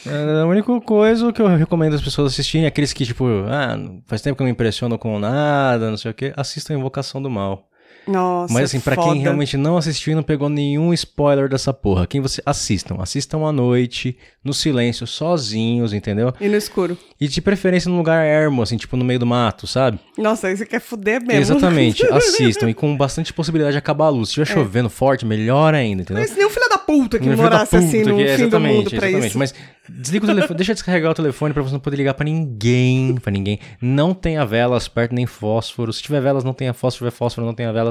É, a única coisa que eu recomendo as pessoas assistirem é aqueles que, tipo, ah, faz tempo que eu não me impressiono com nada, não sei o quê, assistam Invocação do Mal.
Nossa, é
Mas, assim, pra
foda.
quem realmente não assistiu e não pegou nenhum spoiler dessa porra, quem você assistam, assistam à noite, no silêncio, sozinhos, entendeu?
E no escuro.
E de preferência num lugar ermo, assim, tipo no meio do mato, sabe?
Nossa, aí você quer fuder mesmo. É.
Exatamente, assistam e com bastante possibilidade de acabar a luz. Se estiver chovendo forte, melhor ainda, entendeu?
Mas nem um filho da puta que
Não ajuda
morasse assim
ponto
no
que- é,
fim do
exatamente,
mundo pra
exatamente.
isso.
Mas desliga o telefone, deixa descarregar o telefone pra você não poder ligar pra ninguém, para ninguém. Não tenha velas perto nem fósforo. Se tiver velas, não tenha fósforo, se tiver fósforo, não tenha velas.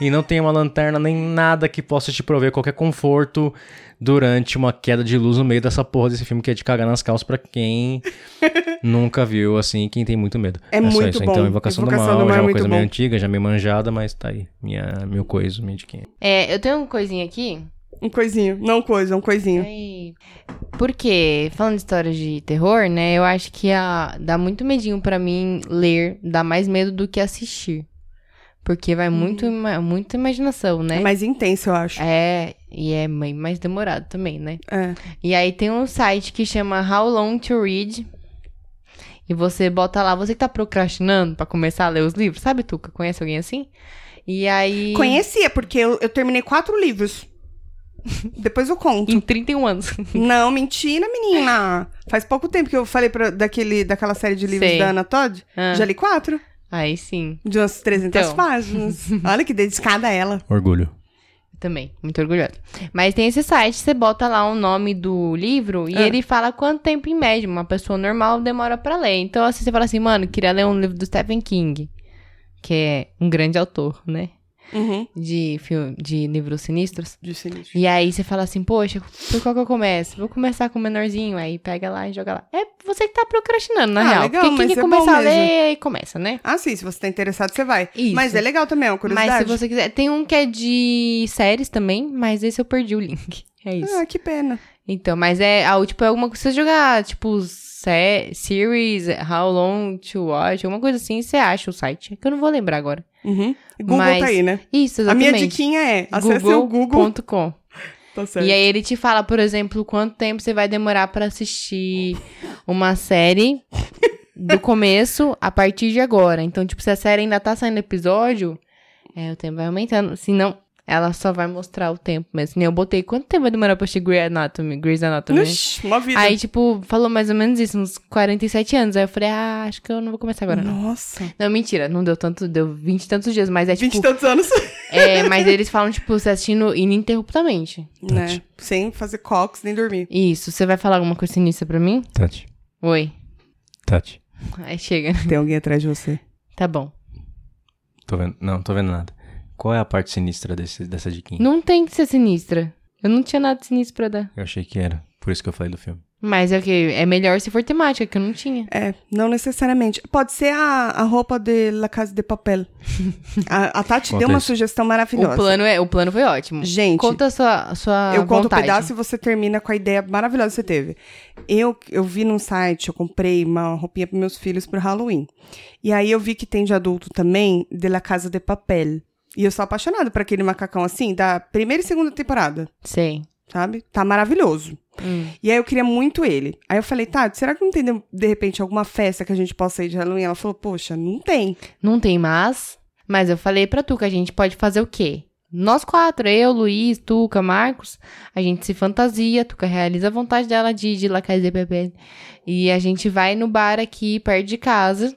e não tenha uma lanterna nem nada que possa te prover qualquer conforto durante uma queda de luz no meio dessa porra desse filme que é de cagar nas calças pra quem nunca viu assim, quem tem muito medo.
É
só
muito
isso.
bom.
Então, Invocação,
Invocação
do Mal, já é uma
muito
coisa meio
bom.
antiga, já meio manjada, mas tá aí, minha meu coisa, minha diquinha.
É, eu tenho uma coisinha aqui.
Um coisinho. Não coisa, um coisinho.
Ai. Porque, falando de histórias de terror, né? Eu acho que a, dá muito medinho pra mim ler, dá mais medo do que assistir. Porque vai muito,
Uhum.
ima- muita imaginação,
É
né?
mais intenso, eu acho.
É, e é mai- mais demorado também, né?
É.
E aí tem um site que chama How Long to Read. E você bota lá, você que tá procrastinando pra começar a ler os livros, sabe, Tuca? Conhece alguém assim? E aí.
Conhecia, porque eu, eu terminei quatro livros. Depois eu conto.
Em 31 anos.
Não, mentira, menina. Faz pouco tempo que eu falei pra, daquele, daquela série de livros
Sei.
da Ana Todd.
Ah,
Já li quatro,
Aí sim.
de umas 300
Então.
páginas. Olha que dedicada ela.
Orgulho.
Também, muito orgulhosa. Mas tem esse site, você bota lá o nome do livro e
Ah.
ele fala quanto tempo em média uma pessoa normal demora pra ler. Então, assim, você fala assim, mano, queria ler um livro do Stephen King, que é um grande autor, né?
Uhum.
De, filme, de livros sinistros.
De sinistro.
E aí você fala assim, poxa, por qual que eu começo? Vou começar com o menorzinho, aí pega lá e joga lá. É você que tá procrastinando, na
Ah,
real.
legal,
Porque quem
mas
quer
é bom
começar a
mesmo.
ler, começa, né?
Ah, sim, se você tá interessado, você vai.
Isso.
Mas é legal também, é uma curiosidade.
Mas se você quiser. Tem um que é de séries também, mas esse eu perdi o link. É isso.
Ah, que pena.
Então, mas é, ah, tipo, é alguma coisa, se você jogar, tipo, sé- series, how long to watch, alguma coisa assim, você acha o site, É que eu não vou lembrar agora.
Uhum. Google
Mas-
tá aí, né?
Isso,
A minha
exatamente.
diquinha é, acesse o Google.
Google.com.
Tá certo.
E aí ele te fala, por exemplo, quanto tempo você vai demorar pra assistir uma série do começo a partir de agora. Então, tipo, se a série ainda tá saindo episódio, É, o tempo vai aumentando. Senão, ela só vai mostrar o tempo mesmo. Que nem Eu botei quanto tempo vai demorar pra assistir Grey's Anatomy? Grey's Anatomy. né?
Ixi, uma vida.
Aí, tipo, falou mais ou menos isso, uns 47 anos. Aí eu falei, ah, acho que eu não vou começar agora, não.
Nossa.
Não, mentira, não deu tanto, deu 20 e tantos dias, mas é
Vinte e
tipo.
tantos anos.
É, mas eles falam, tipo, você assistindo ininterruptamente.
né? Sem fazer cox nem dormir.
Isso, você vai falar alguma coisa sinistra pra mim?
Tati,
Oi.
Tati.
Aí chega.
Tem alguém atrás de você.
Tá bom.
Tô vendo, não, tô vendo nada. Qual é a parte sinistra desse, dessa diquinha?
Não tem que ser sinistra. Eu não tinha nada de sinistro pra dar.
Eu achei que era, por isso que eu falei do filme.
Mas é o que? É melhor se for temática, que eu não tinha.
É, não necessariamente. Pode ser a, a roupa de La Casa de Papel. A, a Tati
Conta
deu uma
isso.
sugestão maravilhosa.
O plano, é, o plano foi ótimo.
Gente,
Conta a sua, a sua
eu conto um
vontade.
pedaço e você termina com a ideia maravilhosa que você teve. Eu, eu vi num site, eu comprei uma roupinha para meus filhos pro Halloween. E aí eu vi que tem de adulto também, de La Casa de Papel. E eu sou apaixonada por aquele macacão assim, da primeira e segunda temporada,
Sei.
sabe? Tá maravilhoso.
Hum.
E aí eu queria muito ele. Aí eu falei, Tati, será que não tem, de, de repente, alguma festa que a gente possa ir de Halloween? Ela falou, poxa, não tem.
Não tem mas. Mas eu falei pra tu que a gente pode fazer o quê? Nós quatro, eu, Luiz, Tuca, Marcos, a gente se fantasia, Tuca realiza a vontade dela de ir de La Casa de Bebê. E a gente vai no bar aqui, perto de casa,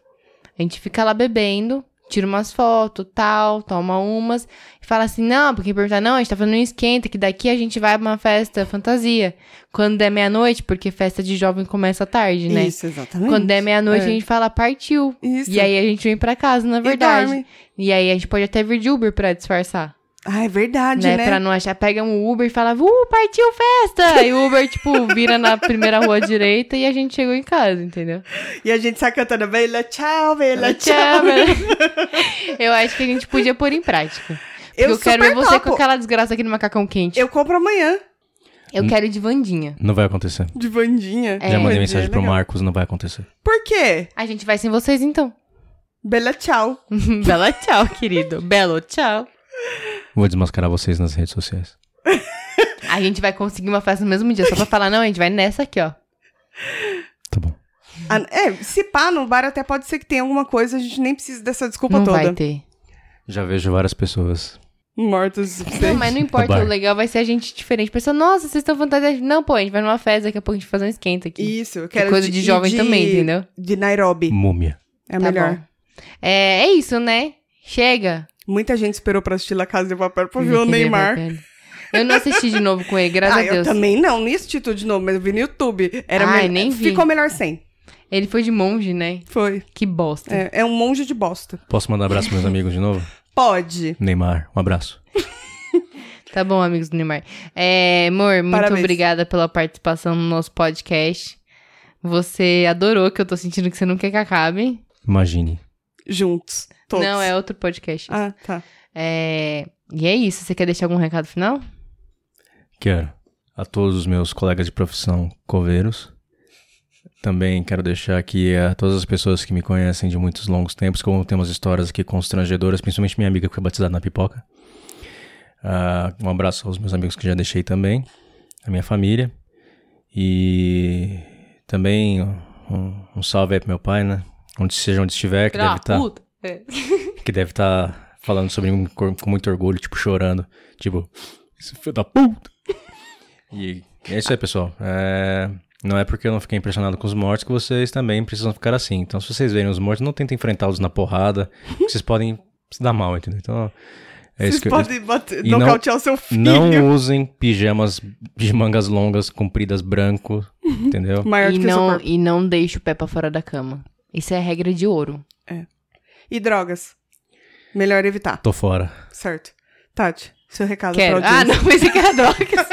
a gente fica lá bebendo, tira umas fotos, tal, toma umas, e fala assim, não, porque perguntar, não, a gente tá fazendo um esquenta, que daqui a gente vai pra uma festa fantasia, quando der meia-noite, porque festa de jovem começa tarde, né?
Isso, exatamente.
Quando der meia-noite,
É.
a gente fala, partiu,
Isso.
e aí a gente vem pra casa, na
E
verdade.
dorme.
E, aí a gente pode até vir de Uber pra disfarçar.
Ah, é verdade,
né?
né?
Pra não achar. Pega um Uber e fala, uh, partiu festa! E o Uber, tipo, vira na primeira rua direita e a gente chegou em casa, entendeu?
E a gente sai cantando, Bela, tchau, Bela, tchau.
Tchau, velho. Eu acho que a gente podia pôr em prática. Porque
Eu
eu, quero ver
super
você
topo.
com aquela desgraça aqui no macacão quente. Eu,
Eu compro amanhã,
quero ir de Vandinha.
Não vai acontecer.
de bandinha.
É.
Já mandei
Bandinha,
mensagem pro
legal.
Marcos, não vai acontecer.
Por quê?
A gente vai sem vocês, então.
Bela, tchau.
Bela tchau, querido. Belo tchau.
Vou desmascarar vocês nas redes sociais.
A gente vai conseguir uma festa no mesmo dia, só pra falar, não, a gente vai nessa aqui, ó.
Tá bom.
Ah, é, se pá no bar até pode ser que tenha alguma coisa, a gente nem precisa dessa desculpa
Não vai
toda.
ter.
Já vejo várias pessoas.
Mortos.
Não, mas não importa,
bar.
o legal vai ser a gente diferente. Pessoa, nossa, vocês estão fantasiados. Não, pô, a gente vai numa festa, daqui a pouco a gente faz um esquenta aqui.
Isso, eu
Que
quero
coisa de,
e
jovem também, entendeu?
De Nairobi.
Múmia.
É
Tá
melhor.
bom. É, é isso, né? Chega.
Muita gente esperou pra assistir La Casa de Papel pra ver o Neymar.
Eu não assisti de novo com ele, graças
ah,
a Deus.
eu também não, não ia assistir tudo de novo, mas eu vi no YouTube. Era
Ai,
melhor-
nem vi.
Ficou melhor sem.
Ele foi de monge, né?
Foi.
Que bosta.
É, é um monge de bosta.
Posso mandar um abraço pros meus amigos de novo?
Pode.
Neymar, um abraço.
Tá bom, amigos do Neymar. É, amor, muito
Parabéns.
obrigada pela participação no nosso podcast. Você adorou, que eu tô sentindo que você não quer que acabe.
Imagine.
Juntos. Todos.
Não, é outro podcast.
Ah, tá.
É, E é isso. Você quer deixar algum recado final?
Quero a todos os meus colegas de profissão coveiros. Também quero deixar aqui a todas as pessoas que me conhecem de muitos longos tempos, como tem umas histórias aqui constrangedoras, principalmente minha amiga que foi batizada na pipoca. Ah, um abraço aos meus amigos que já deixei também, a minha família. E também um, um salve aí pro meu pai, né? Onde seja onde estiver, que deve tá- estar
puta. É.
que deve estar falando sobre mim com com muito orgulho, tipo, chorando. Tipo, esse filho da puta. E é isso aí, pessoal. É, Não é porque eu não fiquei impressionado com os mortos que vocês também precisam ficar assim. Então, se vocês verem os mortos, não tentem enfrentá-los na porrada. porque Vocês podem se dar mal, entendeu? Então, é
Vocês
isso que eu...
podem bater,
e não-
nocautear o seu filho.
Não usem pijamas de mangas longas, compridas, branco, entendeu?
Maior
E
do que o seu
não,
corpo.
e não deixe o pé pra fora da cama. Isso é regra de ouro.
E drogas. Melhor evitar,
Tô fora.
certo? Tati, seu recado
Quero.
pra
Ah,
audiência.
não, mas você quer drogas.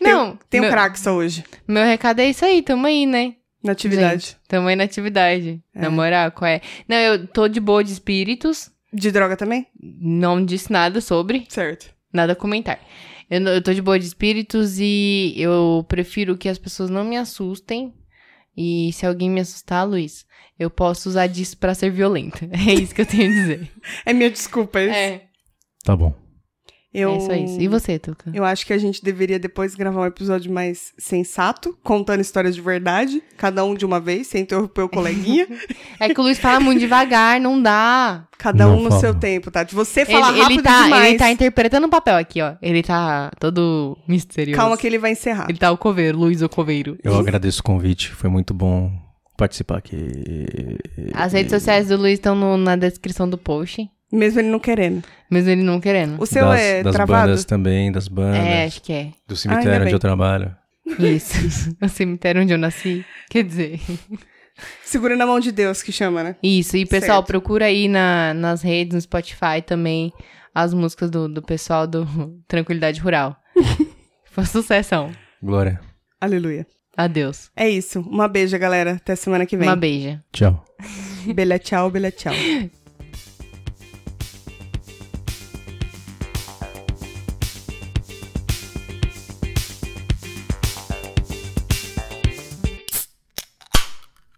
não.
Tem um
meu,
crack só hoje,
meu recado é isso aí, tamo aí, né?
na atividade.
Tamo aí na atividade. Na moral, qual é? Não, eu tô de boa de espíritos.
De droga também?
Não disse nada sobre.
Certo.
Nada a comentar. Eu, não- eu tô de boa de espíritos e eu prefiro que as pessoas não me assustem. E se alguém me assustar, Luiz, eu posso usar disso pra ser violenta. É isso que eu tenho a dizer.
É minha desculpa, é isso.
É.
Tá bom.
Eu,
É só isso. E você, Tuca?
Eu acho que a gente deveria depois gravar um episódio mais sensato, contando histórias de verdade, cada um de uma vez, sem interromper o coleguinha.
É que o Luiz fala muito devagar, não dá.
Cada
Não
um no
fala.
seu tempo, Tati. Você
Ele,
fala
ele
rápido
tá,
demais.
ele tá interpretando o papel aqui, ó. Ele tá todo misterioso.
Calma que ele vai encerrar.
Ele tá o coveiro, Luiz o coveiro.
Eu agradeço o convite, foi muito bom participar aqui.
As redes sociais do Luiz estão no- na descrição do post,
Mesmo ele não querendo.
mesmo ele não querendo.
O seu
das,
é
das
travado?
bandas também, das bandas,
É, acho que é.
do
Ah,
cemitério
ainda
onde eu
bem.
trabalho.
Isso. o cemitério onde eu nasci. Quer dizer.
Segura na mão de Deus que chama, né?
Isso, e pessoal,
Certo.
procura aí na- nas redes, no Spotify também, as músicas do, do pessoal do Tranquilidade Rural. Foi um sucessão.
Glória.
Aleluia.
Adeus.
É isso. Uma beija, galera. Até semana que vem.
Uma beija.
Tchau.
Belé tchau, belé tchau.